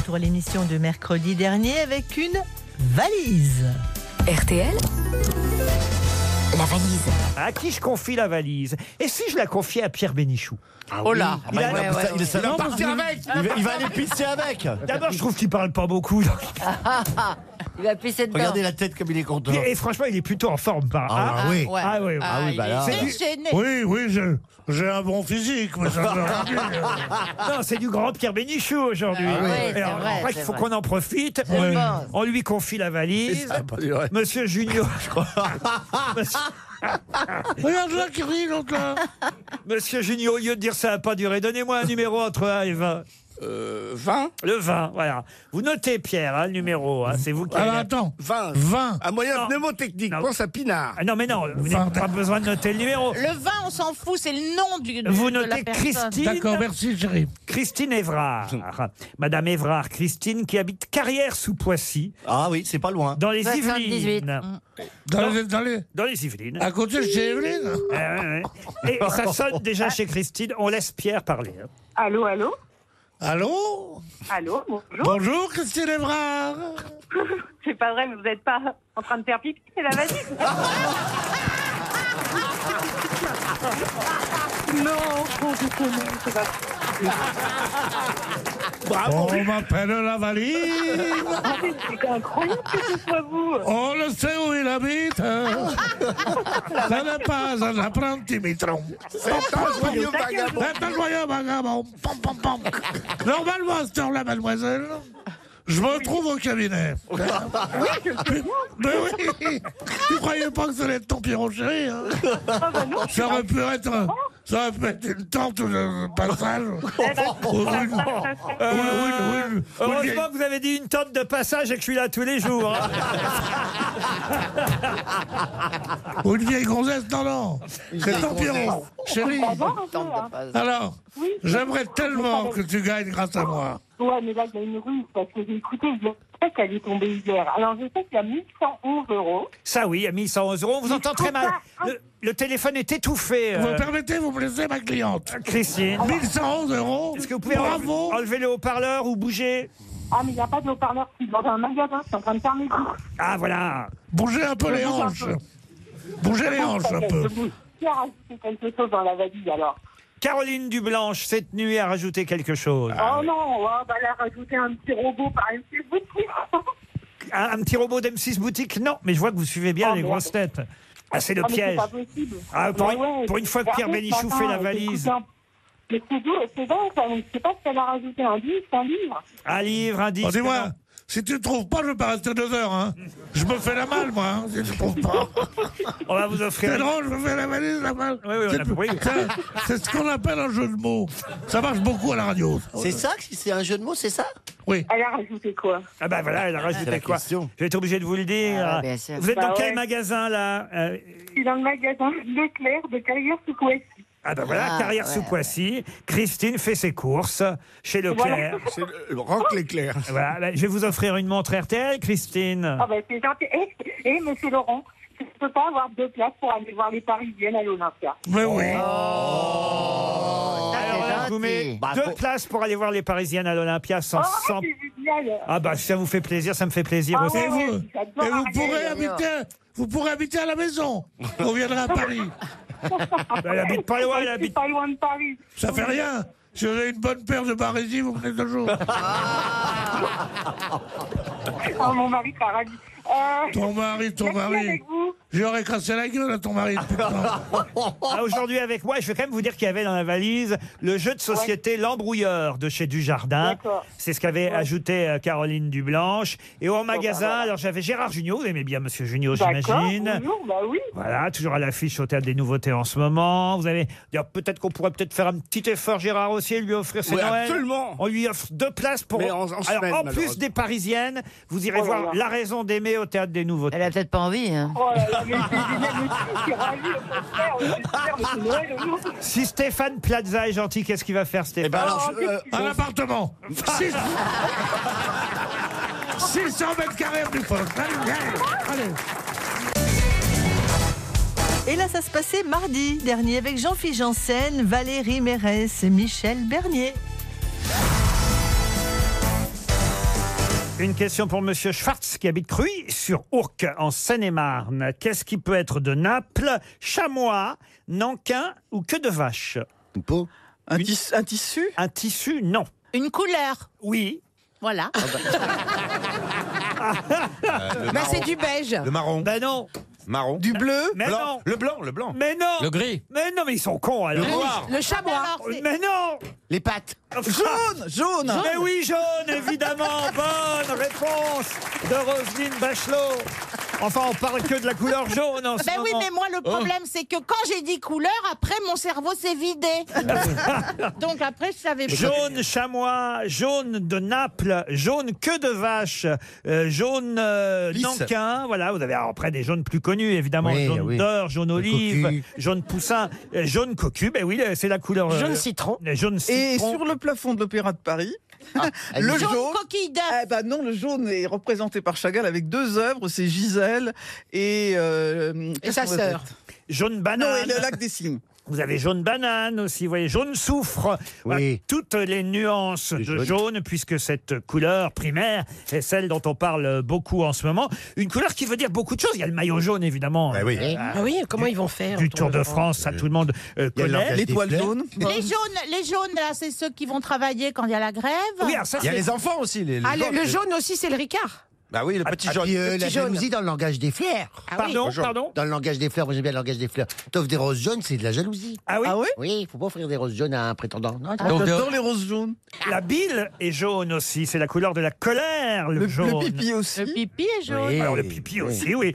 [SPEAKER 3] Pour l'émission de mercredi dernier avec une valise. RTL
[SPEAKER 4] La valise. À qui je confie la valise Et si je la confiais à Pierre Bénichou
[SPEAKER 21] Oh là. Ah bah,
[SPEAKER 4] Il a-
[SPEAKER 21] il va-
[SPEAKER 4] il a-
[SPEAKER 21] il va
[SPEAKER 4] Non,
[SPEAKER 21] partir
[SPEAKER 4] vous-
[SPEAKER 21] avec. Il va- il va aller pisser avec.
[SPEAKER 4] D'abord, je trouve qu'il parle pas beaucoup.
[SPEAKER 14] Il va pisser dedans.
[SPEAKER 21] Regardez la tête comme il est content.
[SPEAKER 4] Et franchement, il est plutôt en forme, par
[SPEAKER 21] Ah,
[SPEAKER 16] ah oui.
[SPEAKER 4] Ah oui,
[SPEAKER 16] Ah,
[SPEAKER 21] oui, bah là.
[SPEAKER 4] C'est du-
[SPEAKER 20] Déchaîné.
[SPEAKER 16] Oui, oui, je- j'ai un bon physique. mais ça me rend bien.
[SPEAKER 4] Non, c'est du grand Pierre Bénichou aujourd'hui.
[SPEAKER 16] Ah oui, c'est
[SPEAKER 4] Et alors,
[SPEAKER 16] vrai,
[SPEAKER 4] après,
[SPEAKER 16] c'est
[SPEAKER 4] il faut
[SPEAKER 16] vrai.
[SPEAKER 4] qu'on en profite.
[SPEAKER 16] Je
[SPEAKER 4] Ouais.
[SPEAKER 16] pense.
[SPEAKER 4] On lui confie la valise. Monsieur Junior. Monsieur-
[SPEAKER 16] Regarde là qui rit, l'autre là.
[SPEAKER 4] Monsieur Junior, au lieu de dire ça n'a pas duré, donnez-moi un numéro entre 1 et 20. 20 Le 20, voilà. Vous notez, Pierre, hein, le numéro. hein, c'est vous qui
[SPEAKER 16] Alors
[SPEAKER 4] allez-
[SPEAKER 16] attends.
[SPEAKER 4] 20.
[SPEAKER 16] 20.
[SPEAKER 4] Un moyen mnémotechnique. Pense à Pinard. Ah non, mais non, vous n'avez pas besoin de noter le numéro.
[SPEAKER 20] Le vin, on s'en fout, c'est le nom du. du-
[SPEAKER 4] Vous
[SPEAKER 20] de la
[SPEAKER 4] notez
[SPEAKER 20] personne.
[SPEAKER 4] Christine. Christine Évrard. Madame Évrard, Christine, qui habite Carrière sous Poissy. Ah oui, c'est pas loin. Dans les
[SPEAKER 16] 78.
[SPEAKER 4] Yvelines.
[SPEAKER 16] Dans les- dans les-
[SPEAKER 4] dans les Yvelines.
[SPEAKER 16] À côté de chez Evelyne.
[SPEAKER 4] Euh, ouais. Et ça sonne déjà chez Christine. On laisse Pierre parler. hein.
[SPEAKER 18] Allô, allô
[SPEAKER 16] Allô
[SPEAKER 18] Allô, bonjour.
[SPEAKER 16] Bonjour Christine Evrard
[SPEAKER 18] C'est pas vrai, mais vous n'êtes pas en train de faire pipi, c'est la valise Non, non, c'est pas
[SPEAKER 16] Bravo On m'appelle la valise
[SPEAKER 18] Ah C'est incroyable que ce soit vous
[SPEAKER 16] On le sait où il habite hein. Ça n'est pas un apprenti mitron
[SPEAKER 18] C'est un joyeux vagabond.
[SPEAKER 16] C'est un joyeux vagabond Pom, pom, pom. Normalement, à cette heure-là, mademoiselle, je me trouve au cabinet
[SPEAKER 18] Oui, je le sais.
[SPEAKER 16] Mais oui Tu croyais pas que ça allait être ton pyro chéri hein
[SPEAKER 18] Ah bah
[SPEAKER 16] Ça aurait pu être... Ça aurait pu être une tente de passage
[SPEAKER 18] Eh Ah bah,
[SPEAKER 16] Ou une- ou
[SPEAKER 18] ben,
[SPEAKER 16] une- ou une- ou une-
[SPEAKER 4] Heureusement que vous avez dit une tente de passage et que je suis là tous les jours. hein.
[SPEAKER 16] Ou une vieille gonzesse, non, non. C'est
[SPEAKER 21] vieille
[SPEAKER 16] ton Pierrot,
[SPEAKER 21] gonzesse.
[SPEAKER 16] chérie. Alors,
[SPEAKER 18] Oui.
[SPEAKER 16] j'aimerais tellement que tu gagnes grâce à moi.
[SPEAKER 18] Ouais, mais là, il y a une ruse, parce que j'ai écouté, je sais qu'elle est tombée hier. Alors, je sais qu'il y a 1111 euros.
[SPEAKER 4] Ça oui, à 1111 euros. On vous entend très mal. Le, le téléphone est étouffé.
[SPEAKER 16] Vous
[SPEAKER 4] euh,
[SPEAKER 16] me permettez, vous me laissez ma cliente.
[SPEAKER 4] Christine.
[SPEAKER 16] 1111 euros.
[SPEAKER 4] Est-ce que vous pouvez
[SPEAKER 16] Bravo.
[SPEAKER 4] enlever- enlever le haut-parleur ou bouger
[SPEAKER 18] Ah, mais il n'y a pas de haut-parleur, je suis dans un magasin, je suis en train de faire mes courses.
[SPEAKER 4] Ah voilà.
[SPEAKER 16] Bougez un peu les
[SPEAKER 18] Je bouge un
[SPEAKER 16] hanches.
[SPEAKER 18] peu.
[SPEAKER 16] Bougez les hanches un peu.
[SPEAKER 18] Je bouge. Qui a rajouté quelque chose dans la valise, alors
[SPEAKER 4] Caroline Dublanche, cette nuit, a rajouté quelque chose.
[SPEAKER 16] Ah,
[SPEAKER 18] Oh non, on va la rajouter un petit robot par une petite boutique.
[SPEAKER 4] Un, un petit robot d'M6 Boutique Non, mais je vois que vous suivez bien
[SPEAKER 18] Oh,
[SPEAKER 4] les
[SPEAKER 18] merde.
[SPEAKER 4] grosses têtes. Ah, c'est le
[SPEAKER 18] Ah, mais
[SPEAKER 4] piège.
[SPEAKER 18] pas possible.
[SPEAKER 4] Ah, pour
[SPEAKER 18] Mais
[SPEAKER 4] une-
[SPEAKER 18] ouais,
[SPEAKER 4] pour une fois que
[SPEAKER 18] regardez,
[SPEAKER 4] Pierre Bénichou
[SPEAKER 18] ce
[SPEAKER 4] fait la
[SPEAKER 18] matin,
[SPEAKER 4] valise.
[SPEAKER 18] j'écoute un- Mais c'est doux, c'est dingue, ça. donc Je sais pas si elle a rajouté un livre, un livre.
[SPEAKER 4] Un livre, un disque.
[SPEAKER 16] Oh, Dis-moi, si tu ne trouves pas, je vais pas rester deux heures. Hein. Je me fais la malle, moi, hein, si tu ne trouves pas.
[SPEAKER 4] On va vous offrir.
[SPEAKER 16] C'est drôle, je me fais la valise, la malle.
[SPEAKER 4] oui, on
[SPEAKER 16] C'est-
[SPEAKER 4] a compris.
[SPEAKER 16] c'est- C'est ce qu'on appelle un jeu de mots. Ça marche beaucoup à la radio.
[SPEAKER 21] C'est ça que C'est un jeu de mots, c'est ça
[SPEAKER 16] Ah Oui.
[SPEAKER 18] Elle a rajouté quoi
[SPEAKER 4] Ah bah voilà, elle a rajouté
[SPEAKER 21] la
[SPEAKER 4] quoi Je vais être obligé de vous le dire.
[SPEAKER 18] Ah ouais, bien sûr.
[SPEAKER 4] vous êtes
[SPEAKER 18] Bah
[SPEAKER 4] dans quel
[SPEAKER 18] ouais.
[SPEAKER 4] magasin là Euh,
[SPEAKER 18] Je suis dans le magasin Leclerc de carrière sous Poissy.
[SPEAKER 4] Ah bah voilà,
[SPEAKER 18] Ah,
[SPEAKER 4] carrière
[SPEAKER 18] ouais,
[SPEAKER 4] sous Poissy. Christine fait ses courses chez Leclerc.
[SPEAKER 18] Voilà. Chez
[SPEAKER 16] euh,
[SPEAKER 4] Rock Leclerc. Voilà, bah, je vais vous offrir une montre RTL, Christine.
[SPEAKER 18] Ah ben c'est gentil. Et, monsieur Laurent, je ne peux pas avoir deux places pour aller voir les Parisiennes à l'Olympia. Oh.
[SPEAKER 16] Mais oui.
[SPEAKER 18] Ah,
[SPEAKER 4] Alors là, ben, je vous mets deux places pour aller voir les Parisiennes à l'Olympia
[SPEAKER 18] Oh,
[SPEAKER 4] sans. sans- Ah bah si ça vous fait plaisir, ça me fait plaisir
[SPEAKER 18] Ah
[SPEAKER 4] aussi.
[SPEAKER 16] et vous, et vous pourrez habiter, vous pourrez habiter à la maison. On viendra à Paris.
[SPEAKER 4] Elle habite pas loin, elle habite
[SPEAKER 18] pas loin de Paris.
[SPEAKER 16] Ça fait rien. Si vous avez une bonne paire de barésies, vous venez deux jours.
[SPEAKER 18] Ah. Oh, mon mari, paradis. Euh,
[SPEAKER 16] Ton mari, ton
[SPEAKER 18] merci
[SPEAKER 16] mari.
[SPEAKER 18] avec vous.
[SPEAKER 16] J'aurais cassé la gueule à ton mari.
[SPEAKER 4] Ah, Aujourd'hui avec moi, je vais quand même vous dire qu'il y avait dans la valise le jeu de société L'Embrouilleur de chez Dujardin.
[SPEAKER 18] D'accord.
[SPEAKER 4] C'est ce qu'avait ajouté euh, Caroline Dublanche. Et au magasin,
[SPEAKER 18] voilà.
[SPEAKER 4] alors j'avais Gérard Junior, vous aimez bien Monsieur Junior,
[SPEAKER 18] D'accord,
[SPEAKER 4] j'imagine.
[SPEAKER 18] bonjour, bah oui.
[SPEAKER 4] Voilà, toujours à l'affiche au Théâtre des Nouveautés en ce moment. Vous allez dire peut-être qu'on pourrait peut-être faire un petit effort, Gérard aussi, et lui offrir ses
[SPEAKER 14] Oui,
[SPEAKER 4] Noëls.
[SPEAKER 14] absolument.
[SPEAKER 4] On lui offre deux places pour.
[SPEAKER 14] Mais en- en
[SPEAKER 4] alors
[SPEAKER 14] semaine,
[SPEAKER 4] en plus
[SPEAKER 14] malheureusement.
[SPEAKER 4] des Parisiennes, vous irez
[SPEAKER 14] Oh là
[SPEAKER 4] voir
[SPEAKER 14] là.
[SPEAKER 4] La raison d'aimer au Théâtre des Nouveautés. Elle a peut-être pas envie.
[SPEAKER 14] hein.
[SPEAKER 4] Si Stéphane Plaza est gentil, qu'est-ce qu'il va faire, Stéphane
[SPEAKER 16] alors, je- euh, un appartement. Six- 600 mètres carrés plus fort.
[SPEAKER 3] Allez. Et là, ça se passait mardi dernier avec Jean-Philippe Janssen, Valérie Mérès et Michel Bernier.
[SPEAKER 4] Une question pour Monsieur Schwartz qui habite Cruy sur Ourcq en Seine-et-Marne. Qu'est-ce qui peut être de Naples, chamois, nankin ou que de vache Une peau un, tissu Un tissu, non. Une couleur Oui.
[SPEAKER 12] Voilà.
[SPEAKER 6] Bah, marron. c'est du beige.
[SPEAKER 4] Le marron. Ben non. Marron. Du bleu. Mais
[SPEAKER 6] Blanc.
[SPEAKER 4] non.
[SPEAKER 6] Le blanc, le blanc.
[SPEAKER 4] Mais non.
[SPEAKER 6] Le gris.
[SPEAKER 4] Mais non, mais ils sont cons alors.
[SPEAKER 6] Le Le noir.
[SPEAKER 12] le chamois. Ah, mais alors, c'est-
[SPEAKER 4] Mais non.
[SPEAKER 6] Les pattes.
[SPEAKER 4] Jaune, jaune. Mais oui, jaune, évidemment. Bonne réponse de Roselyne Bachelot. Enfin, on parle que de la couleur jaune en ce
[SPEAKER 12] Ben oui,
[SPEAKER 4] moment. Oh.
[SPEAKER 12] mais moi, le problème, c'est que quand j'ai dit couleur, après, mon cerveau s'est vidé. Donc après, je savais plus.
[SPEAKER 4] Jaune chamois, jaune de Naples, jaune queue de vache, euh, jaune euh,
[SPEAKER 6] Lisse.
[SPEAKER 4] nankin, voilà, vous avez alors, après des jaunes plus connus évidemment,
[SPEAKER 6] Oui,
[SPEAKER 4] jaune
[SPEAKER 6] oui.
[SPEAKER 4] d'or, jaune
[SPEAKER 6] Le
[SPEAKER 4] olive,
[SPEAKER 6] cocu.
[SPEAKER 4] jaune poussin, euh, jaune cocu, ben oui, c'est la couleur. euh,
[SPEAKER 13] Jaune
[SPEAKER 4] citron. Jaune
[SPEAKER 13] Et
[SPEAKER 4] citron.
[SPEAKER 13] sur le plafond de l'Opéra de Paris,
[SPEAKER 4] elle
[SPEAKER 13] le
[SPEAKER 4] dit-
[SPEAKER 13] jaune.
[SPEAKER 4] Jaune
[SPEAKER 13] Eh ben non, le jaune est représenté par Chagall avec deux œuvres, c'est Gisèle et, euh, qu'est-ce
[SPEAKER 4] sa
[SPEAKER 13] qu'on répète
[SPEAKER 4] sœur. Jaune banane.
[SPEAKER 13] Ah Non, et le lac des cygnes.
[SPEAKER 4] Vous avez jaune banane aussi, vous voyez, jaune soufre. Voilà, toutes les nuances de jaune. puisque cette couleur primaire est celle dont on parle beaucoup en ce moment. Une couleur qui veut dire beaucoup de choses. Il y a le maillot jaune, évidemment.
[SPEAKER 6] oui.
[SPEAKER 4] Ah
[SPEAKER 6] Ah oui, comment
[SPEAKER 4] du-
[SPEAKER 6] ils vont faire,
[SPEAKER 4] Du
[SPEAKER 6] le
[SPEAKER 4] Tour
[SPEAKER 6] Tour
[SPEAKER 4] de
[SPEAKER 6] de
[SPEAKER 4] France, ça tout le monde
[SPEAKER 6] Il y
[SPEAKER 4] euh,
[SPEAKER 6] a de
[SPEAKER 4] connaît.
[SPEAKER 6] l'orchestre L'étoile des fleurs. jaune.
[SPEAKER 12] Les jaunes, les jaunes, là, c'est ceux qui vont travailler quand il y a la grève.
[SPEAKER 6] Oui, alors ça, Il y a c'est- les enfants aussi, les- les
[SPEAKER 12] ah, le,
[SPEAKER 6] jaunes,
[SPEAKER 12] le
[SPEAKER 6] les-
[SPEAKER 12] jaune aussi, c'est le Ricard.
[SPEAKER 6] Bah oui, le petit jaune.
[SPEAKER 2] Puis, euh,
[SPEAKER 6] Le
[SPEAKER 2] la
[SPEAKER 6] petit jaune.
[SPEAKER 2] jalousie dans le langage des fleurs.
[SPEAKER 12] Ah oui. Pardon,
[SPEAKER 2] Bonjour.
[SPEAKER 12] pardon
[SPEAKER 2] Dans le langage des fleurs, moi j'aime bien le langage des fleurs. T'offres des roses jaunes, c'est de la jalousie.
[SPEAKER 4] Ah oui
[SPEAKER 2] Ah oui Oui, il faut pas offrir des roses jaunes à un prétendant. Non,
[SPEAKER 4] Ah, Donc, j'adore euh,
[SPEAKER 2] les roses jaunes.
[SPEAKER 4] La bile est jaune aussi, c'est la couleur de la colère, le, jaune.
[SPEAKER 12] aussi. Le pipi est jaune.
[SPEAKER 4] Alors le pipi aussi, oui.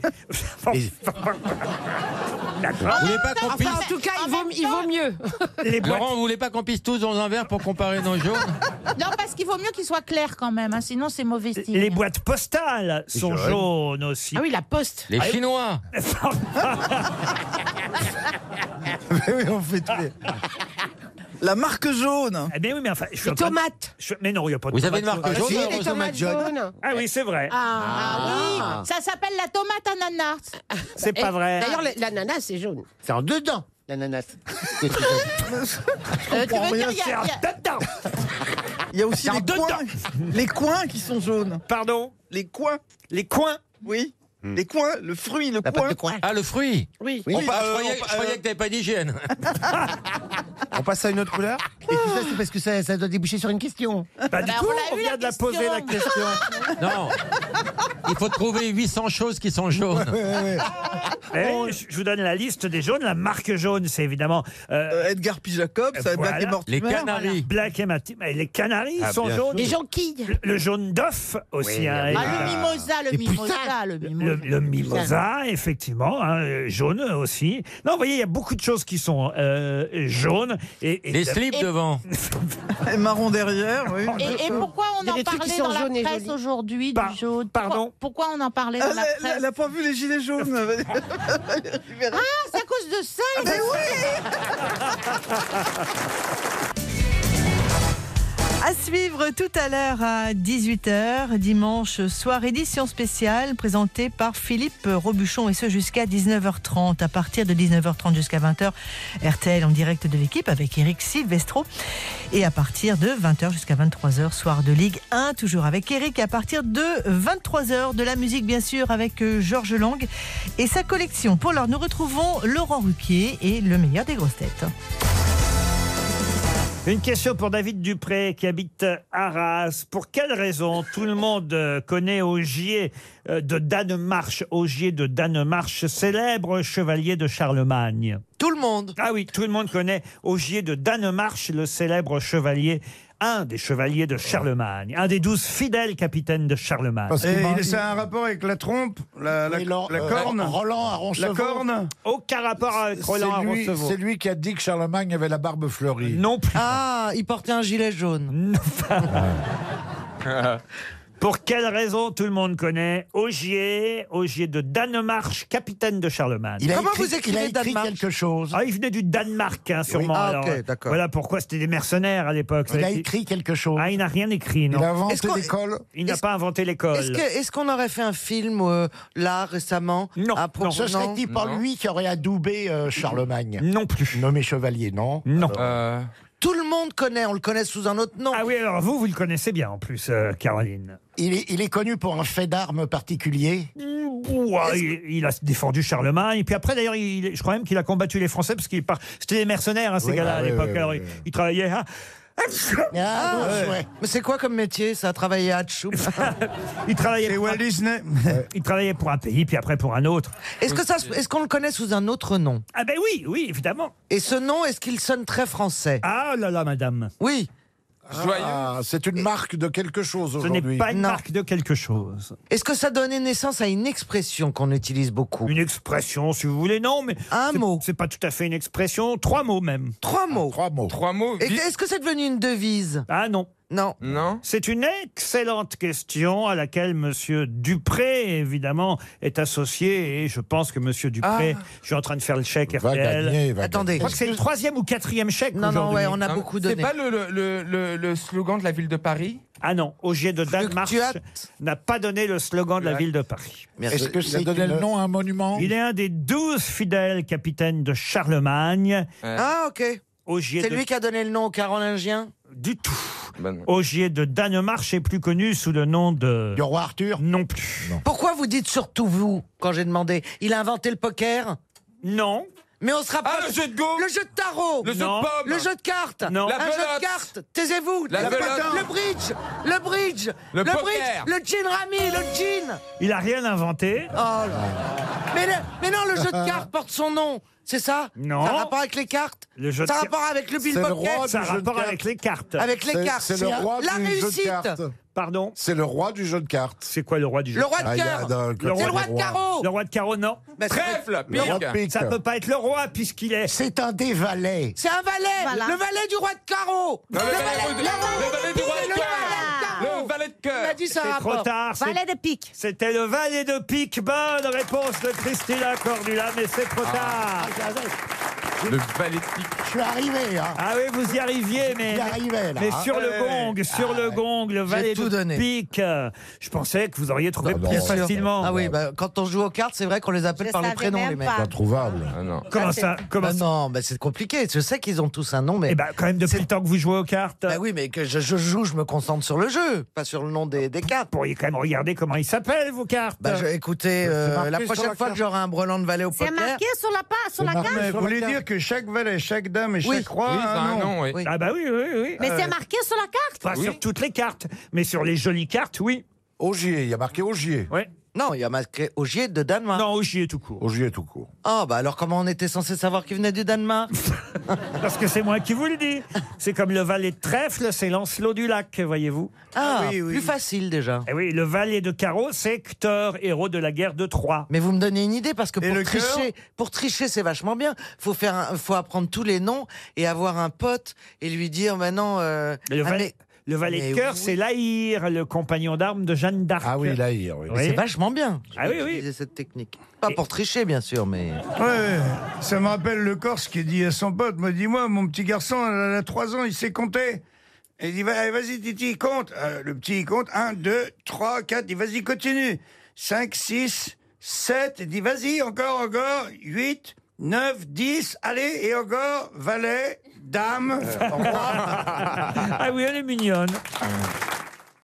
[SPEAKER 4] D'accord.
[SPEAKER 6] Vous voulez pas qu'on pisse
[SPEAKER 12] en tout cas, il vaut,
[SPEAKER 6] mieux.
[SPEAKER 4] Les
[SPEAKER 6] boîtes-
[SPEAKER 9] Laurent, vous voulez pas qu'on pisse tous dans un verre pour comparer nos jaunes
[SPEAKER 12] Non, parce qu'il vaut mieux qu'il soit clair quand même, hein, sinon c'est mauvais style.
[SPEAKER 4] Les boîtes postales sont
[SPEAKER 9] jaunes.
[SPEAKER 4] jaunes aussi.
[SPEAKER 12] Ah oui, la poste.
[SPEAKER 9] Les Chinois.
[SPEAKER 4] oui, on fait La marque jaune. Eh bien oui, mais enfin, je suis
[SPEAKER 12] Les
[SPEAKER 4] en train de-
[SPEAKER 12] tomates.
[SPEAKER 4] je- Mais non, il n'y a pas de.
[SPEAKER 9] Vous avez une
[SPEAKER 4] tomates
[SPEAKER 9] marque jaune,
[SPEAKER 4] jaunes.
[SPEAKER 9] Si, les heureusement, tomates John. jaunes.
[SPEAKER 4] Ah oui, c'est vrai.
[SPEAKER 12] Ah, oui, ça s'appelle la tomate ananas.
[SPEAKER 4] C'est pas vrai.
[SPEAKER 12] D'ailleurs, le- l'ananas, c'est jaune.
[SPEAKER 2] C'est en dedans, l'ananas.
[SPEAKER 12] Euh, tu veux dire, il y a-
[SPEAKER 13] C'est un
[SPEAKER 12] il y a-
[SPEAKER 13] Il y a aussi les coins, les coins qui sont jaunes.
[SPEAKER 4] Pardon
[SPEAKER 13] Les coins.
[SPEAKER 4] Les coins
[SPEAKER 13] Oui. Les coins, le fruit, le
[SPEAKER 9] pâte
[SPEAKER 13] coin.
[SPEAKER 9] de coin. Ah, le fruit
[SPEAKER 13] Oui.
[SPEAKER 9] On pa- je
[SPEAKER 13] euh,
[SPEAKER 9] croyais,
[SPEAKER 13] on pa-
[SPEAKER 9] je croyais que t'avais pas d'hygiène.
[SPEAKER 2] On passe à une autre couleur Et tout ça, c'est parce que ça, ça doit déboucher sur une question.
[SPEAKER 4] Bah, du
[SPEAKER 9] Bah,
[SPEAKER 4] coup,
[SPEAKER 9] on l'a
[SPEAKER 4] on
[SPEAKER 9] eu,
[SPEAKER 4] vient
[SPEAKER 9] la
[SPEAKER 4] de la poser la question.
[SPEAKER 9] Non. Il faut trouver 800 choses qui sont jaunes.
[SPEAKER 4] Eh, je je vous donne la liste des jaunes. La marque jaune, c'est évidemment
[SPEAKER 13] Edgar P. Jacob,
[SPEAKER 4] euh,
[SPEAKER 13] ça,
[SPEAKER 4] voilà.
[SPEAKER 13] Black et Mortimer. Voilà.
[SPEAKER 4] Black et Mortimer. Mais Les Canaries
[SPEAKER 13] Ah,
[SPEAKER 4] sont
[SPEAKER 13] bien
[SPEAKER 4] jaunes.
[SPEAKER 13] sûr. Les
[SPEAKER 12] jonquilles.
[SPEAKER 4] Le, le jaune d'œuf aussi.
[SPEAKER 12] Oui,
[SPEAKER 4] hein,
[SPEAKER 12] oui. Ah,
[SPEAKER 4] et-
[SPEAKER 12] le mimosa, le
[SPEAKER 4] Et puis
[SPEAKER 12] mimosa,
[SPEAKER 4] ça,
[SPEAKER 12] le
[SPEAKER 4] Le,
[SPEAKER 12] mimosa.
[SPEAKER 4] le mimosa, effectivement, hein, euh, jaune aussi. Non, vous voyez, il y a beaucoup de choses qui sont euh, jaunes. Et, et-
[SPEAKER 9] Les slips devant.
[SPEAKER 13] Et marron derrière, oui.
[SPEAKER 12] Et, et pourquoi on
[SPEAKER 13] Il y a
[SPEAKER 12] en
[SPEAKER 13] des trucs qui
[SPEAKER 12] parlait
[SPEAKER 13] sont
[SPEAKER 12] dans
[SPEAKER 13] jaunes
[SPEAKER 12] la
[SPEAKER 13] et
[SPEAKER 12] presse
[SPEAKER 13] jolis.
[SPEAKER 12] aujourd'hui du jaune
[SPEAKER 13] pardon
[SPEAKER 12] Pourquoi pourquoi on en parlait dans
[SPEAKER 13] Elle
[SPEAKER 12] la
[SPEAKER 13] elle-
[SPEAKER 12] presse
[SPEAKER 13] elle a pas vu les gilets jaunes. Valérie Mérès.
[SPEAKER 12] Ah, c'est à cause de ça
[SPEAKER 13] Ah, mais oui
[SPEAKER 3] À suivre tout à l'heure à 18h, dimanche soir, édition spéciale présentée par Philippe Robuchon et ce jusqu'à 19h30. À partir de 19h30 jusqu'à 20h, RTL en direct de l'équipe avec Eric Silvestro. Et à partir de 20h jusqu'à 23h, soir de Ligue 1, toujours avec Eric. Et à partir de 23h, de la musique bien sûr avec euh, Georges Lang et sa collection. Pour l'heure, nous retrouvons Laurent Ruquier et le meilleur des grosses têtes.
[SPEAKER 4] Une question pour David Dupré qui habite Arras. Pour quelle raison tout le monde euh, connaît Augier euh, de Danemark, Augier de Danemark, célèbre chevalier de Charlemagne Tout le monde. Ah oui, tout le monde connaît Augier de Danemark, le célèbre chevalier. Un des chevaliers de Charlemagne, un des douze fidèles capitaines de Charlemagne.
[SPEAKER 5] Et il- ça a un rapport avec la trompe, la, la, la corne
[SPEAKER 6] euh, Roland à
[SPEAKER 5] La
[SPEAKER 6] Ronchevaux.
[SPEAKER 5] corne
[SPEAKER 4] Aucun rapport avec Roland à
[SPEAKER 6] C'est lui-
[SPEAKER 4] Roncevaux.
[SPEAKER 6] C'est lui, qui a dit que Charlemagne avait la barbe fleurie.
[SPEAKER 4] Non plus.
[SPEAKER 8] Ah, il portait un gilet jaune.
[SPEAKER 4] Pour quelle raison tout le monde connaît Augier, Augier de Danemark, capitaine de Charlemagne.
[SPEAKER 8] Il a Comment écrit- vous écrivez il a écrit Danemark
[SPEAKER 4] quelque chose. Ah, il venait du Danemark, hein, sûrement.
[SPEAKER 8] Ah,
[SPEAKER 4] alors,
[SPEAKER 8] ok,
[SPEAKER 4] euh,
[SPEAKER 8] d'accord.
[SPEAKER 4] Voilà pourquoi c'était des mercenaires à l'époque.
[SPEAKER 8] Il a
[SPEAKER 4] écrit quelque chose. Ah, il n'a rien écrit, non.
[SPEAKER 8] Il a inventé Est-ce qu'on- l'école
[SPEAKER 4] Il n'a
[SPEAKER 8] Est-ce-
[SPEAKER 4] pas inventé l'école.
[SPEAKER 8] Est-ce que- est-ce qu'on aurait fait un film euh, là récemment
[SPEAKER 4] Non.
[SPEAKER 8] à propos-
[SPEAKER 2] Ce serait-il par
[SPEAKER 8] Non.
[SPEAKER 2] lui qui aurait adoubé euh, Charlemagne
[SPEAKER 4] Non plus.
[SPEAKER 2] Nommé chevalier, non
[SPEAKER 4] Non.
[SPEAKER 9] euh,
[SPEAKER 8] Tout le monde connaît, on le connaît sous un autre nom.
[SPEAKER 4] Ah oui, alors vous, vous le connaissez bien en plus, euh, Caroline.
[SPEAKER 2] Il est, il est connu pour un fait d'armes particulier.
[SPEAKER 4] Ouah, il, il a défendu Charlemagne. Et puis après, d'ailleurs, il- je crois même qu'il a combattu les Français parce qu'il par... c'était des mercenaires, hein, ces
[SPEAKER 8] Oui,
[SPEAKER 4] gars-là
[SPEAKER 8] ah,
[SPEAKER 4] à
[SPEAKER 8] oui,
[SPEAKER 4] l'époque.
[SPEAKER 8] oui, oui,
[SPEAKER 4] alors, ils- ils travaillaient. hein.
[SPEAKER 8] Ah,
[SPEAKER 4] ouais.
[SPEAKER 8] ouais. Mais c'est quoi comme métier Ça a travaillé à Tchoum.
[SPEAKER 4] Il travaillait, pour un- il travaillait pour un pays, puis après pour un autre.
[SPEAKER 8] Est-ce que ça, se- est-ce qu'on le connaît sous un autre nom
[SPEAKER 4] Ah ben oui, oui, évidemment.
[SPEAKER 8] Et ce nom, est-ce qu'il sonne très français
[SPEAKER 4] Ah là là, madame.
[SPEAKER 8] Oui.
[SPEAKER 6] Ah, c'est une marque de quelque chose
[SPEAKER 8] Ce
[SPEAKER 6] aujourd'hui.
[SPEAKER 8] Non.
[SPEAKER 4] de quelque chose.
[SPEAKER 8] Est-ce que ça donnait naissance à une expression qu'on utilise beaucoup
[SPEAKER 4] Une expression, si vous voulez, non, mais
[SPEAKER 8] un mot.
[SPEAKER 4] C'est pas tout à fait une expression, trois mots même.
[SPEAKER 8] Trois
[SPEAKER 6] Ah,
[SPEAKER 8] mots.
[SPEAKER 4] trois mots. Trois mots.
[SPEAKER 8] Et Est-ce que c'est devenu une devise
[SPEAKER 4] Ah non.
[SPEAKER 8] Non.
[SPEAKER 4] Non. C'est une excellente question à laquelle Monsieur Dupré, évidemment, est associé. Et je pense que Monsieur Dupré,
[SPEAKER 8] Ah.
[SPEAKER 4] je suis en train de faire le chèque RTL.
[SPEAKER 6] gagner, va
[SPEAKER 4] Je
[SPEAKER 8] Attendez. gagner.
[SPEAKER 4] crois que c'est le troisième ou quatrième chèque.
[SPEAKER 8] Non, non,
[SPEAKER 4] aujourd'hui.
[SPEAKER 8] ouais, on a beaucoup donné.
[SPEAKER 9] C'est pas le, le- le- le- le slogan de la ville de Paris
[SPEAKER 4] Ah non, Augier de Danemark n'a pas donné le slogan de la ville de Paris.
[SPEAKER 6] Est-ce que c'est donné le nom à un monument
[SPEAKER 4] Il est un des douze fidèles capitaines de Charlemagne.
[SPEAKER 8] Ah, ok.
[SPEAKER 4] Augier
[SPEAKER 8] C'est
[SPEAKER 4] de-
[SPEAKER 8] lui qui a donné le nom aux Carolingiens
[SPEAKER 4] Du tout. Augier de Danemark est plus connu sous le nom de... Du
[SPEAKER 2] roi Arthur
[SPEAKER 4] Non plus.
[SPEAKER 8] Pourquoi vous dites surtout vous quand j'ai demandé Il a inventé le poker
[SPEAKER 4] Non.
[SPEAKER 8] Mais on se rappelle. Ah, le jeu de go Le jeu de tarot
[SPEAKER 9] Le jeu de Non. pommes
[SPEAKER 8] Le jeu de cartes
[SPEAKER 9] Non.
[SPEAKER 8] Un
[SPEAKER 9] La
[SPEAKER 8] jeu
[SPEAKER 9] belote
[SPEAKER 8] de cartes Taisez-vous
[SPEAKER 9] La
[SPEAKER 8] Le-
[SPEAKER 9] belote
[SPEAKER 8] Le bridge Le bridge
[SPEAKER 4] Le poker
[SPEAKER 8] bridge Le gin rami Le gin
[SPEAKER 4] Il a rien inventé.
[SPEAKER 8] Oh là là. mais, le- mais non, le jeu de cartes porte son nom C'est ça
[SPEAKER 4] Non.
[SPEAKER 8] Ça a rapport avec les cartes
[SPEAKER 4] Le jeu de
[SPEAKER 8] Ça a
[SPEAKER 4] car-
[SPEAKER 8] rapport avec le bill
[SPEAKER 4] C'est le
[SPEAKER 8] pocket
[SPEAKER 4] roi du Ça a jeu de rapport cartes. avec les cartes.
[SPEAKER 8] Avec les
[SPEAKER 4] C'est-
[SPEAKER 8] cartes
[SPEAKER 4] c'est le roi
[SPEAKER 8] La
[SPEAKER 4] du jeu de
[SPEAKER 8] réussite
[SPEAKER 4] cartes. Pardon
[SPEAKER 6] C'est le roi du jeu de cartes.
[SPEAKER 4] C'est quoi le roi du
[SPEAKER 8] jeu Le roi de Ah, il y a cartes. dans le C'est le roi de carreau.
[SPEAKER 4] Le roi de carreau, non.
[SPEAKER 8] Bah, c'est-
[SPEAKER 9] Trèfle,
[SPEAKER 4] Mais
[SPEAKER 9] pique.
[SPEAKER 4] ça Ça peut pas être le roi puisqu'il est.
[SPEAKER 2] C'est un des valets.
[SPEAKER 8] C'est un valet
[SPEAKER 20] Voilà.
[SPEAKER 8] Le valet du roi de carreau
[SPEAKER 9] Non, le
[SPEAKER 8] Le
[SPEAKER 9] valet-
[SPEAKER 8] valet-
[SPEAKER 9] le-
[SPEAKER 8] le
[SPEAKER 9] le valet du roi de cœur. Le valet de cœur.
[SPEAKER 8] Il a dit ça
[SPEAKER 4] C'est trop tard. c'est-
[SPEAKER 20] Valet de pique.
[SPEAKER 4] C'était le valet de pique. Bonne réponse de Christina Cordula, mais c'est trop
[SPEAKER 6] Ah,
[SPEAKER 4] tard.
[SPEAKER 9] Le valet de pique.
[SPEAKER 2] Je suis arrivé, hein.
[SPEAKER 4] Ah oui, vous y arriviez, mais.
[SPEAKER 2] J'y arrivais, là,
[SPEAKER 4] mais
[SPEAKER 2] hein.
[SPEAKER 4] sur le
[SPEAKER 2] Ouais, ouais.
[SPEAKER 4] gong, sur
[SPEAKER 6] Ah,
[SPEAKER 4] le gong, le valet
[SPEAKER 8] tout
[SPEAKER 4] de
[SPEAKER 8] donné.
[SPEAKER 4] pique. euh, Je pensais que vous auriez trouvé
[SPEAKER 8] Bien
[SPEAKER 4] plus
[SPEAKER 8] sûr.
[SPEAKER 4] facilement.
[SPEAKER 8] Ah oui, bah, quand on joue aux cartes, c'est vrai qu'on les appelle
[SPEAKER 20] Je
[SPEAKER 8] par le
[SPEAKER 20] savais
[SPEAKER 8] prénom,
[SPEAKER 20] même
[SPEAKER 8] les mecs.
[SPEAKER 20] pas. Ah,
[SPEAKER 6] Introuvable.
[SPEAKER 4] Bah,
[SPEAKER 9] ah,
[SPEAKER 4] Comment ça Comment
[SPEAKER 8] Bah
[SPEAKER 4] ça
[SPEAKER 8] Non, bah, c'est compliqué. Je sais qu'ils ont tous un nom, mais.
[SPEAKER 4] Eh ben, quand même, depuis le temps que vous jouez aux cartes,
[SPEAKER 8] Bah oui, mais que je, je joue, je me concentre sur le jeu, pas sur le nom des, des cartes.
[SPEAKER 4] vous pourriez quand même regarder comment ils s'appellent, vos cartes.
[SPEAKER 8] Bah, je- écoutez, euh,
[SPEAKER 6] marqué
[SPEAKER 8] la
[SPEAKER 6] sur
[SPEAKER 8] prochaine
[SPEAKER 6] la
[SPEAKER 8] fois
[SPEAKER 6] carte.
[SPEAKER 8] que j'aurai un brelan de valet au
[SPEAKER 20] C'est
[SPEAKER 8] poker.
[SPEAKER 20] marqué sur la, pa- sur la
[SPEAKER 6] marqué.
[SPEAKER 20] carte.
[SPEAKER 5] Vous voulez dire que chaque valet, chaque dame et
[SPEAKER 8] Oui.
[SPEAKER 5] chaque roi
[SPEAKER 9] Oui,
[SPEAKER 5] a
[SPEAKER 9] ça a
[SPEAKER 5] un
[SPEAKER 9] un
[SPEAKER 5] nom
[SPEAKER 9] nom, oui.
[SPEAKER 8] Oui.
[SPEAKER 4] Ah bah oui, oui, oui.
[SPEAKER 20] Mais
[SPEAKER 4] Euh,
[SPEAKER 20] c'est marqué sur la carte.
[SPEAKER 4] Pas
[SPEAKER 9] Oui.
[SPEAKER 4] sur toutes les cartes, mais sur les jolies cartes, oui.
[SPEAKER 6] Augier, il y a marqué Augier.
[SPEAKER 4] Ouais.
[SPEAKER 8] Non, il y a marqué Augier de Danemark.
[SPEAKER 4] Non, Augier tout court.
[SPEAKER 6] Augier tout court.
[SPEAKER 8] Ah, bah alors comment on était censé savoir qu'il venait du Danemark
[SPEAKER 4] Parce que c'est moi qui vous le dis. C'est comme le valet de trèfle, c'est Lancelot du lac, voyez-vous.
[SPEAKER 8] Ah,
[SPEAKER 5] oui, oui.
[SPEAKER 8] plus facile déjà.
[SPEAKER 4] Et oui, le valet de carreau, c'est Hector, héros de la guerre de Troie.
[SPEAKER 8] Mais vous me donnez une idée parce que
[SPEAKER 5] Et
[SPEAKER 8] pour
[SPEAKER 5] le cœur
[SPEAKER 8] tricher, pour tricher, c'est vachement bien. Faut faire, un- faut apprendre tous les noms et avoir un pote et lui dire maintenant. euh,
[SPEAKER 4] Et Le
[SPEAKER 8] ah,
[SPEAKER 4] valet,
[SPEAKER 8] mais-
[SPEAKER 4] le valet
[SPEAKER 8] mais
[SPEAKER 4] de cœur,
[SPEAKER 8] oui.
[SPEAKER 4] c'est Laïr, le compagnon d'armes de Jeanne d'Arc.
[SPEAKER 6] Ah oui, là, hier, oui.
[SPEAKER 4] Oui.
[SPEAKER 8] C'est vachement bien.
[SPEAKER 4] Ah oui, oui.
[SPEAKER 8] Utiliser cette technique. Pas pour tricher, bien sûr, mais.
[SPEAKER 5] Ouais, ouais. ça me rappelle le Corse qui dit à son pote, moi dis-moi, mon petit garçon, il a 3 ans, il sait compter. Et il dit, Va- allez, vas-y, Titi, compte. Euh, le petit, il compte. 1, 2, 3, 4. Il dit, vas-y, continue. 5, 6, 7. Il dit, vas-y, encore, encore. 8, 9, 10. Allez, et encore. Valet, dame.
[SPEAKER 4] Ah oui, elle est mignonne.